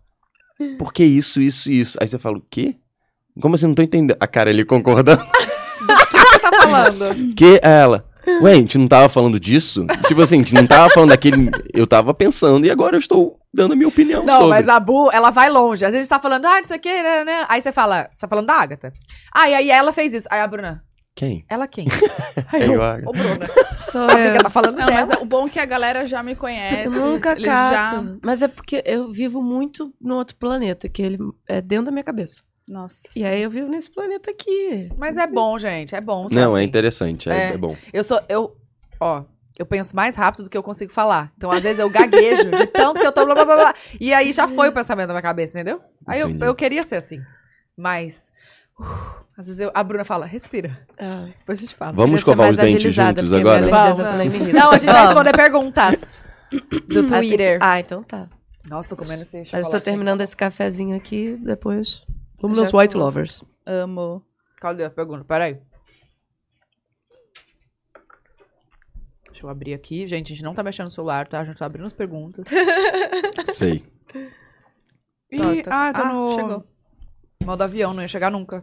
[SPEAKER 3] por que isso, isso e isso? Aí você fala, o quê? Como assim? Não tô entendendo. A cara ele concordando.
[SPEAKER 2] O que você tá falando?
[SPEAKER 3] Que Aí ela, ué, a gente não tava falando disso? Tipo assim, a gente não tava falando daquele... Eu tava pensando e agora eu estou dando a minha opinião
[SPEAKER 2] Não,
[SPEAKER 3] sobre.
[SPEAKER 2] mas a Bu, ela vai longe. Às vezes tá falando, ah, não sei o que, né, né. Aí você fala, você tá falando da Agatha. Ah, e aí ela fez isso. Aí a Bruna,
[SPEAKER 3] Quem?
[SPEAKER 2] ela quem?
[SPEAKER 3] É
[SPEAKER 2] Aí eu,
[SPEAKER 3] eu, Agatha.
[SPEAKER 2] ô Bruna,
[SPEAKER 4] Sou
[SPEAKER 2] ela
[SPEAKER 4] eu.
[SPEAKER 2] tá falando
[SPEAKER 1] Não,
[SPEAKER 2] dela.
[SPEAKER 1] mas o bom é que a galera já me conhece.
[SPEAKER 4] Eu nunca
[SPEAKER 1] eles já...
[SPEAKER 4] cato. Mas é porque eu vivo muito no outro planeta, que ele é dentro da minha cabeça.
[SPEAKER 1] Nossa.
[SPEAKER 4] E aí eu vivo nesse planeta aqui.
[SPEAKER 2] Mas é bom, gente, é bom. ser
[SPEAKER 3] Não, é
[SPEAKER 2] assim.
[SPEAKER 3] interessante, é,
[SPEAKER 2] É.
[SPEAKER 3] é bom.
[SPEAKER 2] Eu sou, eu, ó, eu penso mais rápido do que eu consigo falar. Então, às vezes, eu gaguejo de tanto que eu tô blá, blá, blá, blá. E aí, já foi o pensamento na minha cabeça, entendeu? Aí, eu,
[SPEAKER 3] Entendi.
[SPEAKER 2] eu queria ser assim. Mas, uh, às vezes, eu- a Bruna fala, respira.
[SPEAKER 4] Ah,
[SPEAKER 2] Depois a gente fala.
[SPEAKER 3] Vamos
[SPEAKER 4] queria ser
[SPEAKER 3] escovar os
[SPEAKER 4] mais
[SPEAKER 3] dentes
[SPEAKER 4] agilizada,
[SPEAKER 3] juntos
[SPEAKER 4] porque minha
[SPEAKER 3] agora?
[SPEAKER 4] lerdeza
[SPEAKER 1] Vamos.
[SPEAKER 4] também me irrita.
[SPEAKER 2] Não, a gente vai
[SPEAKER 4] Vamos.
[SPEAKER 2] responder perguntas do
[SPEAKER 4] Assim que-
[SPEAKER 2] Twitter.
[SPEAKER 4] Ah, então tá.
[SPEAKER 2] Nossa, tô comendo esse
[SPEAKER 4] Mas eu
[SPEAKER 2] chocolate
[SPEAKER 4] tô
[SPEAKER 2] aqui.
[SPEAKER 4] terminando esse cafezinho aqui, depois... Vamos
[SPEAKER 1] então. Já
[SPEAKER 4] nos White
[SPEAKER 1] somos.
[SPEAKER 4] Lovers.
[SPEAKER 1] Amo.
[SPEAKER 2] Cadê a pergunta? Peraí. Deixa eu abrir aqui. Gente, a gente não tá mexendo no celular, tá? A gente tá abrindo as perguntas.
[SPEAKER 3] Sei.
[SPEAKER 2] Ih,
[SPEAKER 1] Tá,
[SPEAKER 2] Ah, eu
[SPEAKER 1] tá.
[SPEAKER 2] tô
[SPEAKER 1] Ah,
[SPEAKER 2] no
[SPEAKER 1] chegou.
[SPEAKER 2] modo avião, não ia chegar nunca.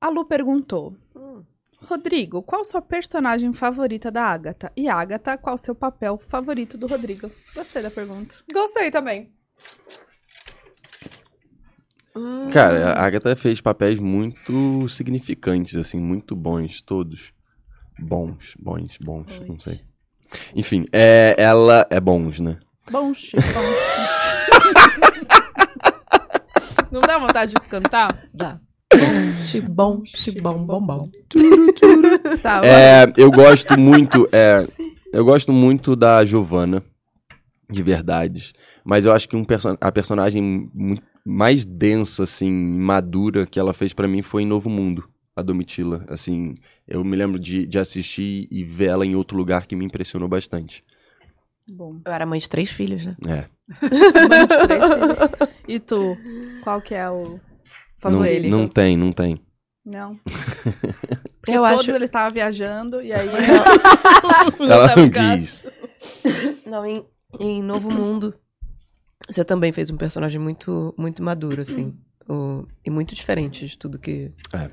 [SPEAKER 1] A Lu perguntou.
[SPEAKER 3] Hum.
[SPEAKER 1] Rodrigo, qual sua personagem favorita da Agatha? E Agatha, qual seu papel favorito do Rodrigo? Gostei da pergunta.
[SPEAKER 2] Gostei também.
[SPEAKER 1] Hum.
[SPEAKER 3] Cara, a Agatha fez papéis muito significantes, assim, muito bons, todos. Bons, bons, bons, não sei. Enfim, é, ela é bons, né?
[SPEAKER 1] Bom, Chico. bom, Chico. Não dá vontade de cantar?
[SPEAKER 4] Dá. Chibom, chibom, bom, bom.
[SPEAKER 1] Tá,
[SPEAKER 3] É, eu gosto muito, é, eu gosto muito da Giovanna, de verdade. Mas eu acho que um perso- a personagem mu- mais densa, assim, madura que ela fez pra mim foi em Novo Mundo, a Domitila. Assim, eu me lembro de, de assistir e ver ela em outro lugar que me impressionou bastante.
[SPEAKER 1] bom.
[SPEAKER 4] Eu era mãe de três filhos, né?
[SPEAKER 3] É.
[SPEAKER 1] Mãe de três filhos. E tu? Qual que é o
[SPEAKER 3] Não,
[SPEAKER 1] favorito?
[SPEAKER 3] não
[SPEAKER 4] então.
[SPEAKER 3] tem, não tem.
[SPEAKER 1] Não. Porque
[SPEAKER 4] Eu
[SPEAKER 1] todos
[SPEAKER 4] acho...
[SPEAKER 1] eles estavam viajando e aí. tá
[SPEAKER 4] tá
[SPEAKER 3] Ela não
[SPEAKER 1] tava em
[SPEAKER 3] quis.
[SPEAKER 4] Não, em, em Novo Mundo, você também fez um personagem muito, muito maduro, assim. o- e muito diferente de tudo que.
[SPEAKER 3] É.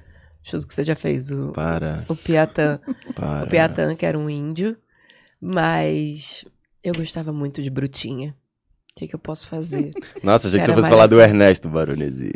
[SPEAKER 4] de tudo que você já fez. O,
[SPEAKER 3] Para,
[SPEAKER 4] o Piatã.
[SPEAKER 3] para.
[SPEAKER 4] O Piatã, que era um índio, mas eu gostava muito de Brutinha. O que, que eu posso fazer?
[SPEAKER 3] Nossa, achei que você
[SPEAKER 4] Era
[SPEAKER 3] fosse falar do
[SPEAKER 4] malhação.
[SPEAKER 3] Ernesto Baronesi.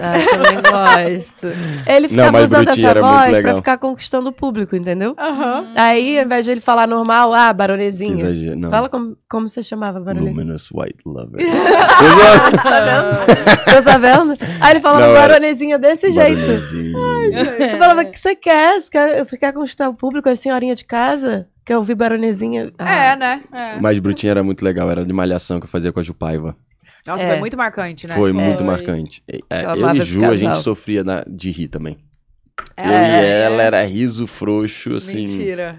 [SPEAKER 4] Ah, eu também gosto. Ele
[SPEAKER 3] Não,
[SPEAKER 4] ficava
[SPEAKER 3] mas
[SPEAKER 4] usando
[SPEAKER 3] Brutinha
[SPEAKER 4] essa
[SPEAKER 3] era muito
[SPEAKER 4] voz pra
[SPEAKER 3] legal.
[SPEAKER 4] ficar conquistando o público, entendeu?
[SPEAKER 2] Aham.
[SPEAKER 4] Aí, ao invés de ele falar normal, ah,
[SPEAKER 3] Que
[SPEAKER 4] baronezinha.
[SPEAKER 3] exagero. Não.
[SPEAKER 4] Fala como, como você chamava, baronezinha.
[SPEAKER 3] Luminous White Lover. Eu gosto.
[SPEAKER 1] Tá
[SPEAKER 4] Você tá vendo? Aí ele falava
[SPEAKER 3] Não, era-
[SPEAKER 4] baronezinha desse jeito.
[SPEAKER 3] Baronesi.
[SPEAKER 4] Eu falava, o que você quer? Você quer, você quer conquistar o público, a senhorinha de casa? Quer ouvir baronezinha? Ah,
[SPEAKER 2] É, né?
[SPEAKER 1] É.
[SPEAKER 3] Mas Brutinha era muito legal, era de malhação que eu fazia com a Jupaiva.
[SPEAKER 2] Nossa,
[SPEAKER 4] É.
[SPEAKER 2] foi muito marcante, né?
[SPEAKER 3] Foi muito
[SPEAKER 1] Foi.
[SPEAKER 3] marcante. É, é,
[SPEAKER 4] Eu
[SPEAKER 3] eu
[SPEAKER 4] amava
[SPEAKER 3] e
[SPEAKER 4] esse
[SPEAKER 3] Ju, a gente
[SPEAKER 4] casal.
[SPEAKER 3] sofria na- de rir também.
[SPEAKER 2] É.
[SPEAKER 3] Eu e ela era riso frouxo, assim.
[SPEAKER 2] Mentira.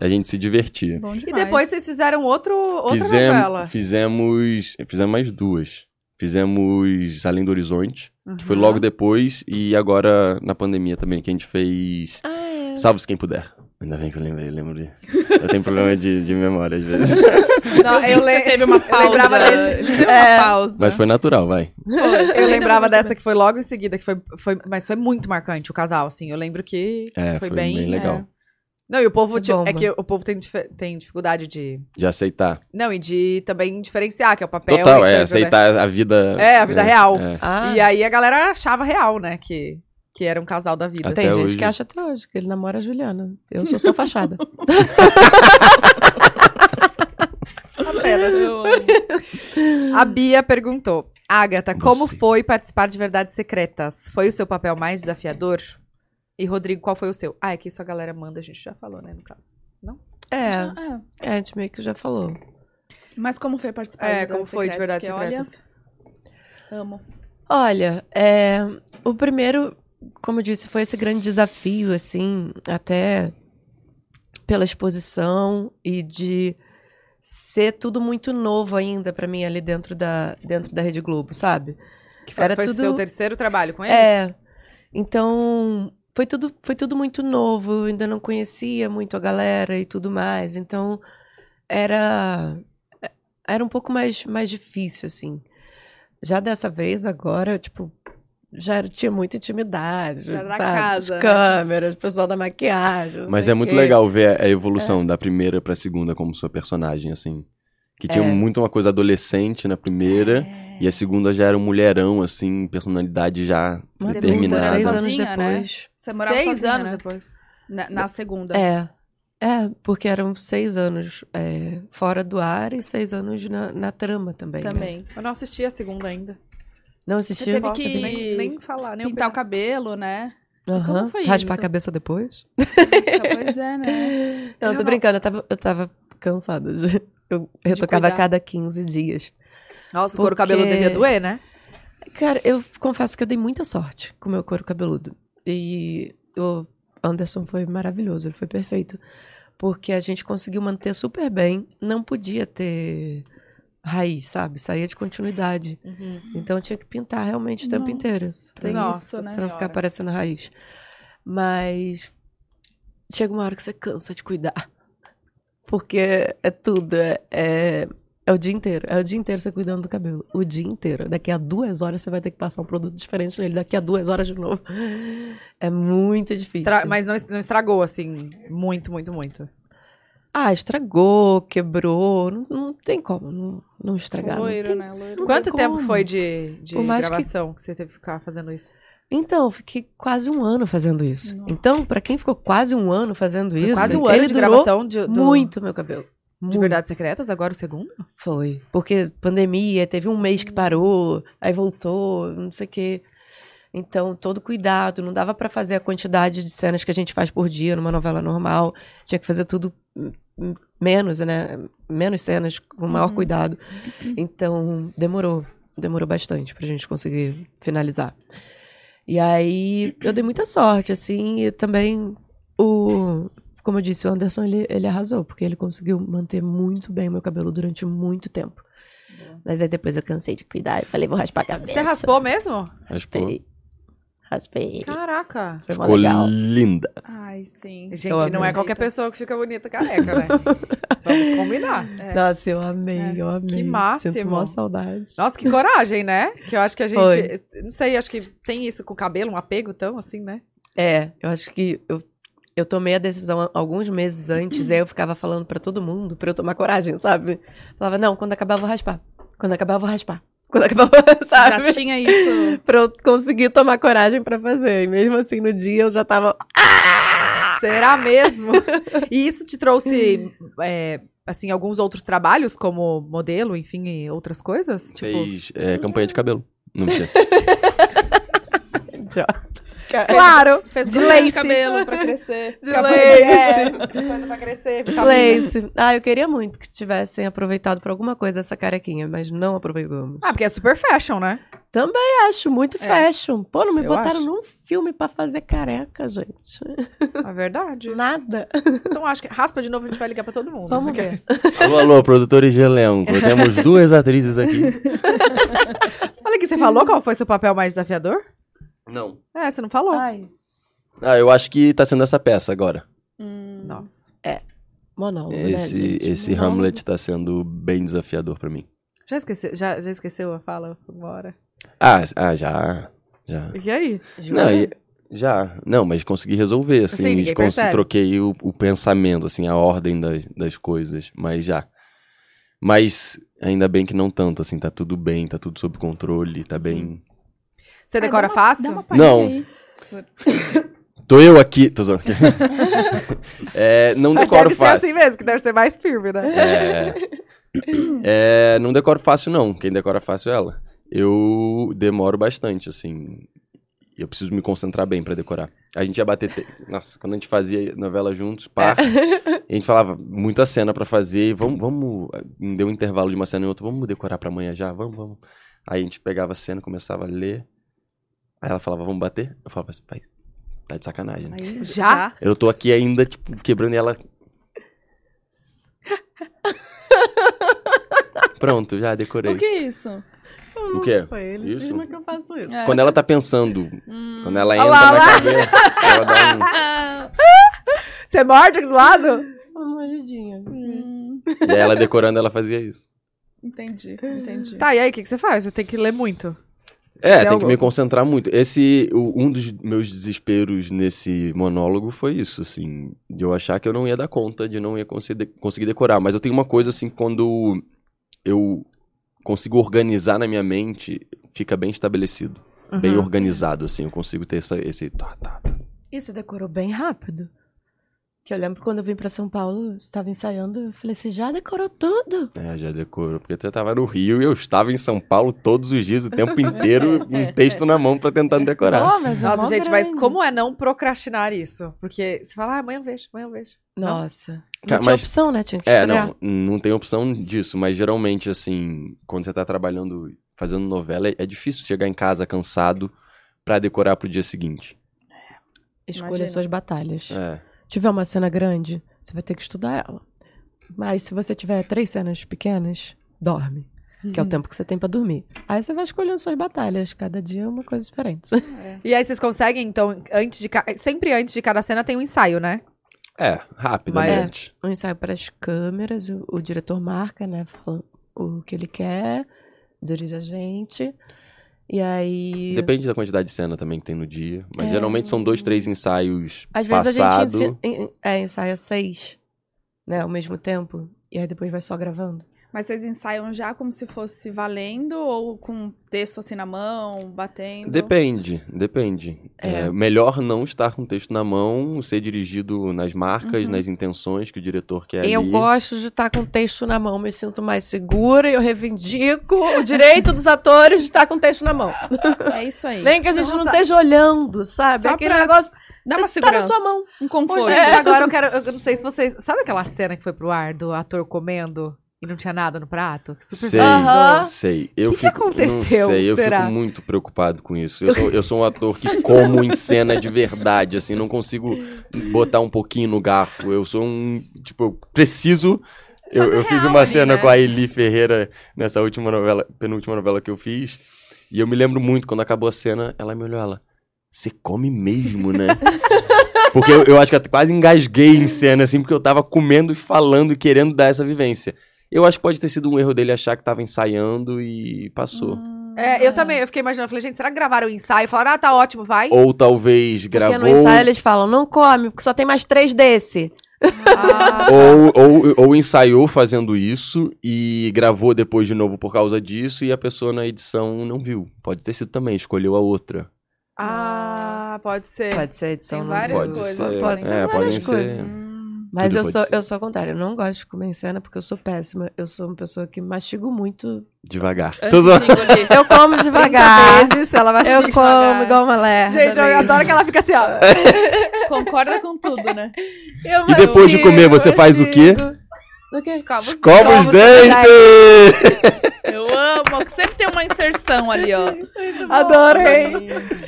[SPEAKER 3] A gente se divertia.
[SPEAKER 1] Bom
[SPEAKER 2] E
[SPEAKER 1] demais.
[SPEAKER 2] depois vocês fizeram outro, outra novela.
[SPEAKER 3] Fizemos, fizemos, fizemos mais duas. Fizemos Além do Horizonte, que foi logo depois, e agora na pandemia também, que a gente fez
[SPEAKER 4] Ah, é.
[SPEAKER 3] Salve-se Quem Puder. Ainda bem que eu lembrei, lembro de... Eu tenho problema de, de memória às vezes.
[SPEAKER 2] Não, eu, le-
[SPEAKER 1] teve uma pausa. né?
[SPEAKER 2] lembrava É. desse-
[SPEAKER 1] Ele teve uma pausa.
[SPEAKER 3] Mas foi natural, vai.
[SPEAKER 2] eu lembrava dessa que foi logo em seguida, que foi, foi. Mas foi muito marcante o casal, assim. Eu lembro que
[SPEAKER 3] É,
[SPEAKER 2] foi,
[SPEAKER 3] foi bem legal.
[SPEAKER 2] é. Não, e o povo.
[SPEAKER 4] Foi
[SPEAKER 2] tipo, é
[SPEAKER 4] bomba.
[SPEAKER 2] que o povo tem, dif- tem dificuldade de.
[SPEAKER 3] De aceitar.
[SPEAKER 2] Não, e de também diferenciar, que é o papel.
[SPEAKER 3] Total, é,
[SPEAKER 2] incrível, né?
[SPEAKER 3] aceitar a vida...
[SPEAKER 2] É, a vida real.
[SPEAKER 3] é.
[SPEAKER 4] Ah,
[SPEAKER 2] E aí a galera achava real, né? Que, que era um casal da vida.
[SPEAKER 3] Até
[SPEAKER 4] tem gente
[SPEAKER 3] hoje.
[SPEAKER 4] que acha até hoje que ele namora a Juliana. Eu sou só fachada.
[SPEAKER 1] Eu amo.
[SPEAKER 2] A Bia perguntou: Agatha,
[SPEAKER 3] Você.
[SPEAKER 2] como foi participar de Verdades Secretas? Foi o seu papel mais desafiador? E Rodrigo, qual foi o seu? Ah, é que isso a galera manda, a gente já falou, né, no caso.
[SPEAKER 4] é,
[SPEAKER 1] Ah, é.
[SPEAKER 4] é, a gente meio que já falou.
[SPEAKER 1] Mas como foi participar
[SPEAKER 2] É,
[SPEAKER 1] de Verdades
[SPEAKER 2] como foi de
[SPEAKER 1] Secretas?
[SPEAKER 2] Verdades
[SPEAKER 1] Porque, Olha, amo.
[SPEAKER 4] Olha, é, o primeiro, como eu disse, foi esse grande desafio, assim, até pela exposição e de ser tudo muito novo ainda pra mim ali dentro da, dentro da Rede Globo, sabe?
[SPEAKER 2] Que foi,
[SPEAKER 4] Era
[SPEAKER 2] foi
[SPEAKER 4] tudo-
[SPEAKER 2] o seu terceiro trabalho com eles?
[SPEAKER 4] É. Então, foi tudo, foi tudo muito novo, eu ainda não conhecia muito a galera e tudo mais. Então, era era um pouco mais mais difícil assim. Já dessa vez agora, tipo, já era- tinha muita intimidade,
[SPEAKER 1] Já era da
[SPEAKER 4] sabe?
[SPEAKER 1] casa, né?
[SPEAKER 4] As câmeras, o pessoal da maquiagem. não
[SPEAKER 3] Mas
[SPEAKER 4] sei
[SPEAKER 3] é
[SPEAKER 4] o
[SPEAKER 3] muito
[SPEAKER 4] quê.
[SPEAKER 3] legal ver a evolução da primeira pra segunda como sua personagem, assim. Que tinha
[SPEAKER 4] É.
[SPEAKER 3] muito uma coisa adolescente na primeira,
[SPEAKER 1] É.
[SPEAKER 3] e a segunda já era um mulherão, assim, personalidade já
[SPEAKER 4] Uma
[SPEAKER 1] adulta,
[SPEAKER 3] determinada.
[SPEAKER 4] Seis
[SPEAKER 1] Sozinha,
[SPEAKER 4] anos
[SPEAKER 1] né?
[SPEAKER 4] depois.
[SPEAKER 1] Você morava
[SPEAKER 2] Seis
[SPEAKER 1] sozinha,
[SPEAKER 2] anos
[SPEAKER 1] né?
[SPEAKER 2] depois.
[SPEAKER 1] Na, na segunda.
[SPEAKER 4] É. É, porque eram seis anos é, fora do ar e seis anos na, na trama também. né?
[SPEAKER 1] Também.
[SPEAKER 2] Eu não assisti a segunda ainda.
[SPEAKER 4] Não assisti.
[SPEAKER 1] Você teve
[SPEAKER 2] Nossa,
[SPEAKER 1] que-
[SPEAKER 2] nem, nem falar, nem
[SPEAKER 1] Pintar o cabelo, né? Como
[SPEAKER 4] Aham.
[SPEAKER 1] foi
[SPEAKER 4] Raspar a
[SPEAKER 1] isso?
[SPEAKER 4] cabeça depois?
[SPEAKER 1] Pois é, né?
[SPEAKER 4] Não,
[SPEAKER 2] Eu
[SPEAKER 4] tô
[SPEAKER 2] não.
[SPEAKER 4] brincando, eu tava, eu tava cansada. de- Eu retocava
[SPEAKER 1] cuidar.
[SPEAKER 4] a cada 15 dias.
[SPEAKER 2] Nossa, o
[SPEAKER 4] Porque-
[SPEAKER 2] couro cabelo devia doer, né?
[SPEAKER 4] Cara, eu confesso que eu dei muita sorte com o meu couro cabeludo. E o Anderson foi maravilhoso, ele foi perfeito. Porque a gente conseguiu manter super bem. Não podia ter raiz, sabe? Saía de continuidade. Então eu tinha que pintar realmente o tempo
[SPEAKER 1] Nossa.
[SPEAKER 4] inteiro. Tem
[SPEAKER 2] Nossa
[SPEAKER 4] isso, né? Pra não
[SPEAKER 2] Senhora.
[SPEAKER 4] ficar parecendo raiz. Mas chega uma hora que você cansa de cuidar. Porque é tudo, é, é, é o dia inteiro. É o dia inteiro você cuidando do cabelo. O dia inteiro. Daqui a duas horas você vai ter que passar um produto diferente nele. Daqui a duas horas de novo. É muito difícil.
[SPEAKER 2] Estra- Mas não, es- não estragou, assim, muito, muito, muito.
[SPEAKER 4] Ah, estragou, quebrou. Não, não tem como não, não estragar. não
[SPEAKER 1] Loiro,
[SPEAKER 4] tem
[SPEAKER 1] né? Loiro.
[SPEAKER 4] Não tem
[SPEAKER 2] Quanto tempo
[SPEAKER 4] como.
[SPEAKER 2] foi de, de
[SPEAKER 4] Por mais que-
[SPEAKER 2] gravação que... você teve que ficar fazendo isso?
[SPEAKER 4] Então, eu fiquei quase um ano fazendo isso.
[SPEAKER 1] Nossa.
[SPEAKER 4] Então, pra quem ficou quase um ano fazendo isso,
[SPEAKER 2] Quase um
[SPEAKER 4] ele
[SPEAKER 2] ano de
[SPEAKER 4] durou
[SPEAKER 2] gravação de, do...
[SPEAKER 4] muito meu cabelo.
[SPEAKER 2] De
[SPEAKER 4] Muito.
[SPEAKER 2] Verdades Secretas, agora o segundo?
[SPEAKER 4] Foi. Porque pandemia, teve um mês que parou, aí voltou, não sei o quê. Então, todo cuidado, não dava pra fazer a quantidade de cenas que a gente faz por dia numa novela normal. Tinha que fazer tudo hum, hum, menos, né? Menos cenas, com maior
[SPEAKER 1] Uhum.
[SPEAKER 4] cuidado. Então, demorou. Demorou bastante pra gente conseguir finalizar. E aí, eu dei muita sorte, assim, e também o como eu disse, o Anderson ele, ele arrasou, porque ele conseguiu manter muito bem o meu cabelo durante muito tempo. Mas aí depois eu cansei de cuidar e falei, vou raspar a cabeça.
[SPEAKER 2] É. Você raspou mesmo?
[SPEAKER 3] Raspou.
[SPEAKER 4] Raspei. Raspei.
[SPEAKER 2] Caraca.
[SPEAKER 4] Foi mó
[SPEAKER 3] Ficou
[SPEAKER 4] legal.
[SPEAKER 3] linda.
[SPEAKER 1] Ai, sim.
[SPEAKER 2] Gente,
[SPEAKER 4] Eu amei.
[SPEAKER 2] não é qualquer pessoa que fica bonita careca, né? Vamos combinar.
[SPEAKER 1] É.
[SPEAKER 4] Nossa, eu amei,
[SPEAKER 1] É.
[SPEAKER 4] eu amei.
[SPEAKER 2] Que máximo.
[SPEAKER 4] Sinto mó saudade.
[SPEAKER 2] Nossa, que coragem, né? Que eu acho que a gente.
[SPEAKER 4] Foi.
[SPEAKER 2] Não sei, acho que tem isso com o cabelo, um apego tão assim, né?
[SPEAKER 4] É, eu acho que eu, eu tomei a decisão a- alguns meses antes, e aí eu ficava falando pra todo mundo, pra eu tomar coragem, sabe? Falava, não, quando acabar eu vou raspar. Quando acabar eu vou raspar. Quando acabar eu vou, sabe?
[SPEAKER 1] Já tinha isso.
[SPEAKER 4] Pra eu conseguir tomar coragem pra fazer. E mesmo assim, no dia eu já tava
[SPEAKER 2] Será mesmo? e isso te trouxe, é, assim, alguns outros trabalhos como modelo, enfim, e outras coisas? Tipo,
[SPEAKER 3] Fez é, campanha de cabelo. Não sei.
[SPEAKER 4] idiota.
[SPEAKER 2] Claro.
[SPEAKER 1] Fez
[SPEAKER 2] de
[SPEAKER 1] grande
[SPEAKER 2] lace.
[SPEAKER 1] cabelo pra crescer.
[SPEAKER 4] De
[SPEAKER 2] Cabelo-
[SPEAKER 4] lace.
[SPEAKER 2] é, Coisa pra crescer. vitamina.
[SPEAKER 4] Place. Ah, eu queria muito que tivessem aproveitado pra alguma coisa essa carequinha, mas não aproveitamos. É.
[SPEAKER 2] Ah, porque é super fashion, né?
[SPEAKER 4] Eu acho muito fashion. Pô, não me
[SPEAKER 2] Eu
[SPEAKER 4] botaram
[SPEAKER 2] acho.
[SPEAKER 4] num filme pra fazer careca, gente.
[SPEAKER 2] É verdade.
[SPEAKER 4] Nada.
[SPEAKER 2] Então acho que raspa de novo, a gente vai ligar pra todo mundo.
[SPEAKER 4] Vamos ver.
[SPEAKER 3] Alô, alô, produtores de elenco. Temos duas atrizes aqui.
[SPEAKER 2] Olha aqui, você falou qual foi seu papel mais desafiador?
[SPEAKER 3] Não.
[SPEAKER 2] É, você não falou.
[SPEAKER 4] Ai.
[SPEAKER 3] Ah, eu acho que tá sendo essa peça agora.
[SPEAKER 1] hum.
[SPEAKER 2] Nossa.
[SPEAKER 4] Monólogo, né,
[SPEAKER 3] Esse,
[SPEAKER 4] gente?
[SPEAKER 3] esse
[SPEAKER 4] Monólogo.
[SPEAKER 3] Hamlet tá sendo bem desafiador pra mim.
[SPEAKER 2] Já esqueceu, já, já esqueceu a fala? Bora.
[SPEAKER 3] Ah, ah já. Já.
[SPEAKER 2] E aí?
[SPEAKER 3] Não, e- já. Não, mas consegui resolver, assim.
[SPEAKER 2] Sim, ninguém
[SPEAKER 3] cons-
[SPEAKER 2] percebe.
[SPEAKER 3] troquei o, o pensamento, assim, a ordem das, das coisas, mas já. Mas ainda bem que não tanto, assim, tá tudo bem, tá tudo sob controle, tá bem.
[SPEAKER 2] Você decora fácil?
[SPEAKER 3] Não. Tô eu aqui. Tô zoando. é, não decoro
[SPEAKER 2] deve ser
[SPEAKER 3] fácil.
[SPEAKER 2] assim mesmo, que deve ser mais firme, né?
[SPEAKER 3] É... É, não decoro fácil, não. Quem decora fácil é ela. Eu demoro bastante, assim. Eu preciso me concentrar bem pra decorar. A gente ia bater. te- Nossa, quando a gente fazia novela juntos, pá.
[SPEAKER 2] É.
[SPEAKER 3] A gente falava muita cena pra fazer. Vamos, vamos. Deu um intervalo de uma cena e outra. Vamos decorar pra amanhã já? Vamos, vamos. Aí a gente pegava a cena, começava a ler. Aí ela falava, vamos bater? Eu falava assim, pai, tá de sacanagem, né?
[SPEAKER 2] Já?
[SPEAKER 3] Eu tô aqui ainda, tipo, quebrando e ela. Pronto, já decorei.
[SPEAKER 1] O que é isso?
[SPEAKER 4] Eu
[SPEAKER 3] O quê?
[SPEAKER 4] Não sei, ele
[SPEAKER 3] Isso?
[SPEAKER 4] cisma que eu faço isso.
[SPEAKER 1] É.
[SPEAKER 3] Quando ela tá pensando,
[SPEAKER 1] Hum.
[SPEAKER 3] quando ela
[SPEAKER 2] Olha
[SPEAKER 3] entra
[SPEAKER 2] lá,
[SPEAKER 3] na
[SPEAKER 2] olha lá.
[SPEAKER 3] cabeça, ela dá um.
[SPEAKER 1] Ah.
[SPEAKER 2] Você morde aqui do lado?
[SPEAKER 4] Uma ajudinha.
[SPEAKER 1] Hum.
[SPEAKER 3] E aí ela decorando, ela fazia isso.
[SPEAKER 1] Entendi, entendi.
[SPEAKER 2] Tá, e aí, o que, que você faz? Você tem que ler muito.
[SPEAKER 3] É, tem
[SPEAKER 2] algo-
[SPEAKER 3] que me concentrar muito. Esse, o- um dos meus desesperos nesse monólogo foi isso, assim, de eu achar que eu não ia dar conta, de eu não ia conseguir, conseguir decorar. Mas eu tenho uma coisa, assim, quando eu consigo organizar na minha mente, fica bem estabelecido. bem
[SPEAKER 2] Uhum.
[SPEAKER 3] organizado, assim. Eu consigo ter essa, esse. Tá, tá, tá.
[SPEAKER 4] Isso decorou bem rápido. Que eu lembro quando eu vim pra São Paulo, eu estava ensaiando, eu falei, você já decorou tudo?
[SPEAKER 3] É, já decorou. Porque você tava no Rio e eu estava em São Paulo todos os dias, o tempo inteiro, um texto na mão pra tentar decorar.
[SPEAKER 4] Ó, mas é
[SPEAKER 2] Nossa,
[SPEAKER 4] mó
[SPEAKER 2] gente, mas
[SPEAKER 4] grande.
[SPEAKER 2] como é não procrastinar isso? Porque você fala, ah, amanhã eu vejo, amanhã eu vejo.
[SPEAKER 4] Nossa. Não
[SPEAKER 3] Cara,
[SPEAKER 4] tinha
[SPEAKER 3] Tá, mas-
[SPEAKER 4] opção, né? Tinha que
[SPEAKER 3] É,
[SPEAKER 4] estrear.
[SPEAKER 3] não, não tem opção disso, mas geralmente, assim, quando você tá trabalhando, fazendo novela, é difícil chegar em casa cansado pra decorar pro dia seguinte.
[SPEAKER 4] Escolha
[SPEAKER 1] Imagina.
[SPEAKER 4] suas batalhas.
[SPEAKER 3] É.
[SPEAKER 4] Tiver uma cena grande, você vai ter que estudar ela. Mas se você tiver três cenas pequenas, dorme. Que
[SPEAKER 2] Uhum.
[SPEAKER 4] é o tempo que você tem pra dormir. Aí você vai escolhendo suas batalhas. Cada dia é uma coisa diferente.
[SPEAKER 1] É.
[SPEAKER 2] E aí vocês conseguem, então, antes de ca... sempre antes de cada cena tem um ensaio, né?
[SPEAKER 3] É, rapidamente.
[SPEAKER 4] um ensaio para as câmeras, o, o diretor marca, né? Fala o que ele quer, dirige a gente. é, E aí.
[SPEAKER 3] Depende da quantidade de cena também que tem no dia. Mas
[SPEAKER 4] É.
[SPEAKER 3] geralmente são dois, três ensaios
[SPEAKER 4] Às
[SPEAKER 3] passado.
[SPEAKER 4] vezes a gente ensi- en- en- é, ensaia seis, né? Ao mesmo tempo. E aí depois vai só gravando.
[SPEAKER 1] Mas vocês ensaiam já como se fosse valendo ou com texto assim na mão, batendo?
[SPEAKER 3] Depende, depende.
[SPEAKER 4] É.
[SPEAKER 3] É, melhor não estar com o texto na mão, ser dirigido nas marcas,
[SPEAKER 1] Uhum.
[SPEAKER 3] nas intenções que o diretor quer
[SPEAKER 4] Eu
[SPEAKER 3] ali.
[SPEAKER 4] gosto de estar com o texto na mão, me sinto mais segura e eu reivindico o direito dos atores de estar com o texto na mão.
[SPEAKER 1] É isso aí.
[SPEAKER 4] Nem que a gente não
[SPEAKER 1] Nossa,
[SPEAKER 4] esteja olhando, sabe?
[SPEAKER 1] Só
[SPEAKER 4] Aquele
[SPEAKER 1] pra-
[SPEAKER 4] negócio.
[SPEAKER 1] Dá
[SPEAKER 4] você
[SPEAKER 1] uma
[SPEAKER 4] tá na
[SPEAKER 1] segurança.
[SPEAKER 4] sua mão.
[SPEAKER 1] Um conforto.
[SPEAKER 2] Pô, gente, agora eu quero. Eu não sei se vocês. Sabe aquela cena que foi pro ar do ator comendo e não tinha nada no prato? Que super
[SPEAKER 3] Sei,
[SPEAKER 2] viralizou.
[SPEAKER 3] sei. Eu
[SPEAKER 2] Que que
[SPEAKER 3] fico,
[SPEAKER 2] aconteceu,
[SPEAKER 3] Não sei, eu
[SPEAKER 2] será?
[SPEAKER 3] fico muito preocupado com isso. Eu sou, eu sou um ator que como em cena de verdade, assim, não consigo botar um pouquinho no garfo. Eu sou um, tipo, eu preciso... Eu,
[SPEAKER 1] Fazer
[SPEAKER 3] eu fiz
[SPEAKER 1] real
[SPEAKER 3] uma
[SPEAKER 1] ali,
[SPEAKER 3] cena
[SPEAKER 1] né?
[SPEAKER 3] com a Eli Ferreira nessa última novela, penúltima novela que eu fiz. E eu me lembro muito, quando acabou a cena, ela me olhou ela. Você come mesmo, né? porque eu, eu acho que eu quase engasguei em cena, assim, porque eu tava comendo e falando e querendo dar essa vivência. Eu acho que pode ter sido um erro dele achar que tava ensaiando e passou.
[SPEAKER 4] Hum.
[SPEAKER 1] Hum.
[SPEAKER 2] É, eu também, eu fiquei imaginando, eu falei, gente, será que gravaram o ensaio? Falaram, ah, tá ótimo, vai.
[SPEAKER 3] Ou talvez
[SPEAKER 4] Porque
[SPEAKER 3] gravou.
[SPEAKER 4] no ensaio eles falam, não come, porque só tem mais três desse.
[SPEAKER 2] Ah,
[SPEAKER 3] Ou, ou, ou ensaiou fazendo isso e gravou depois de novo por causa disso e a pessoa na edição não viu. Pode ter sido também, escolheu a outra.
[SPEAKER 2] ah,
[SPEAKER 1] Nossa.
[SPEAKER 2] pode ser.
[SPEAKER 4] Pode ser edição.
[SPEAKER 2] Tem
[SPEAKER 4] não-
[SPEAKER 2] várias
[SPEAKER 3] pode
[SPEAKER 2] coisas,
[SPEAKER 3] ser.
[SPEAKER 2] podem
[SPEAKER 3] é,
[SPEAKER 2] ser
[SPEAKER 3] podem
[SPEAKER 4] várias
[SPEAKER 3] ser.
[SPEAKER 4] coisas.
[SPEAKER 1] Hum.
[SPEAKER 4] Mas
[SPEAKER 3] Tudo
[SPEAKER 4] eu
[SPEAKER 3] pode
[SPEAKER 4] sou,
[SPEAKER 3] ser.
[SPEAKER 4] eu sou ao contrário, eu não gosto de comer em cena porque eu sou péssima. Eu sou uma pessoa que mastigo muito.
[SPEAKER 3] Devagar. Tô
[SPEAKER 1] Antes
[SPEAKER 3] zoando.
[SPEAKER 1] de engolir.
[SPEAKER 4] Eu como devagar.
[SPEAKER 2] vezes ela vai
[SPEAKER 4] Eu como
[SPEAKER 1] devagar.
[SPEAKER 4] igual uma
[SPEAKER 3] É
[SPEAKER 4] lerda.
[SPEAKER 2] Gente, eu
[SPEAKER 4] mesmo.
[SPEAKER 2] adoro que ela fica assim, ó.
[SPEAKER 1] Concorda com tudo, né?
[SPEAKER 4] Eu
[SPEAKER 3] E depois de
[SPEAKER 4] mastigo,
[SPEAKER 3] comer, você faz o quê?
[SPEAKER 4] mastigo. O quê?
[SPEAKER 1] Escova os
[SPEAKER 3] Escova os
[SPEAKER 4] Escova os
[SPEAKER 3] dentes!
[SPEAKER 1] Eu amo. Sempre tem uma inserção ali, ó.
[SPEAKER 2] Adorei.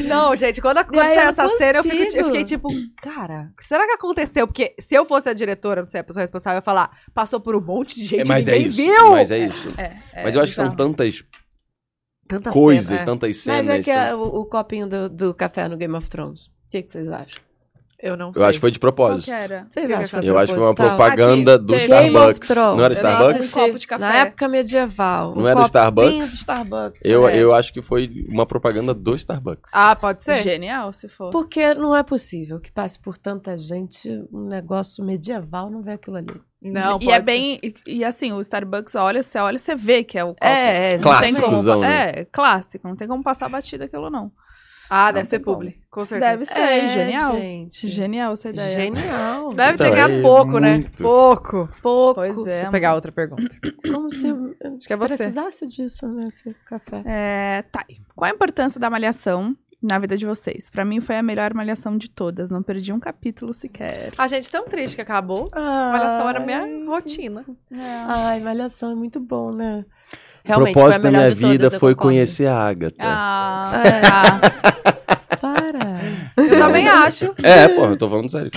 [SPEAKER 2] Não, gente, quando
[SPEAKER 4] E aí
[SPEAKER 2] aconteceu
[SPEAKER 4] eu
[SPEAKER 2] essa
[SPEAKER 4] não
[SPEAKER 2] cena, eu, fico-
[SPEAKER 4] consigo.
[SPEAKER 2] eu fiquei tipo, cara, o que será que aconteceu? Porque se eu fosse a diretora, não sei, a pessoa responsável, eu ia falar, passou por um monte de gente,
[SPEAKER 3] É, mas é
[SPEAKER 2] ninguém
[SPEAKER 3] isso.
[SPEAKER 2] viu.
[SPEAKER 3] Mas é isso. mas eu acho que são
[SPEAKER 1] tá.
[SPEAKER 2] bizarro.
[SPEAKER 3] tantas
[SPEAKER 2] Tanta
[SPEAKER 3] coisas,
[SPEAKER 2] cena, é.
[SPEAKER 3] tantas cenas.
[SPEAKER 4] Mas é que
[SPEAKER 3] tan-
[SPEAKER 4] é o, o copinho do, do café no Game of Thrones. O que, que vocês acham?
[SPEAKER 2] Eu não sei.
[SPEAKER 3] Eu acho que foi de
[SPEAKER 1] Qual
[SPEAKER 3] propósito.
[SPEAKER 1] que era?
[SPEAKER 4] Vocês
[SPEAKER 2] Eu
[SPEAKER 4] acham?
[SPEAKER 3] Eu acho que foi uma
[SPEAKER 4] proposital?
[SPEAKER 3] propaganda do
[SPEAKER 1] Game
[SPEAKER 4] tá of
[SPEAKER 3] Starbucks.
[SPEAKER 4] Thrones.
[SPEAKER 3] Não era
[SPEAKER 4] Eu
[SPEAKER 1] Eu gosto de
[SPEAKER 3] Starbucks?
[SPEAKER 1] um copo de café.
[SPEAKER 4] Na
[SPEAKER 2] é
[SPEAKER 4] época medieval.
[SPEAKER 3] Não
[SPEAKER 4] um
[SPEAKER 3] é do
[SPEAKER 4] copinho
[SPEAKER 3] Starbucks?
[SPEAKER 4] do Starbucks,
[SPEAKER 3] Eu,
[SPEAKER 4] é.
[SPEAKER 3] eu acho que foi uma propaganda do Starbucks.
[SPEAKER 2] Ah, pode ser?
[SPEAKER 1] Genial, se for.
[SPEAKER 4] Porque não é possível que passe por tanta gente um negócio medieval, não vê aquilo ali.
[SPEAKER 2] Não,
[SPEAKER 1] e
[SPEAKER 2] pode
[SPEAKER 1] é
[SPEAKER 2] ser.
[SPEAKER 1] bem. E, e assim, o Starbucks, olha, você olha, você vê que é o copo.
[SPEAKER 4] É, é,
[SPEAKER 1] Não
[SPEAKER 3] Clássico.
[SPEAKER 1] tem como,
[SPEAKER 3] Clássicozão, né?
[SPEAKER 1] É, clássico. Não tem como passar batida aquilo, não.
[SPEAKER 2] Ah,
[SPEAKER 1] Não
[SPEAKER 2] deve ser
[SPEAKER 1] tem como.
[SPEAKER 2] publi, com certeza.
[SPEAKER 1] Deve ser,
[SPEAKER 4] É,
[SPEAKER 1] genial.
[SPEAKER 4] gente.
[SPEAKER 1] Genial essa ideia.
[SPEAKER 4] Genial.
[SPEAKER 2] Deve ter
[SPEAKER 3] Então,
[SPEAKER 2] ganhado
[SPEAKER 3] é
[SPEAKER 2] pouco, né?
[SPEAKER 3] muito.
[SPEAKER 2] Pouco.
[SPEAKER 4] pouco.
[SPEAKER 1] Pois é.
[SPEAKER 2] Deixa eu pegar outra pergunta.
[SPEAKER 4] Como se eu
[SPEAKER 2] Acho que é você.
[SPEAKER 4] precisasse disso nesse café.
[SPEAKER 1] É, tá. Qual a importância da malhação na vida de vocês? Pra mim foi a melhor malhação de todas. Não perdi um capítulo sequer.
[SPEAKER 2] A gente tão triste que acabou.
[SPEAKER 4] Ah,
[SPEAKER 2] Malhação era minha rotina.
[SPEAKER 4] Ai, malhação é muito bom, né?
[SPEAKER 3] o
[SPEAKER 4] foi a
[SPEAKER 3] propósito da
[SPEAKER 4] melhor
[SPEAKER 3] minha
[SPEAKER 4] de todas,
[SPEAKER 3] vida
[SPEAKER 4] eu
[SPEAKER 3] foi
[SPEAKER 4] concordo.
[SPEAKER 3] conhecer a Agatha.
[SPEAKER 1] Ah, tá.
[SPEAKER 4] Para.
[SPEAKER 2] Eu também acho.
[SPEAKER 3] É, porra, eu tô falando sério.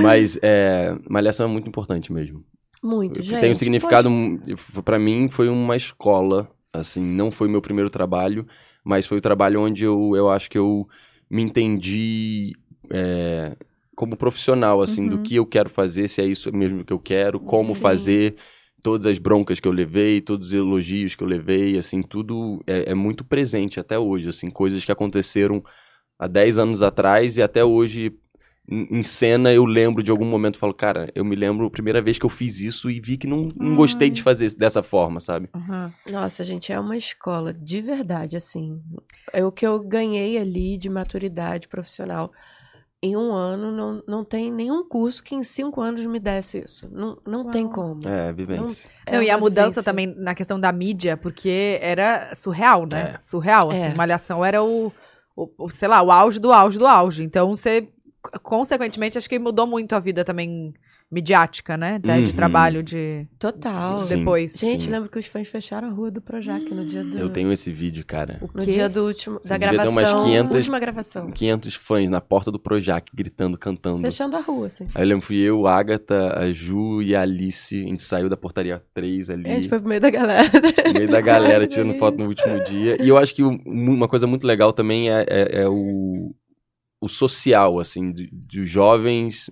[SPEAKER 3] Mas é, malhação é muito importante mesmo.
[SPEAKER 4] Muito, gente.
[SPEAKER 3] Tem um significado. mu- Pra mim, foi uma escola. Assim, não foi meu primeiro trabalho, mas foi o trabalho onde eu, eu acho que eu me entendi é, como profissional, assim, do
[SPEAKER 1] Uhum.
[SPEAKER 3] que eu quero fazer, se é isso mesmo que eu quero, como
[SPEAKER 4] Sim.
[SPEAKER 3] fazer, todas as broncas que eu levei, todos os elogios que eu levei, assim, tudo é, é muito presente até hoje, assim, coisas que aconteceram há 10 anos atrás e até hoje em em cena eu lembro de algum momento, eu falo, cara, eu me lembro a primeira vez que eu fiz isso e vi que não,
[SPEAKER 4] Ah.
[SPEAKER 3] não gostei de fazer dessa forma, sabe?
[SPEAKER 4] Nossa, gente, é uma escola de verdade, assim. É o que eu ganhei ali de maturidade profissional. Em um ano, não, não tem nenhum curso que em cinco anos me desse isso. Não, não tem
[SPEAKER 1] Uau.
[SPEAKER 4] como.
[SPEAKER 3] É, vivência.
[SPEAKER 4] É
[SPEAKER 2] Não, e a
[SPEAKER 4] uma
[SPEAKER 2] mudança
[SPEAKER 4] vivência.
[SPEAKER 2] também na questão da mídia, porque era surreal, né? Surreal. Assim,
[SPEAKER 4] É.
[SPEAKER 2] Malhação era o, o- o, sei lá, o auge do auge do auge. Então você, c- consequentemente, acho que mudou muito a vida também midiática, né? Da- De
[SPEAKER 3] Uhum.
[SPEAKER 2] trabalho, de
[SPEAKER 4] Total.
[SPEAKER 3] Sim.
[SPEAKER 2] depois.
[SPEAKER 4] Gente,
[SPEAKER 3] Sim.
[SPEAKER 4] lembro que os fãs fecharam a rua do Projac no dia do.
[SPEAKER 3] Eu tenho esse vídeo, cara.
[SPEAKER 2] O
[SPEAKER 4] No
[SPEAKER 2] quê?
[SPEAKER 4] dia do último.
[SPEAKER 3] Sim,
[SPEAKER 4] da
[SPEAKER 3] devia ter
[SPEAKER 4] gravação.
[SPEAKER 3] umas 500
[SPEAKER 4] Última gravação.
[SPEAKER 3] 500 fãs na porta do Projac, gritando, cantando.
[SPEAKER 4] Fechando a rua, assim.
[SPEAKER 3] Aí eu lembro, fui eu, a Agatha, a Ju e a Alice. A gente saiu da portaria 3 ali.
[SPEAKER 4] A gente foi pro meio da galera.
[SPEAKER 3] No meio da galera tirando foto no último dia. E eu acho que um- uma coisa muito legal também é, é- é o, o social, assim, de- dos jovens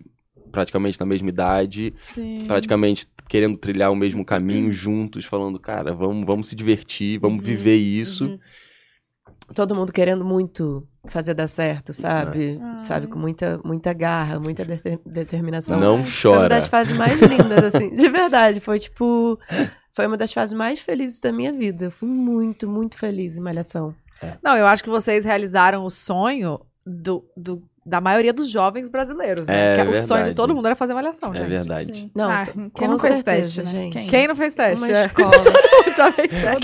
[SPEAKER 3] praticamente na mesma idade,
[SPEAKER 1] Sim.
[SPEAKER 3] praticamente querendo trilhar o mesmo caminho juntos, falando, cara, vamos, vamos se divertir, vamos
[SPEAKER 2] Uhum,
[SPEAKER 3] viver isso.
[SPEAKER 2] uhum.
[SPEAKER 4] Todo mundo querendo muito fazer dar certo, sabe?
[SPEAKER 1] Ai.
[SPEAKER 4] Sabe? Com muita, muita garra, muita deter- determinação.
[SPEAKER 3] Não
[SPEAKER 4] Foi uma
[SPEAKER 3] chora.
[SPEAKER 4] das fases mais lindas, assim. De verdade. Foi tipo. Foi uma das fases mais felizes da minha vida. Eu fui muito, muito feliz em Malhação.
[SPEAKER 2] Não, eu acho que vocês realizaram o sonho do, do- da maioria dos jovens brasileiros, né?
[SPEAKER 3] É
[SPEAKER 2] Que o
[SPEAKER 3] verdade.
[SPEAKER 2] sonho de todo mundo era fazer malhação,
[SPEAKER 3] É
[SPEAKER 2] gente.
[SPEAKER 3] verdade.
[SPEAKER 4] Não,
[SPEAKER 1] Ah,
[SPEAKER 4] com
[SPEAKER 1] quem não fez
[SPEAKER 4] certeza,
[SPEAKER 1] teste, né?
[SPEAKER 4] gente.
[SPEAKER 1] Quem?
[SPEAKER 2] Quem não fez teste?
[SPEAKER 4] Uma
[SPEAKER 2] É.
[SPEAKER 4] escola.
[SPEAKER 2] Já fez teste.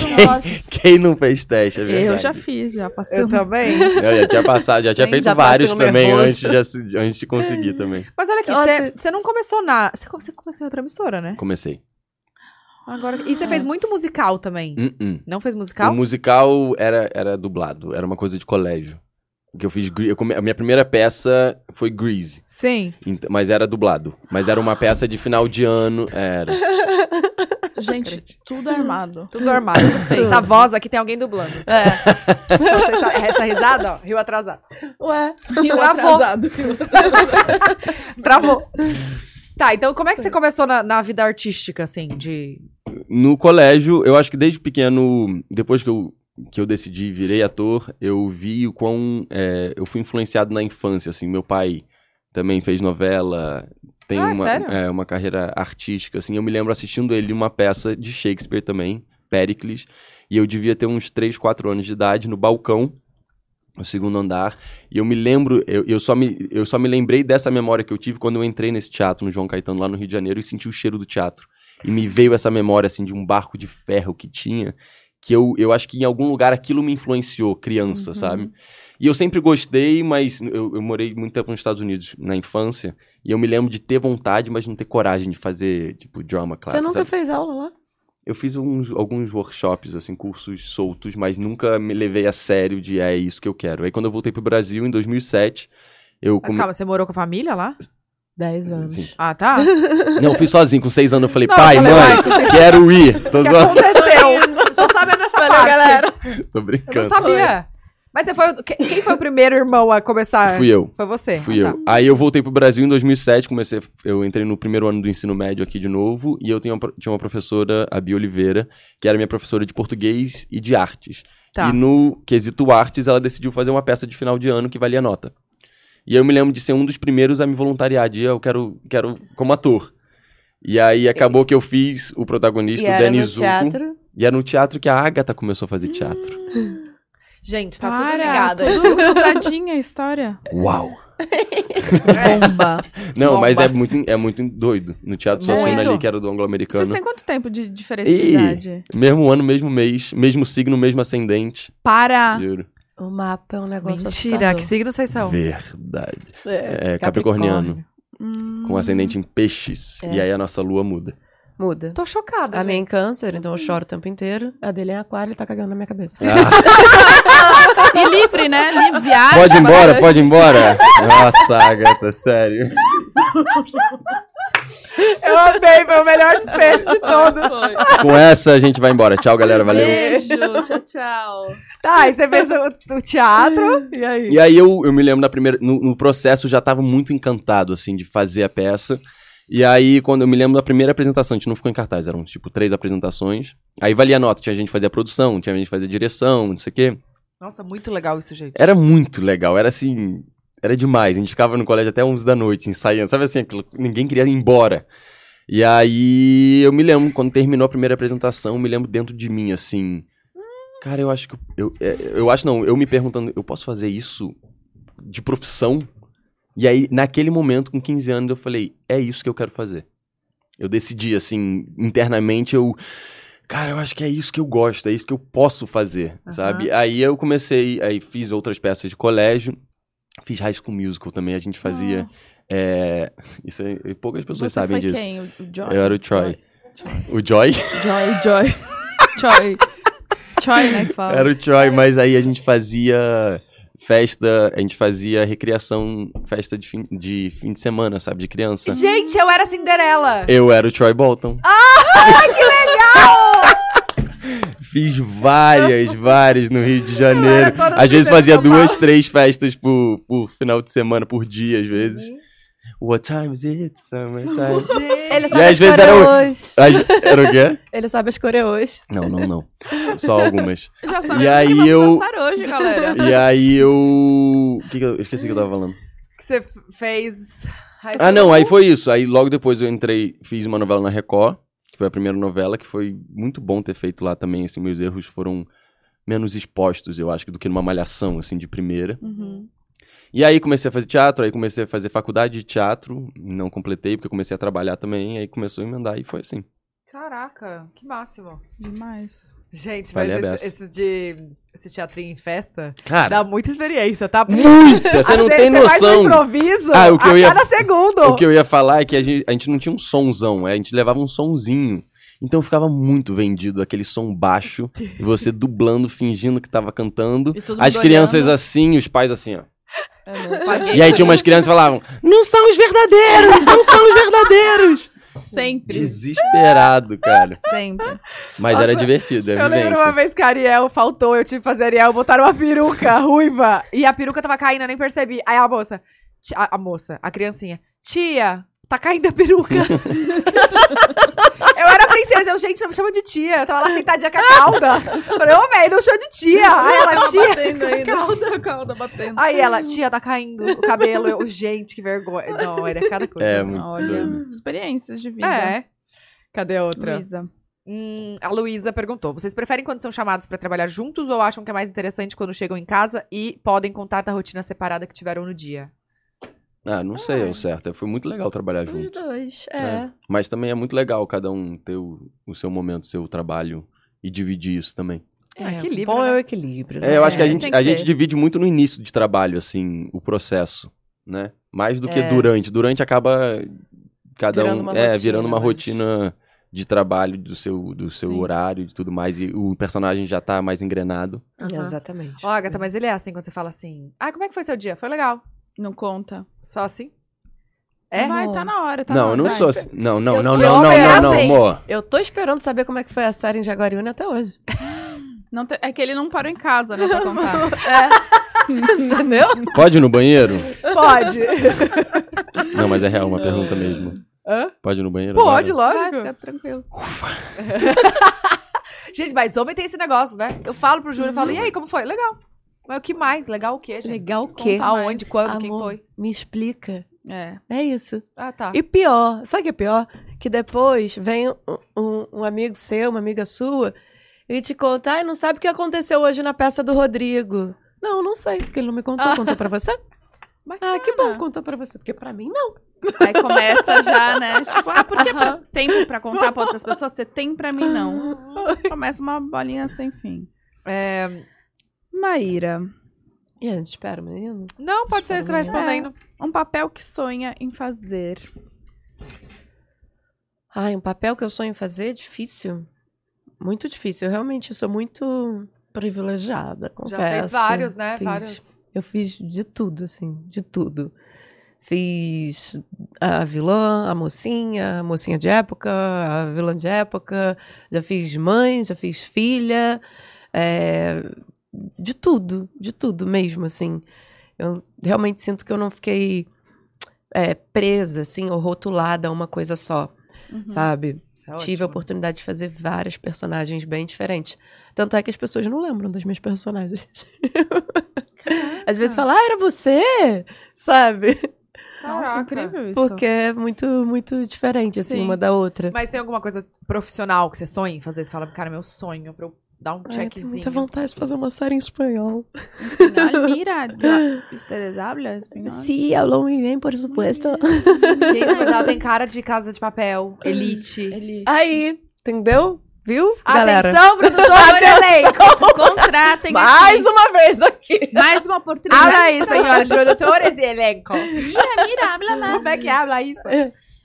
[SPEAKER 3] Quem- Quem não fez teste, é verdade.
[SPEAKER 1] Eu já fiz, já passei. um-
[SPEAKER 2] Eu também.
[SPEAKER 3] Eu já tinha passado, já tinha
[SPEAKER 4] Sim,
[SPEAKER 3] feito
[SPEAKER 4] já
[SPEAKER 3] vários
[SPEAKER 4] passei no
[SPEAKER 3] também
[SPEAKER 4] nervoso.
[SPEAKER 3] antes de, assi- antes de conseguir também.
[SPEAKER 2] Mas olha aqui,
[SPEAKER 4] Nossa.
[SPEAKER 2] você você não começou na. Você você começou em outra emissora, né?
[SPEAKER 3] Comecei.
[SPEAKER 2] Agora, e você fez
[SPEAKER 1] Ah.
[SPEAKER 2] muito musical também.
[SPEAKER 3] Hum, hum.
[SPEAKER 2] Não fez
[SPEAKER 3] O
[SPEAKER 2] musical?
[SPEAKER 3] musical era, era dublado, era uma coisa de colégio. O Que eu fiz, Gre- eu come- a minha primeira peça foi Grease,
[SPEAKER 2] Sim.
[SPEAKER 3] ent- mas era dublado. Mas era uma peça de final de ano, era.
[SPEAKER 1] Ah, Gente, tudo armado.
[SPEAKER 2] Tudo armado. Essa voz aqui tem alguém dublando.
[SPEAKER 4] É.
[SPEAKER 2] Só vocês sabem, Essa risada, ó, rio atrasado.
[SPEAKER 4] Ué.
[SPEAKER 1] Rio
[SPEAKER 2] Travou.
[SPEAKER 1] atrasado.
[SPEAKER 2] Travou. Tá, então como é que você começou na, na vida artística, assim, de...
[SPEAKER 3] No colégio, eu acho que desde pequeno, depois que eu, que eu decidi e virei ator, eu vi o quão é, eu fui influenciado na infância, assim. Meu pai também fez novela, tem
[SPEAKER 2] Ah,
[SPEAKER 3] uma,
[SPEAKER 2] sério?
[SPEAKER 3] é, uma carreira artística, assim. Eu me lembro assistindo ele uma peça de Shakespeare também, Pericles, e eu devia ter uns 3, 4 anos de idade no balcão. no segundo andar. E eu me lembro, eu, eu, só me, eu só me lembrei dessa memória que eu tive quando eu entrei nesse teatro, no João Caetano, lá no Rio de Janeiro, e senti o cheiro do teatro. E me veio essa memória, assim, de um barco de ferro que tinha, que eu, eu acho que em algum lugar aquilo me influenciou, criança,
[SPEAKER 4] Uhum.
[SPEAKER 3] sabe? E eu sempre gostei, mas eu, eu morei muito tempo nos Estados Unidos, na infância, e eu me lembro de ter vontade, mas não ter coragem de fazer, tipo, drama, claro.
[SPEAKER 4] Você nunca
[SPEAKER 3] sabe?
[SPEAKER 4] fez aula lá?
[SPEAKER 3] Eu fiz uns- alguns workshops, assim, cursos soltos, mas nunca me levei a sério de é isso que eu quero. Aí quando eu voltei pro Brasil, em 2007, eu...
[SPEAKER 2] Mas
[SPEAKER 3] come-
[SPEAKER 2] calma, você morou com a família lá?
[SPEAKER 4] Dez anos.
[SPEAKER 3] Sim.
[SPEAKER 2] Ah, tá.
[SPEAKER 3] Não, eu fui sozinho, com seis anos eu falei,
[SPEAKER 2] Não,
[SPEAKER 3] pai,
[SPEAKER 2] eu falei,
[SPEAKER 3] mãe, quero ir. Tô,
[SPEAKER 2] O que
[SPEAKER 3] zoando.
[SPEAKER 2] aconteceu? Tô sabendo essa
[SPEAKER 1] Valeu,
[SPEAKER 2] parte.
[SPEAKER 1] galera.
[SPEAKER 3] Tô
[SPEAKER 2] Eu não
[SPEAKER 3] brincando.
[SPEAKER 2] sabia. Mas você foi. o- que- Quem foi o primeiro irmão a começar?
[SPEAKER 3] Fui eu.
[SPEAKER 2] Foi você.
[SPEAKER 3] Fui
[SPEAKER 2] Ah, tá.
[SPEAKER 3] eu. Aí eu voltei pro Brasil em 2007, comecei, eu entrei no primeiro ano do ensino médio aqui de novo, e eu tinha uma, pro- tinha uma professora, a Bia Oliveira, que era minha professora de português e de artes.
[SPEAKER 2] Tá.
[SPEAKER 3] E no quesito artes, ela decidiu fazer uma peça de final de ano que valia nota. E eu me lembro de ser um dos primeiros a me voluntariar, de eu quero, quero como ator. E aí acabou que eu fiz o protagonista,
[SPEAKER 4] E
[SPEAKER 3] o
[SPEAKER 4] era
[SPEAKER 3] Danny
[SPEAKER 4] no
[SPEAKER 3] Zuko.
[SPEAKER 4] teatro.
[SPEAKER 3] E era no teatro que a Agatha começou a fazer teatro.
[SPEAKER 5] Gente, tá tudo
[SPEAKER 6] Para,
[SPEAKER 5] ligado.
[SPEAKER 6] tudo cruzadinha a história.
[SPEAKER 3] Hum. Uau!
[SPEAKER 2] Bomba.
[SPEAKER 3] Não,
[SPEAKER 2] Bomba.
[SPEAKER 3] mas é muito, é muito doido. No Teatro
[SPEAKER 1] Muito.
[SPEAKER 3] Sassuna ali, que era do anglo-americano.
[SPEAKER 1] Vocês têm quanto tempo de diferença de
[SPEAKER 3] Ih.
[SPEAKER 1] idade?
[SPEAKER 3] Mesmo ano, mesmo mês, mesmo signo, mesmo ascendente.
[SPEAKER 4] Ah,
[SPEAKER 1] Para!
[SPEAKER 3] Juro.
[SPEAKER 4] O mapa é um negócio
[SPEAKER 2] Mentira,
[SPEAKER 4] assustador.
[SPEAKER 2] que signo vocês são?
[SPEAKER 3] Verdade. É,
[SPEAKER 4] então. É,
[SPEAKER 3] capricorniano.
[SPEAKER 1] Hum.
[SPEAKER 3] Com ascendente em peixes.
[SPEAKER 4] É.
[SPEAKER 3] E aí a nossa lua muda.
[SPEAKER 4] Muda.
[SPEAKER 2] Tô chocada.
[SPEAKER 4] A
[SPEAKER 2] gente.
[SPEAKER 4] minha é câncer, então eu choro o tempo inteiro. A dele é aquário, ele tá cagando na minha cabeça.
[SPEAKER 3] Ah,
[SPEAKER 1] E livre, né? Livre viagem.
[SPEAKER 3] pode ir embora, pode ir embora. Nossa, Agatha, sério.
[SPEAKER 2] Eu amei, foi o melhor despejo de todos.
[SPEAKER 3] Com essa a gente vai embora. Tchau, galera. Valeu.
[SPEAKER 1] Beijo, tchau, tchau.
[SPEAKER 2] Tá, e você fez o, o teatro. E aí?
[SPEAKER 3] E aí eu, eu me lembro da primeira. No, no processo eu já tava muito encantado, assim, de fazer a peça. E aí, quando eu me lembro da primeira apresentação, a gente não ficou em cartaz, eram tipo três apresentações. Aí valia a nota, tinha gente que fazia produção, tinha gente que fazia direção, não sei o quê.
[SPEAKER 2] Nossa, muito legal isso, gente.
[SPEAKER 3] Era muito legal, era assim. Era demais. A gente ficava no colégio até 11 da noite, ensaiando. Sabe assim, aquilo- ninguém queria ir embora. E aí eu me lembro, quando terminou a primeira apresentação, eu me lembro dentro de mim, assim. Cara, eu acho que. Eu, é, eu acho não, eu me perguntando, eu posso fazer isso de profissão? E aí, naquele momento, com 15 anos, eu falei, é isso que eu quero fazer. Eu decidi, assim, internamente, eu. Cara, eu acho que é isso que eu gosto, é isso que eu posso fazer,
[SPEAKER 2] Aham.
[SPEAKER 3] sabe? Aí eu comecei, aí fiz outras peças de colégio, fiz High School Musical também, a gente fazia. é, isso aí, poucas pessoas
[SPEAKER 1] Ah. Você
[SPEAKER 3] sabem
[SPEAKER 1] foi
[SPEAKER 3] disso.
[SPEAKER 1] quem? O o Joy?
[SPEAKER 3] Eu era o Troy. O Joy?
[SPEAKER 1] Joy, Joy. Joy. Joy, né, que fala.
[SPEAKER 3] Era o Troy, mas aí a gente fazia festa, a gente fazia recriação, festa de fim de, fim de semana, sabe? De criança.
[SPEAKER 2] Gente, eu era Cinderela.
[SPEAKER 3] Eu era o Troy Bolton. Ah, que legal! Fiz várias, várias no Rio de Janeiro.
[SPEAKER 2] toda
[SPEAKER 3] Às vezes
[SPEAKER 2] primeira
[SPEAKER 3] fazia
[SPEAKER 2] São Paulo.
[SPEAKER 3] duas, três festas por, por final de semana, por dia, às vezes. What time is it? Summertime.
[SPEAKER 4] Ele
[SPEAKER 3] E às vezes era o...
[SPEAKER 4] coreos.
[SPEAKER 3] as- Era o quê?
[SPEAKER 4] Ele sabe as coreos.
[SPEAKER 3] Não, não, não. Só algumas.
[SPEAKER 1] Já
[SPEAKER 3] E
[SPEAKER 1] sabemos
[SPEAKER 3] aí
[SPEAKER 1] é que vamos
[SPEAKER 3] eu-
[SPEAKER 1] dançar hoje, galera.
[SPEAKER 3] E aí eu. O que que eu... eu esqueci o que eu tava falando.
[SPEAKER 2] Que você f- fez. High
[SPEAKER 3] Ah,
[SPEAKER 2] School-
[SPEAKER 3] não, aí foi isso. Aí logo depois eu entrei, fiz uma novela na Record, que foi a primeira novela, que foi muito bom ter feito lá também. Assim, meus erros foram menos expostos, eu acho, do que numa malhação, assim, de primeira.
[SPEAKER 1] Uhum.
[SPEAKER 3] E aí comecei a fazer teatro, aí comecei a fazer faculdade de teatro, não completei, porque eu comecei a trabalhar também, aí começou a emendar e foi assim.
[SPEAKER 2] Caraca, que máximo.
[SPEAKER 1] Demais.
[SPEAKER 2] Gente, mas
[SPEAKER 3] Valeu a
[SPEAKER 2] esse,
[SPEAKER 3] beça.
[SPEAKER 2] esse de. Esse teatrinho em festa
[SPEAKER 3] Cara,
[SPEAKER 2] dá muita experiência, tá? Porque
[SPEAKER 3] muita! Você não
[SPEAKER 2] cê-
[SPEAKER 3] tem
[SPEAKER 2] cê faz um
[SPEAKER 3] noção.
[SPEAKER 2] improviso
[SPEAKER 3] Ah, o que
[SPEAKER 2] a
[SPEAKER 3] eu ia-
[SPEAKER 2] cada segundo.
[SPEAKER 3] O que eu ia falar é que a gente, a gente não tinha um sonzão, é, a gente levava um sonzinho. Então eu ficava muito vendido, aquele som baixo, e você dublando, fingindo que tava cantando.
[SPEAKER 1] E todo
[SPEAKER 3] As
[SPEAKER 1] mundo
[SPEAKER 3] crianças
[SPEAKER 1] olhando.
[SPEAKER 3] assim, os pais assim, ó.
[SPEAKER 1] Eu não paguei
[SPEAKER 3] E aí
[SPEAKER 1] por
[SPEAKER 3] tinha umas
[SPEAKER 1] isso.
[SPEAKER 3] crianças que falavam: Não são os verdadeiros! Não são os verdadeiros!
[SPEAKER 1] Sempre.
[SPEAKER 3] Desesperado, cara.
[SPEAKER 1] Sempre.
[SPEAKER 3] Mas era divertido, é
[SPEAKER 2] Eu lembro uma
[SPEAKER 3] vivência.
[SPEAKER 2] vez que a Ariel faltou, eu tive que fazer Ariel, botaram uma peruca ruiva. E a peruca tava caindo, eu nem percebi. Aí a moça, ti- a, a moça, a criancinha, tia, tá caindo a peruca. eu era princesa, eu, gente, não me chama de tia. Eu tava lá sentadinha com a cauda. Falei, ô, velho, não chama de tia. Aí ela, tia.
[SPEAKER 1] batendo ainda. Calda, calda batendo.
[SPEAKER 2] Aí ela, tia, tá caindo o cabelo. Eu, gente, que vergonha. Não, era cada coisa.
[SPEAKER 3] É, muito
[SPEAKER 1] Ah, Olha,
[SPEAKER 3] doido.
[SPEAKER 1] experiências de Hum. vida.
[SPEAKER 2] É. Cadê a outra?
[SPEAKER 1] Luísa.
[SPEAKER 2] Hum, a Luísa perguntou: vocês preferem quando são chamados pra trabalhar juntos ou acham que é mais interessante quando chegam em casa e podem contar da rotina separada que tiveram no dia?
[SPEAKER 3] Ah, não sei, é o certo. Foi muito legal trabalhar
[SPEAKER 5] Os
[SPEAKER 3] junto.
[SPEAKER 5] dois.
[SPEAKER 3] É.
[SPEAKER 5] É.
[SPEAKER 3] Mas também é muito legal cada um ter o, o seu momento, seu trabalho e dividir isso também.
[SPEAKER 2] Ah,
[SPEAKER 4] É,
[SPEAKER 2] que livre,
[SPEAKER 4] Bom
[SPEAKER 2] né?
[SPEAKER 4] é o equilíbrio. né?
[SPEAKER 3] É, eu acho que a
[SPEAKER 5] É,
[SPEAKER 3] gente,
[SPEAKER 5] tem que
[SPEAKER 3] a gente
[SPEAKER 5] ser.
[SPEAKER 3] divide muito no início de trabalho, assim, o processo, né? Mais do que durante. Durante acaba cada
[SPEAKER 4] Virando
[SPEAKER 3] um
[SPEAKER 4] uma
[SPEAKER 3] é
[SPEAKER 4] rotina,
[SPEAKER 3] virando uma
[SPEAKER 4] mas-
[SPEAKER 3] rotina de trabalho do seu do seu
[SPEAKER 4] Sim.
[SPEAKER 3] horário e tudo mais e o personagem já tá mais engrenado.
[SPEAKER 2] Aham.
[SPEAKER 4] Exatamente.
[SPEAKER 2] Ó, Agatha, mas ele é assim quando você fala assim: ah, como é que foi seu dia? Foi legal.
[SPEAKER 1] Não conta.
[SPEAKER 2] Só assim? É?
[SPEAKER 6] Vai, tá na hora, tá na
[SPEAKER 3] não, eu
[SPEAKER 6] hora.
[SPEAKER 3] não
[SPEAKER 6] vai.
[SPEAKER 3] sou assim. Não, não,
[SPEAKER 4] Eu
[SPEAKER 3] não,
[SPEAKER 4] tô
[SPEAKER 3] não, não, não, não,
[SPEAKER 4] assim.
[SPEAKER 3] amor.
[SPEAKER 4] Eu tô esperando saber como é que foi a Sara em Jaguariúna até hoje.
[SPEAKER 1] Não te- É que ele não parou em casa, né, pra contar.
[SPEAKER 4] Entendeu?
[SPEAKER 3] Pode ir no banheiro?
[SPEAKER 2] Pode.
[SPEAKER 3] Não, mas é real uma pergunta mesmo.
[SPEAKER 2] Hã?
[SPEAKER 3] Pode ir no banheiro?
[SPEAKER 2] Pode,
[SPEAKER 3] agora?
[SPEAKER 2] lógico.
[SPEAKER 4] Vai, fica tranquilo.
[SPEAKER 2] Gente, mas homem tem esse negócio, né? Eu falo pro Júlio, eu falo, e aí, como foi? Legal. Mas o que mais? Legal o quê, gente?
[SPEAKER 4] Uhum. Legal o quê?
[SPEAKER 2] Contar onde, quando, quem
[SPEAKER 4] Amor,
[SPEAKER 2] foi.
[SPEAKER 4] Me explica.
[SPEAKER 1] É.
[SPEAKER 4] É isso.
[SPEAKER 2] Ah, tá.
[SPEAKER 4] E pior, sabe o que é pior? Que depois vem um, um- um amigo seu, uma amiga sua, e te contar e não sabe o que aconteceu hoje na peça do Rodrigo. Não, não sei, porque ele não me contou. Contou pra você? Ah, que bom, contou pra você. Porque pra mim, não.
[SPEAKER 1] Aí começa já, né? Tipo, ah, porque pra... tem pra contar pra outras pessoas, você tem pra mim não. Começa uma bolinha sem fim.
[SPEAKER 2] É,
[SPEAKER 1] Maíra,
[SPEAKER 4] E a gente espera, menino.
[SPEAKER 2] Não, pode
[SPEAKER 4] é
[SPEAKER 2] ser, você vai respondendo.
[SPEAKER 1] um papel que sonha em fazer.
[SPEAKER 4] Ai, um papel que eu sonho fazer é difícil. Muito difícil. Eu realmente sou muito privilegiada, confesso.
[SPEAKER 2] Já fez vários, né?
[SPEAKER 4] Fiz.
[SPEAKER 2] Vários.
[SPEAKER 4] Eu fiz de tudo, assim, de tudo. Fiz a vilã, a mocinha, a mocinha de época, a vilã de época. Já fiz mãe, já fiz filha. é, de tudo, de tudo mesmo, assim. Eu realmente sinto que eu não fiquei é, presa, assim, ou rotulada a uma coisa só,
[SPEAKER 1] Uhum.
[SPEAKER 4] sabe?
[SPEAKER 2] Isso é
[SPEAKER 4] Tive
[SPEAKER 2] ótimo.
[SPEAKER 4] a oportunidade de fazer várias personagens bem diferentes. Tanto é que as pessoas não lembram das minhas personagens. Às vezes fala, ah, era você, sabe?
[SPEAKER 1] Nossa,
[SPEAKER 2] Caraca.
[SPEAKER 1] incrível isso.
[SPEAKER 4] Porque é muito, muito diferente, assim,
[SPEAKER 1] Sim.
[SPEAKER 4] uma da outra.
[SPEAKER 2] Mas tem alguma coisa profissional que você sonha em fazer? Você fala, cara, meu sonho, pra eu dar um
[SPEAKER 4] Ai, eu tenho
[SPEAKER 2] checkzinho.
[SPEAKER 4] muita vontade de fazer uma série em espanhol.
[SPEAKER 1] Espanhol, mira, la- ustedes hablan espanhol?
[SPEAKER 4] Sim, hablo muy bien, por supuesto.
[SPEAKER 2] Gente, mas ela tem cara de casa de papel, elite.
[SPEAKER 5] Ele...
[SPEAKER 4] Aí, entendeu? Viu, galera?
[SPEAKER 2] Atenção, produtor de elenco!
[SPEAKER 1] Contratem
[SPEAKER 4] Mais
[SPEAKER 1] aqui.
[SPEAKER 4] uma vez aqui.
[SPEAKER 1] Mais uma oportunidade.
[SPEAKER 2] Habla aí, senhora, produtores e elenco.
[SPEAKER 5] Mira, mira, habla más.
[SPEAKER 2] Como é que habla isso?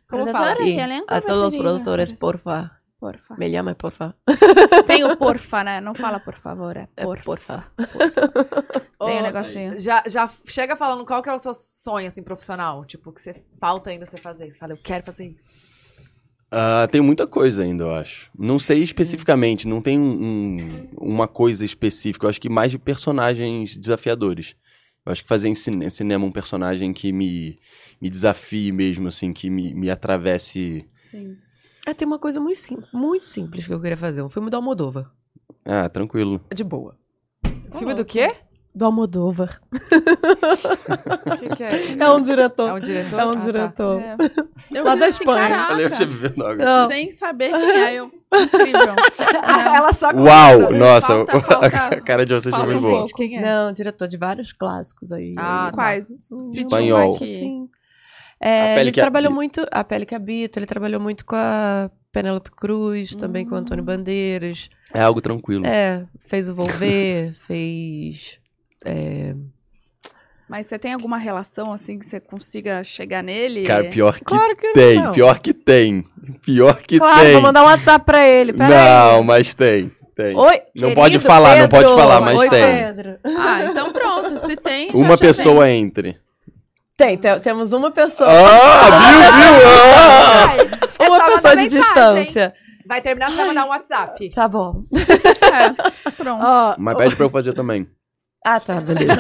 [SPEAKER 2] Como fala?
[SPEAKER 4] Sim,
[SPEAKER 5] que elenco
[SPEAKER 4] a né? todos os
[SPEAKER 5] preferido?
[SPEAKER 4] produtores, porfa.
[SPEAKER 1] Porfa.
[SPEAKER 4] Me llama, porfa.
[SPEAKER 1] Tem o porfa, né? Não fala por favor, é
[SPEAKER 4] É,
[SPEAKER 1] porfa.
[SPEAKER 4] porfa.
[SPEAKER 1] Tem
[SPEAKER 4] um
[SPEAKER 1] o
[SPEAKER 2] Ô,
[SPEAKER 1] negocinho.
[SPEAKER 2] Já, já chega falando qual que é o seu sonho, assim, profissional. Tipo, que você falta ainda você fazer. Você fala, eu quero fazer isso.
[SPEAKER 3] Ah, tem muita coisa ainda, eu acho. Não sei especificamente, não tem um- um- uma coisa específica. Eu acho que mais de personagens desafiadores. Eu acho que fazer em cine- cinema um personagem que me, me desafie mesmo, assim, que me, me atravesse.
[SPEAKER 1] Sim.
[SPEAKER 4] Ah, tem uma coisa muito, sim- muito simples que eu queria fazer. Um filme do Almodóvar.
[SPEAKER 3] Ah, tranquilo.
[SPEAKER 4] De boa.
[SPEAKER 2] Filme do quê?
[SPEAKER 4] Do Almodóvar.
[SPEAKER 2] O que, que é?
[SPEAKER 4] É um diretor.
[SPEAKER 2] É um diretor?
[SPEAKER 4] É um
[SPEAKER 2] Ah, tá.
[SPEAKER 4] diretor.
[SPEAKER 1] É.
[SPEAKER 4] Lá da Espanha.
[SPEAKER 3] Falei,
[SPEAKER 1] Caraca,
[SPEAKER 3] eu
[SPEAKER 4] tá.
[SPEAKER 3] tinha vivido algo.
[SPEAKER 4] Não.
[SPEAKER 1] sem saber quem é eu. Incrível.
[SPEAKER 2] Ah, Ela só
[SPEAKER 3] Uau! Nossa,
[SPEAKER 1] Falta,
[SPEAKER 3] a
[SPEAKER 1] falta.
[SPEAKER 3] cara de vocês foi
[SPEAKER 1] Falta
[SPEAKER 3] muito
[SPEAKER 1] um
[SPEAKER 3] boa.
[SPEAKER 1] pouco. Quem é?
[SPEAKER 4] Não, diretor de vários clássicos aí.
[SPEAKER 2] Ah,
[SPEAKER 4] Aí,
[SPEAKER 1] Quais? Cite um
[SPEAKER 3] Espanhol.
[SPEAKER 1] aqui.
[SPEAKER 4] Sim. É,
[SPEAKER 3] A Pele
[SPEAKER 4] ele
[SPEAKER 3] que
[SPEAKER 4] trabalhou
[SPEAKER 3] Habita.
[SPEAKER 4] muito. A Pele que Habita, ele trabalhou muito com a Penélope Cruz, também com o Antônio Bandeiras.
[SPEAKER 3] É algo tranquilo.
[SPEAKER 4] É, fez o Volver, fez. é,
[SPEAKER 1] Mas você tem alguma relação assim que você consiga chegar nele?
[SPEAKER 3] Cara, pior que
[SPEAKER 4] Claro que
[SPEAKER 3] tem,
[SPEAKER 4] não.
[SPEAKER 3] pior que tem. Pior que
[SPEAKER 4] claro,
[SPEAKER 3] tem.
[SPEAKER 4] vou mandar um WhatsApp pra ele. Pera
[SPEAKER 3] não,
[SPEAKER 4] aí.
[SPEAKER 3] mas tem. Tem.
[SPEAKER 4] Oi,
[SPEAKER 3] Não
[SPEAKER 4] querido
[SPEAKER 3] pode falar, não pode
[SPEAKER 4] Pedro.
[SPEAKER 3] falar, mas
[SPEAKER 4] Oi,
[SPEAKER 3] tem.
[SPEAKER 4] Pedro.
[SPEAKER 1] Ah, então pronto. Se tem, já já
[SPEAKER 3] Uma pessoa entre.
[SPEAKER 4] Tem, te- temos uma pessoa.
[SPEAKER 3] Ah, viu, viu? Ah!
[SPEAKER 2] É só
[SPEAKER 4] uma
[SPEAKER 2] mandar
[SPEAKER 4] pessoa de
[SPEAKER 2] mensagem,
[SPEAKER 4] distância.
[SPEAKER 2] Vai terminar, você vai mandar um WhatsApp.
[SPEAKER 4] Tá bom.
[SPEAKER 1] tem. É, pronto.
[SPEAKER 4] Ó,
[SPEAKER 3] Mas pede pra eu fazer também.
[SPEAKER 4] Ah, tá, beleza.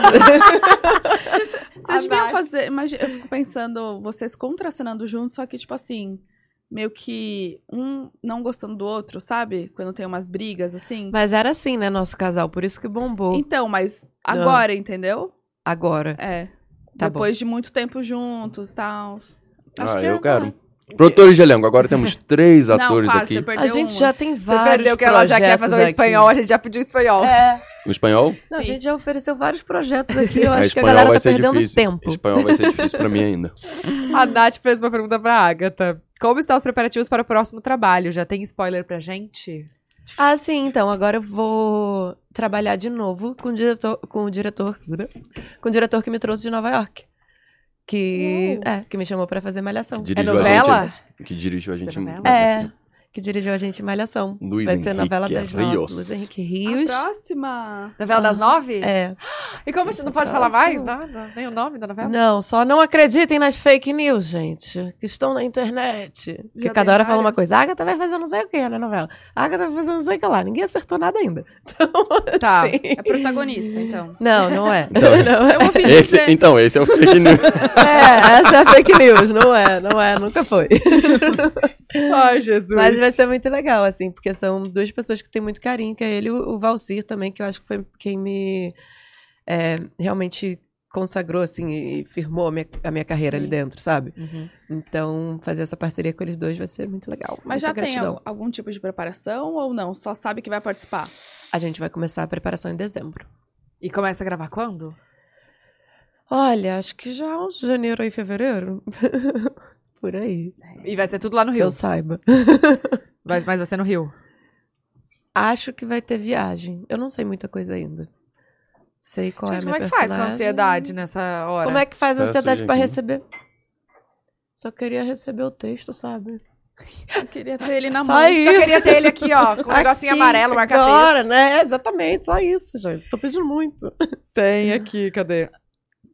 [SPEAKER 1] Vocês deviam fazer. Imagina, eu fico pensando, vocês contracenando juntos, só que, tipo assim, meio que um não gostando do outro, sabe? Quando tem umas brigas, assim.
[SPEAKER 4] Mas era assim, né, nosso casal, por isso que bombou
[SPEAKER 1] Então, mas agora, entendeu?
[SPEAKER 4] agora.
[SPEAKER 1] É.
[SPEAKER 4] Ah. Tá
[SPEAKER 1] Depois de muito tempo juntos e tal. é
[SPEAKER 3] ah, eu quero. Produtores de elenco. Agora temos três atores
[SPEAKER 1] um não, claro,
[SPEAKER 3] aqui.
[SPEAKER 1] Você perdeu
[SPEAKER 4] A gente
[SPEAKER 1] um.
[SPEAKER 4] já tem
[SPEAKER 2] Você
[SPEAKER 4] vários
[SPEAKER 2] entendeu que ela já quer
[SPEAKER 4] projetos
[SPEAKER 2] fazer o
[SPEAKER 4] aqui.
[SPEAKER 2] espanhol, a gente já pediu espanhol.
[SPEAKER 4] É.
[SPEAKER 3] O espanhol?
[SPEAKER 4] Não, a
[SPEAKER 1] Sim.
[SPEAKER 4] gente já ofereceu vários projetos aqui. Eu
[SPEAKER 3] É,
[SPEAKER 4] acho que a
[SPEAKER 3] espanhol
[SPEAKER 4] galera
[SPEAKER 3] vai
[SPEAKER 4] tá
[SPEAKER 3] ser
[SPEAKER 4] perdendo
[SPEAKER 3] difícil.
[SPEAKER 4] tempo.
[SPEAKER 3] Espanhol vai ser difícil pra mim ainda.
[SPEAKER 2] A Nath fez uma pergunta pra Agatha. Como estão os preparativos para o próximo trabalho? Já tem spoiler pra gente?
[SPEAKER 4] Ah, sim, então agora eu vou trabalhar de novo com o diretor, com o diretor, com o diretor que me trouxe de Nova York.
[SPEAKER 2] Uh.
[SPEAKER 4] Que, é, que me chamou pra fazer Malhação.
[SPEAKER 3] Que
[SPEAKER 2] É
[SPEAKER 3] Dirigiu a
[SPEAKER 2] novela?
[SPEAKER 3] Que dirigiu a gente.
[SPEAKER 2] Essa novela?
[SPEAKER 3] Assim,
[SPEAKER 4] É, que dirigiu a gente Malhação.
[SPEAKER 3] Luiz
[SPEAKER 4] Vai ser novela
[SPEAKER 3] Henrique
[SPEAKER 4] das nove.
[SPEAKER 3] Rios.
[SPEAKER 4] Luiz Henrique
[SPEAKER 1] A
[SPEAKER 2] Ah,
[SPEAKER 4] Rios.
[SPEAKER 1] próxima.
[SPEAKER 2] Novela das nove?
[SPEAKER 4] É.
[SPEAKER 2] E como a gente não pode falar mais nada? Nem o nome da
[SPEAKER 1] Tá?
[SPEAKER 2] novela?
[SPEAKER 4] Não, só não acreditem nas fake news, gente, que estão na internet. Que
[SPEAKER 1] Já
[SPEAKER 4] cada
[SPEAKER 1] tem
[SPEAKER 4] hora fala uma
[SPEAKER 1] várias.
[SPEAKER 4] coisa. A Agatha vai fazer não sei o que na novela. A Agatha vai fazer não sei o que lá. Ninguém acertou nada ainda.
[SPEAKER 2] Tá.
[SPEAKER 4] Sim.
[SPEAKER 1] É protagonista, então.
[SPEAKER 4] Não, não é.
[SPEAKER 3] Então,
[SPEAKER 4] não é.
[SPEAKER 1] Eu ouvi
[SPEAKER 3] Esse,
[SPEAKER 1] dizer.
[SPEAKER 3] então, esse é o fake news.
[SPEAKER 4] É, essa é a fake news. Não é, não é. Nunca foi.
[SPEAKER 2] Ai, Jesus.
[SPEAKER 4] Mas vai ser muito legal, assim, porque são duas pessoas que têm muito carinho, que é ele e o o Valsir também, que eu acho que foi quem me é, realmente consagrou, assim, e firmou a minha, a minha carreira ali
[SPEAKER 1] Sim.
[SPEAKER 4] dentro, sabe?
[SPEAKER 2] Uhum.
[SPEAKER 4] Então, fazer essa parceria com eles dois vai ser muito legal.
[SPEAKER 1] Mas
[SPEAKER 4] Muita
[SPEAKER 1] já tem
[SPEAKER 4] gratidão.
[SPEAKER 1] al- algum tipo de preparação ou não? Só sabe que vai participar?
[SPEAKER 4] A gente vai começar a preparação em dezembro.
[SPEAKER 2] E começa a gravar quando?
[SPEAKER 4] Olha, acho que já é uns janeiro aí, fevereiro. Por aí.
[SPEAKER 2] E vai ser tudo lá no
[SPEAKER 4] Que
[SPEAKER 2] Rio.
[SPEAKER 4] eu saiba.
[SPEAKER 2] Vai- mas vai ser no Rio.
[SPEAKER 4] Acho que vai ter viagem. Eu não sei muita coisa ainda. Sei qual
[SPEAKER 2] gente,
[SPEAKER 4] é a
[SPEAKER 2] como é
[SPEAKER 4] minha
[SPEAKER 2] que faz com a
[SPEAKER 4] personagem.
[SPEAKER 2] ansiedade nessa hora?
[SPEAKER 4] Como é que faz a
[SPEAKER 3] Tá,
[SPEAKER 4] ansiedade
[SPEAKER 3] surge
[SPEAKER 4] pra
[SPEAKER 3] aqui.
[SPEAKER 4] receber? Só queria receber o texto, sabe?
[SPEAKER 1] Eu queria ter ele na
[SPEAKER 4] Só
[SPEAKER 1] mão.
[SPEAKER 4] isso.
[SPEAKER 2] Só queria ter ele aqui, ó, com um negocinho
[SPEAKER 4] Aqui,
[SPEAKER 2] amarelo, marca
[SPEAKER 4] Agora, né? Exatamente, só isso, gente. Tô pedindo muito.
[SPEAKER 2] Tem aqui, cadê?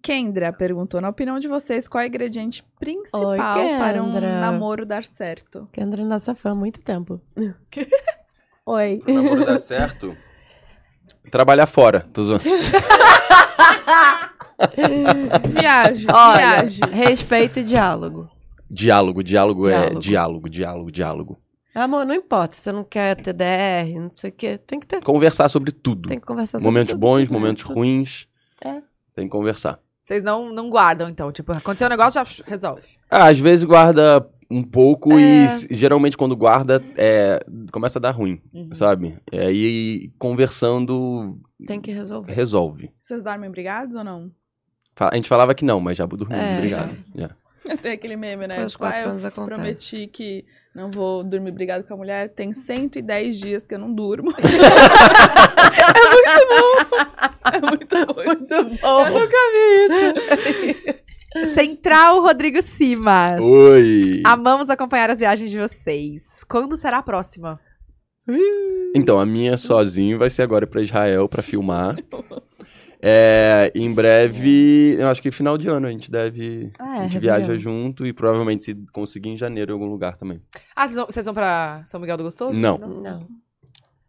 [SPEAKER 1] Kendra perguntou, na opinião de vocês, qual é o ingrediente principal
[SPEAKER 4] Oi,
[SPEAKER 1] para um
[SPEAKER 4] Kendra.
[SPEAKER 1] namoro dar certo?
[SPEAKER 4] Kendra é nossa fã há muito tempo. Oi.
[SPEAKER 3] Pra namoro dar certo, trabalhar fora. Tô zoando.
[SPEAKER 1] Viagem,
[SPEAKER 4] Olha,
[SPEAKER 1] viagem.
[SPEAKER 4] respeito e diálogo.
[SPEAKER 3] Diálogo, diálogo, é
[SPEAKER 4] Diálogo.
[SPEAKER 3] diálogo, diálogo, diálogo.
[SPEAKER 4] Amor, não importa, você não quer TDR, não sei o quê. Tem que ter.
[SPEAKER 3] Conversar sobre tudo.
[SPEAKER 4] Tem que conversar sobre
[SPEAKER 3] momentos
[SPEAKER 4] tudo,
[SPEAKER 3] bons,
[SPEAKER 4] tudo,
[SPEAKER 3] momentos
[SPEAKER 4] tudo.
[SPEAKER 3] ruins.
[SPEAKER 4] É.
[SPEAKER 3] Tem que conversar.
[SPEAKER 2] Vocês não, não guardam, então. Tipo, aconteceu um negócio, já resolve.
[SPEAKER 3] Ah, às vezes guarda um pouco
[SPEAKER 4] É.
[SPEAKER 3] e s- geralmente quando guarda, é, começa a dar ruim,
[SPEAKER 2] Uhum.
[SPEAKER 3] sabe? É, e conversando,
[SPEAKER 4] Tem que resolver.
[SPEAKER 3] resolve.
[SPEAKER 1] Vocês dormem brigados ou não?
[SPEAKER 3] Fa- A gente falava que não, mas já dormiu,
[SPEAKER 4] É,
[SPEAKER 3] obrigado. Já.
[SPEAKER 1] Tem aquele meme, né?
[SPEAKER 4] Depois dos
[SPEAKER 1] Tipo, ah,
[SPEAKER 4] quatro
[SPEAKER 1] eu
[SPEAKER 4] anos acontece.
[SPEAKER 1] prometi que não vou dormir brigado com a mulher. Tem 110 dias que eu não durmo. é muito bom. É muito bom.
[SPEAKER 4] Muito bom.
[SPEAKER 2] Central Rodrigo Simas.
[SPEAKER 3] Oi!
[SPEAKER 2] Amamos acompanhar as viagens de vocês. Quando será a próxima?
[SPEAKER 3] Então, a minha sozinho vai ser agora pra Israel pra filmar. É, em breve, eu acho que final de ano a gente deve.
[SPEAKER 4] Ah,
[SPEAKER 3] a gente
[SPEAKER 4] Réveillon.
[SPEAKER 3] viaja junto e provavelmente se conseguir em janeiro em algum lugar também.
[SPEAKER 2] Ah, vocês vão, vocês vão pra São Miguel do Gostoso?
[SPEAKER 3] Não.
[SPEAKER 4] Não.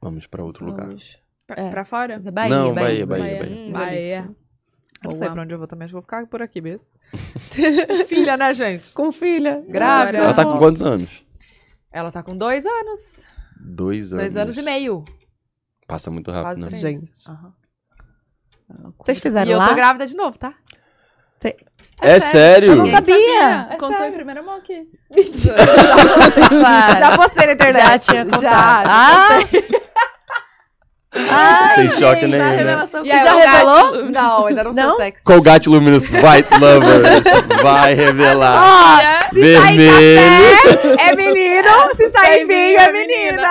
[SPEAKER 3] Vamos pra outro lugar.
[SPEAKER 4] vamos.
[SPEAKER 1] Pra,
[SPEAKER 4] É.
[SPEAKER 1] pra fora?
[SPEAKER 4] Mas é Bahia,
[SPEAKER 3] Não,
[SPEAKER 4] Bahia,
[SPEAKER 3] Bahia, Bahia,
[SPEAKER 1] Bahia.
[SPEAKER 3] Bahia.
[SPEAKER 2] Hum,
[SPEAKER 1] Bahia.
[SPEAKER 2] delícia. Não sei
[SPEAKER 1] Boa.
[SPEAKER 2] pra onde eu vou também, acho que vou ficar por aqui mesmo. Filha, né, gente?
[SPEAKER 4] Com filha,
[SPEAKER 1] grávida.
[SPEAKER 4] grávida.
[SPEAKER 3] Ela tá com quantos anos?
[SPEAKER 2] Ela tá com dois anos.
[SPEAKER 3] Dois anos.
[SPEAKER 2] Dois anos e meio.
[SPEAKER 3] Passa muito
[SPEAKER 2] Quase
[SPEAKER 3] rápido, né?
[SPEAKER 2] três.
[SPEAKER 4] Gente.
[SPEAKER 2] Aham.
[SPEAKER 4] Vocês fizeram
[SPEAKER 2] E eu
[SPEAKER 4] lá?
[SPEAKER 2] tô grávida de novo, tá?
[SPEAKER 3] É sério?
[SPEAKER 4] Eu não sabia.
[SPEAKER 2] É
[SPEAKER 1] Contou
[SPEAKER 2] sério.
[SPEAKER 1] em primeira mão aqui.
[SPEAKER 4] Para.
[SPEAKER 2] Já postei na internet.
[SPEAKER 4] Já tinha contado.
[SPEAKER 2] Já.
[SPEAKER 4] Ah! Ai,
[SPEAKER 3] Sem choque
[SPEAKER 4] gente,
[SPEAKER 3] nenhum,
[SPEAKER 4] a
[SPEAKER 3] né?
[SPEAKER 4] revelação que
[SPEAKER 2] aí,
[SPEAKER 4] já
[SPEAKER 2] o gato-
[SPEAKER 4] revelou?
[SPEAKER 2] Não, ainda não,
[SPEAKER 4] Não?
[SPEAKER 2] sou sexo.
[SPEAKER 3] Colgate Luminous White Lovers vai revelar.
[SPEAKER 2] Ó, se
[SPEAKER 3] Vermelho.
[SPEAKER 2] sair café, é menino. Se sair vinho, é menina.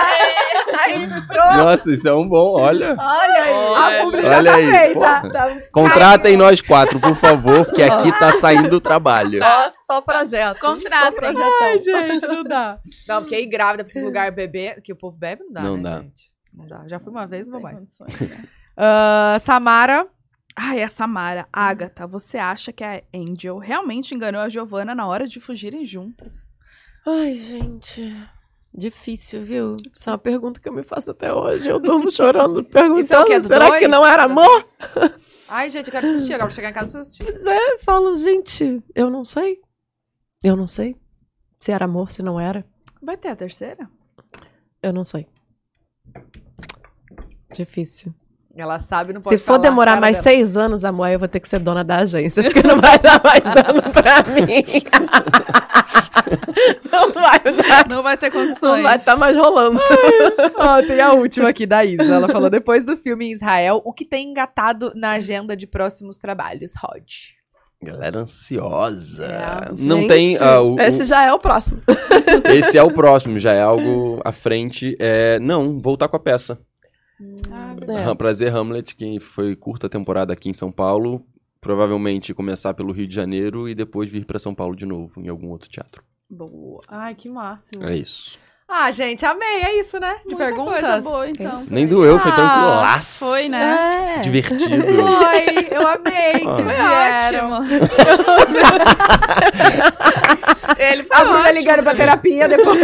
[SPEAKER 3] Nossa, isso é um bom, olha.
[SPEAKER 2] Olha aí. A publi já
[SPEAKER 3] Olha
[SPEAKER 2] tá
[SPEAKER 3] aí, porra.
[SPEAKER 2] feita. Tá-
[SPEAKER 3] Contratem nós quatro, por favor, porque aqui tá saindo o trabalho.
[SPEAKER 4] Só projeto.
[SPEAKER 1] Contratem.
[SPEAKER 4] Só projetão.
[SPEAKER 2] gente, não dá. Não, porque aí grávida pra esses lugares beber, que o povo bebe, não dá,
[SPEAKER 3] Não
[SPEAKER 2] né,
[SPEAKER 3] dá.
[SPEAKER 2] gente? Não dá. Já fui uma vez, não vou
[SPEAKER 1] Sem
[SPEAKER 2] mais.
[SPEAKER 1] condições, né?
[SPEAKER 2] Ah, Samara.
[SPEAKER 1] Ai, a Samara. Agatha, você acha que a Angel realmente enganou a Giovanna na hora de fugirem juntas?
[SPEAKER 4] Ai, gente. Difícil, viu? Isso é uma pergunta que eu me faço até hoje. Eu durmo
[SPEAKER 2] Isso
[SPEAKER 4] chorando,
[SPEAKER 2] é o
[SPEAKER 4] perguntando,
[SPEAKER 2] quê? Do
[SPEAKER 4] será
[SPEAKER 2] dois?
[SPEAKER 4] que não era amor?
[SPEAKER 2] Ai, gente, eu quero assistir. Agora vou chegar em casa e vou assistir.
[SPEAKER 4] Pois é, eu falo, gente, eu não sei. Eu não sei. Se era amor, se não era.
[SPEAKER 1] Vai ter a terceira?
[SPEAKER 4] Eu não sei. Difícil.
[SPEAKER 2] Ela sabe, não pode
[SPEAKER 4] Se for
[SPEAKER 2] falar,
[SPEAKER 4] demorar
[SPEAKER 2] cara
[SPEAKER 4] mais
[SPEAKER 2] dela.
[SPEAKER 4] seis anos, amor, aí eu vou ter que ser dona da agência, porque não vai dar mais dano pra mim. Não vai dar.
[SPEAKER 1] Não vai ter
[SPEAKER 4] Não
[SPEAKER 1] condições.
[SPEAKER 4] vai estar mais rolando.
[SPEAKER 2] Ó, tem a última aqui da Isa. Ela falou: depois do filme em Israel, o que tem engatado na agenda de próximos trabalhos, Rod?
[SPEAKER 3] Galera ansiosa.
[SPEAKER 2] É,
[SPEAKER 3] não
[SPEAKER 4] gente,
[SPEAKER 3] tem. ah, o- o-
[SPEAKER 4] Esse já é o próximo.
[SPEAKER 2] tá
[SPEAKER 3] esse é o próximo, já é algo à frente. É, não, voltar com a peça.
[SPEAKER 4] É.
[SPEAKER 3] Ah, Prazer Hamlet, que foi curta temporada aqui em São Paulo. Provavelmente começar pelo Rio de Janeiro e depois vir pra São Paulo de novo, em algum outro teatro.
[SPEAKER 2] Boa. Ai, que máximo.
[SPEAKER 3] É isso.
[SPEAKER 2] Ah, gente, amei. É isso, né? De
[SPEAKER 1] Muita
[SPEAKER 2] perguntas. É
[SPEAKER 1] coisa boa, então.
[SPEAKER 3] Nem doeu, foi
[SPEAKER 2] Ah,
[SPEAKER 3] tranquilaço.
[SPEAKER 1] Foi, né?
[SPEAKER 6] É.
[SPEAKER 3] Divertido.
[SPEAKER 2] Foi, eu amei que
[SPEAKER 3] Ah.
[SPEAKER 2] vocês
[SPEAKER 1] Foi
[SPEAKER 2] vieram.
[SPEAKER 1] ótimo. Ele foi
[SPEAKER 2] A Bruna
[SPEAKER 1] ótimo.
[SPEAKER 2] ligaram pra terapia depois.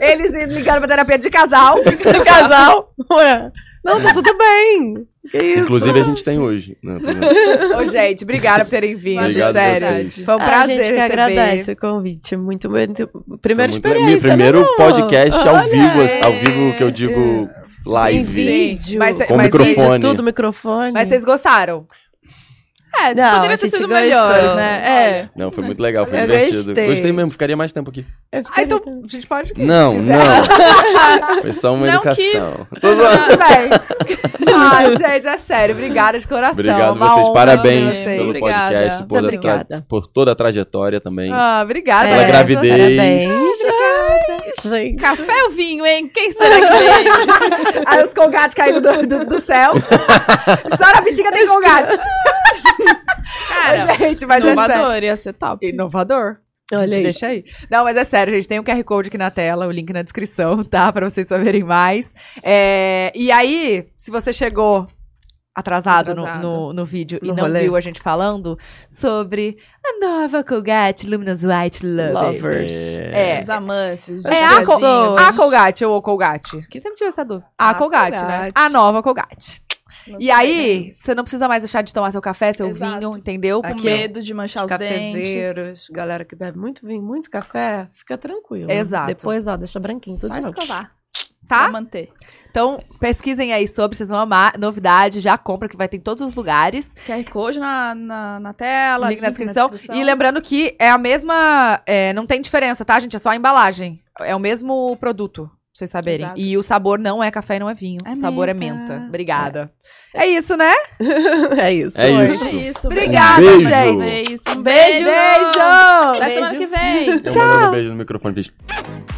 [SPEAKER 2] Eles ligaram pra terapia de casal.
[SPEAKER 4] Do casal. Ué. Não, tá tudo bem. Que isso?
[SPEAKER 3] Inclusive, a gente tem hoje. né? Não, tô brincando.
[SPEAKER 2] Ô, gente, obrigada por terem vindo,
[SPEAKER 3] Obrigado a
[SPEAKER 2] sério.
[SPEAKER 3] vocês.
[SPEAKER 4] É
[SPEAKER 2] Foi um prazer
[SPEAKER 4] a gente que
[SPEAKER 2] receber.
[SPEAKER 4] agradece o convite. Muito, muito.
[SPEAKER 3] Foi
[SPEAKER 4] Primeira
[SPEAKER 3] muito legal.
[SPEAKER 4] experiência.
[SPEAKER 3] Meu primeiro
[SPEAKER 4] né, amor?
[SPEAKER 3] podcast ao
[SPEAKER 4] Olha,
[SPEAKER 3] vivo,
[SPEAKER 4] é.
[SPEAKER 3] ao vivo que eu digo
[SPEAKER 4] Em
[SPEAKER 3] live.
[SPEAKER 4] vídeo.
[SPEAKER 2] Mas,
[SPEAKER 3] Com
[SPEAKER 2] mas,
[SPEAKER 3] microfone.
[SPEAKER 2] Vocês,
[SPEAKER 4] Vídeo, tudo, microfone.
[SPEAKER 2] mas vocês gostaram.
[SPEAKER 4] É, não,
[SPEAKER 1] Poderia
[SPEAKER 4] a
[SPEAKER 1] ter
[SPEAKER 4] gente
[SPEAKER 1] sido
[SPEAKER 4] gostou.
[SPEAKER 1] melhor, né? É.
[SPEAKER 3] Não, foi muito legal, foi
[SPEAKER 4] Eu
[SPEAKER 3] divertido.
[SPEAKER 4] gostei.
[SPEAKER 3] mesmo, ficaria mais tempo aqui.
[SPEAKER 4] Eu
[SPEAKER 2] Ah,
[SPEAKER 4] ficaria
[SPEAKER 2] então,
[SPEAKER 4] também.
[SPEAKER 2] a gente pode.
[SPEAKER 3] Não, não. Foi só uma
[SPEAKER 1] Não que-
[SPEAKER 3] educação.
[SPEAKER 2] Tudo bem. Ai, gente, é sério. Obrigada de coração.
[SPEAKER 3] Obrigado
[SPEAKER 2] Uma
[SPEAKER 3] vocês,
[SPEAKER 2] honra né?
[SPEAKER 3] parabéns
[SPEAKER 2] ter
[SPEAKER 3] pelo
[SPEAKER 2] vocês.
[SPEAKER 1] Obrigada.
[SPEAKER 3] podcast, por,
[SPEAKER 4] Muito
[SPEAKER 3] a tra-
[SPEAKER 4] obrigada.
[SPEAKER 3] por toda a trajetória também.
[SPEAKER 2] Ah,
[SPEAKER 1] É.
[SPEAKER 2] obrigada.
[SPEAKER 3] Pela
[SPEAKER 2] vocês.
[SPEAKER 3] gravidez.
[SPEAKER 4] Parabéns. Gente.
[SPEAKER 1] Café ou vinho, hein? Quem será que veio?
[SPEAKER 2] Aí os colgate caíram do, do, do céu. Estoura a bexiga, tem colgate.
[SPEAKER 1] Cara,
[SPEAKER 2] gente, mas é sério.
[SPEAKER 1] inovador, ia ser top.
[SPEAKER 2] Inovador.
[SPEAKER 4] Olha
[SPEAKER 2] Gente,
[SPEAKER 4] aí.
[SPEAKER 2] Deixa aí. Não, mas é sério, gente. Tem o QR Code aqui na tela, o link na descrição, tá? Pra vocês saberem mais. É, e aí, se você chegou atrasado, no-
[SPEAKER 1] Atrasado.
[SPEAKER 2] No, no, vídeo e
[SPEAKER 4] No
[SPEAKER 2] não
[SPEAKER 4] rolê.
[SPEAKER 2] viu a gente falando sobre a nova Colgate Luminous White Lovers.
[SPEAKER 4] Lovers.
[SPEAKER 2] É.
[SPEAKER 1] Os amantes.
[SPEAKER 2] É a,
[SPEAKER 1] jogadinhos.
[SPEAKER 2] Col a Colgate ou o Colgate? Que sempre tive essa dúvida. A,
[SPEAKER 1] A
[SPEAKER 2] Colgate, né?
[SPEAKER 1] Colgate.
[SPEAKER 2] A nova Colgate.
[SPEAKER 1] Não
[SPEAKER 2] E
[SPEAKER 1] sei,
[SPEAKER 2] aí, você não precisa mais deixar de tomar seu café, seu
[SPEAKER 1] Exato.
[SPEAKER 2] vinho, entendeu?
[SPEAKER 1] né? Com
[SPEAKER 2] Porque-
[SPEAKER 1] medo de manchar os dentes.
[SPEAKER 4] Cafezeiros, galera que bebe muito vinho, muito café, fica tranquilo.
[SPEAKER 2] Exato.
[SPEAKER 4] Depois, ó, deixa branquinho tudo
[SPEAKER 1] Só
[SPEAKER 4] de novo.
[SPEAKER 1] escovar.
[SPEAKER 2] Tá?
[SPEAKER 1] Pra manter.
[SPEAKER 2] Então, pesquisem aí sobre, vocês vão amar. Novidade, já compra, que vai ter em todos os lugares.
[SPEAKER 1] QR Code na, na, na tela.
[SPEAKER 2] Link na descrição. E lembrando que é a mesma. é, não tem diferença, tá, gente? É só a embalagem. É o mesmo produto, pra vocês saberem.
[SPEAKER 1] Exato.
[SPEAKER 2] E o sabor não é café e não é vinho.
[SPEAKER 1] É
[SPEAKER 2] o sabor
[SPEAKER 1] menta.
[SPEAKER 2] é menta. Obrigada. É. isso, né?
[SPEAKER 4] É isso.
[SPEAKER 3] É
[SPEAKER 4] Oi.
[SPEAKER 3] isso.
[SPEAKER 1] É isso.
[SPEAKER 2] Obrigada,
[SPEAKER 3] beijo.
[SPEAKER 2] gente.
[SPEAKER 1] É isso. Um beijo.
[SPEAKER 2] Beijo!
[SPEAKER 1] Até semana que vem.
[SPEAKER 3] Eu mandando um beijo no microfone, bicho.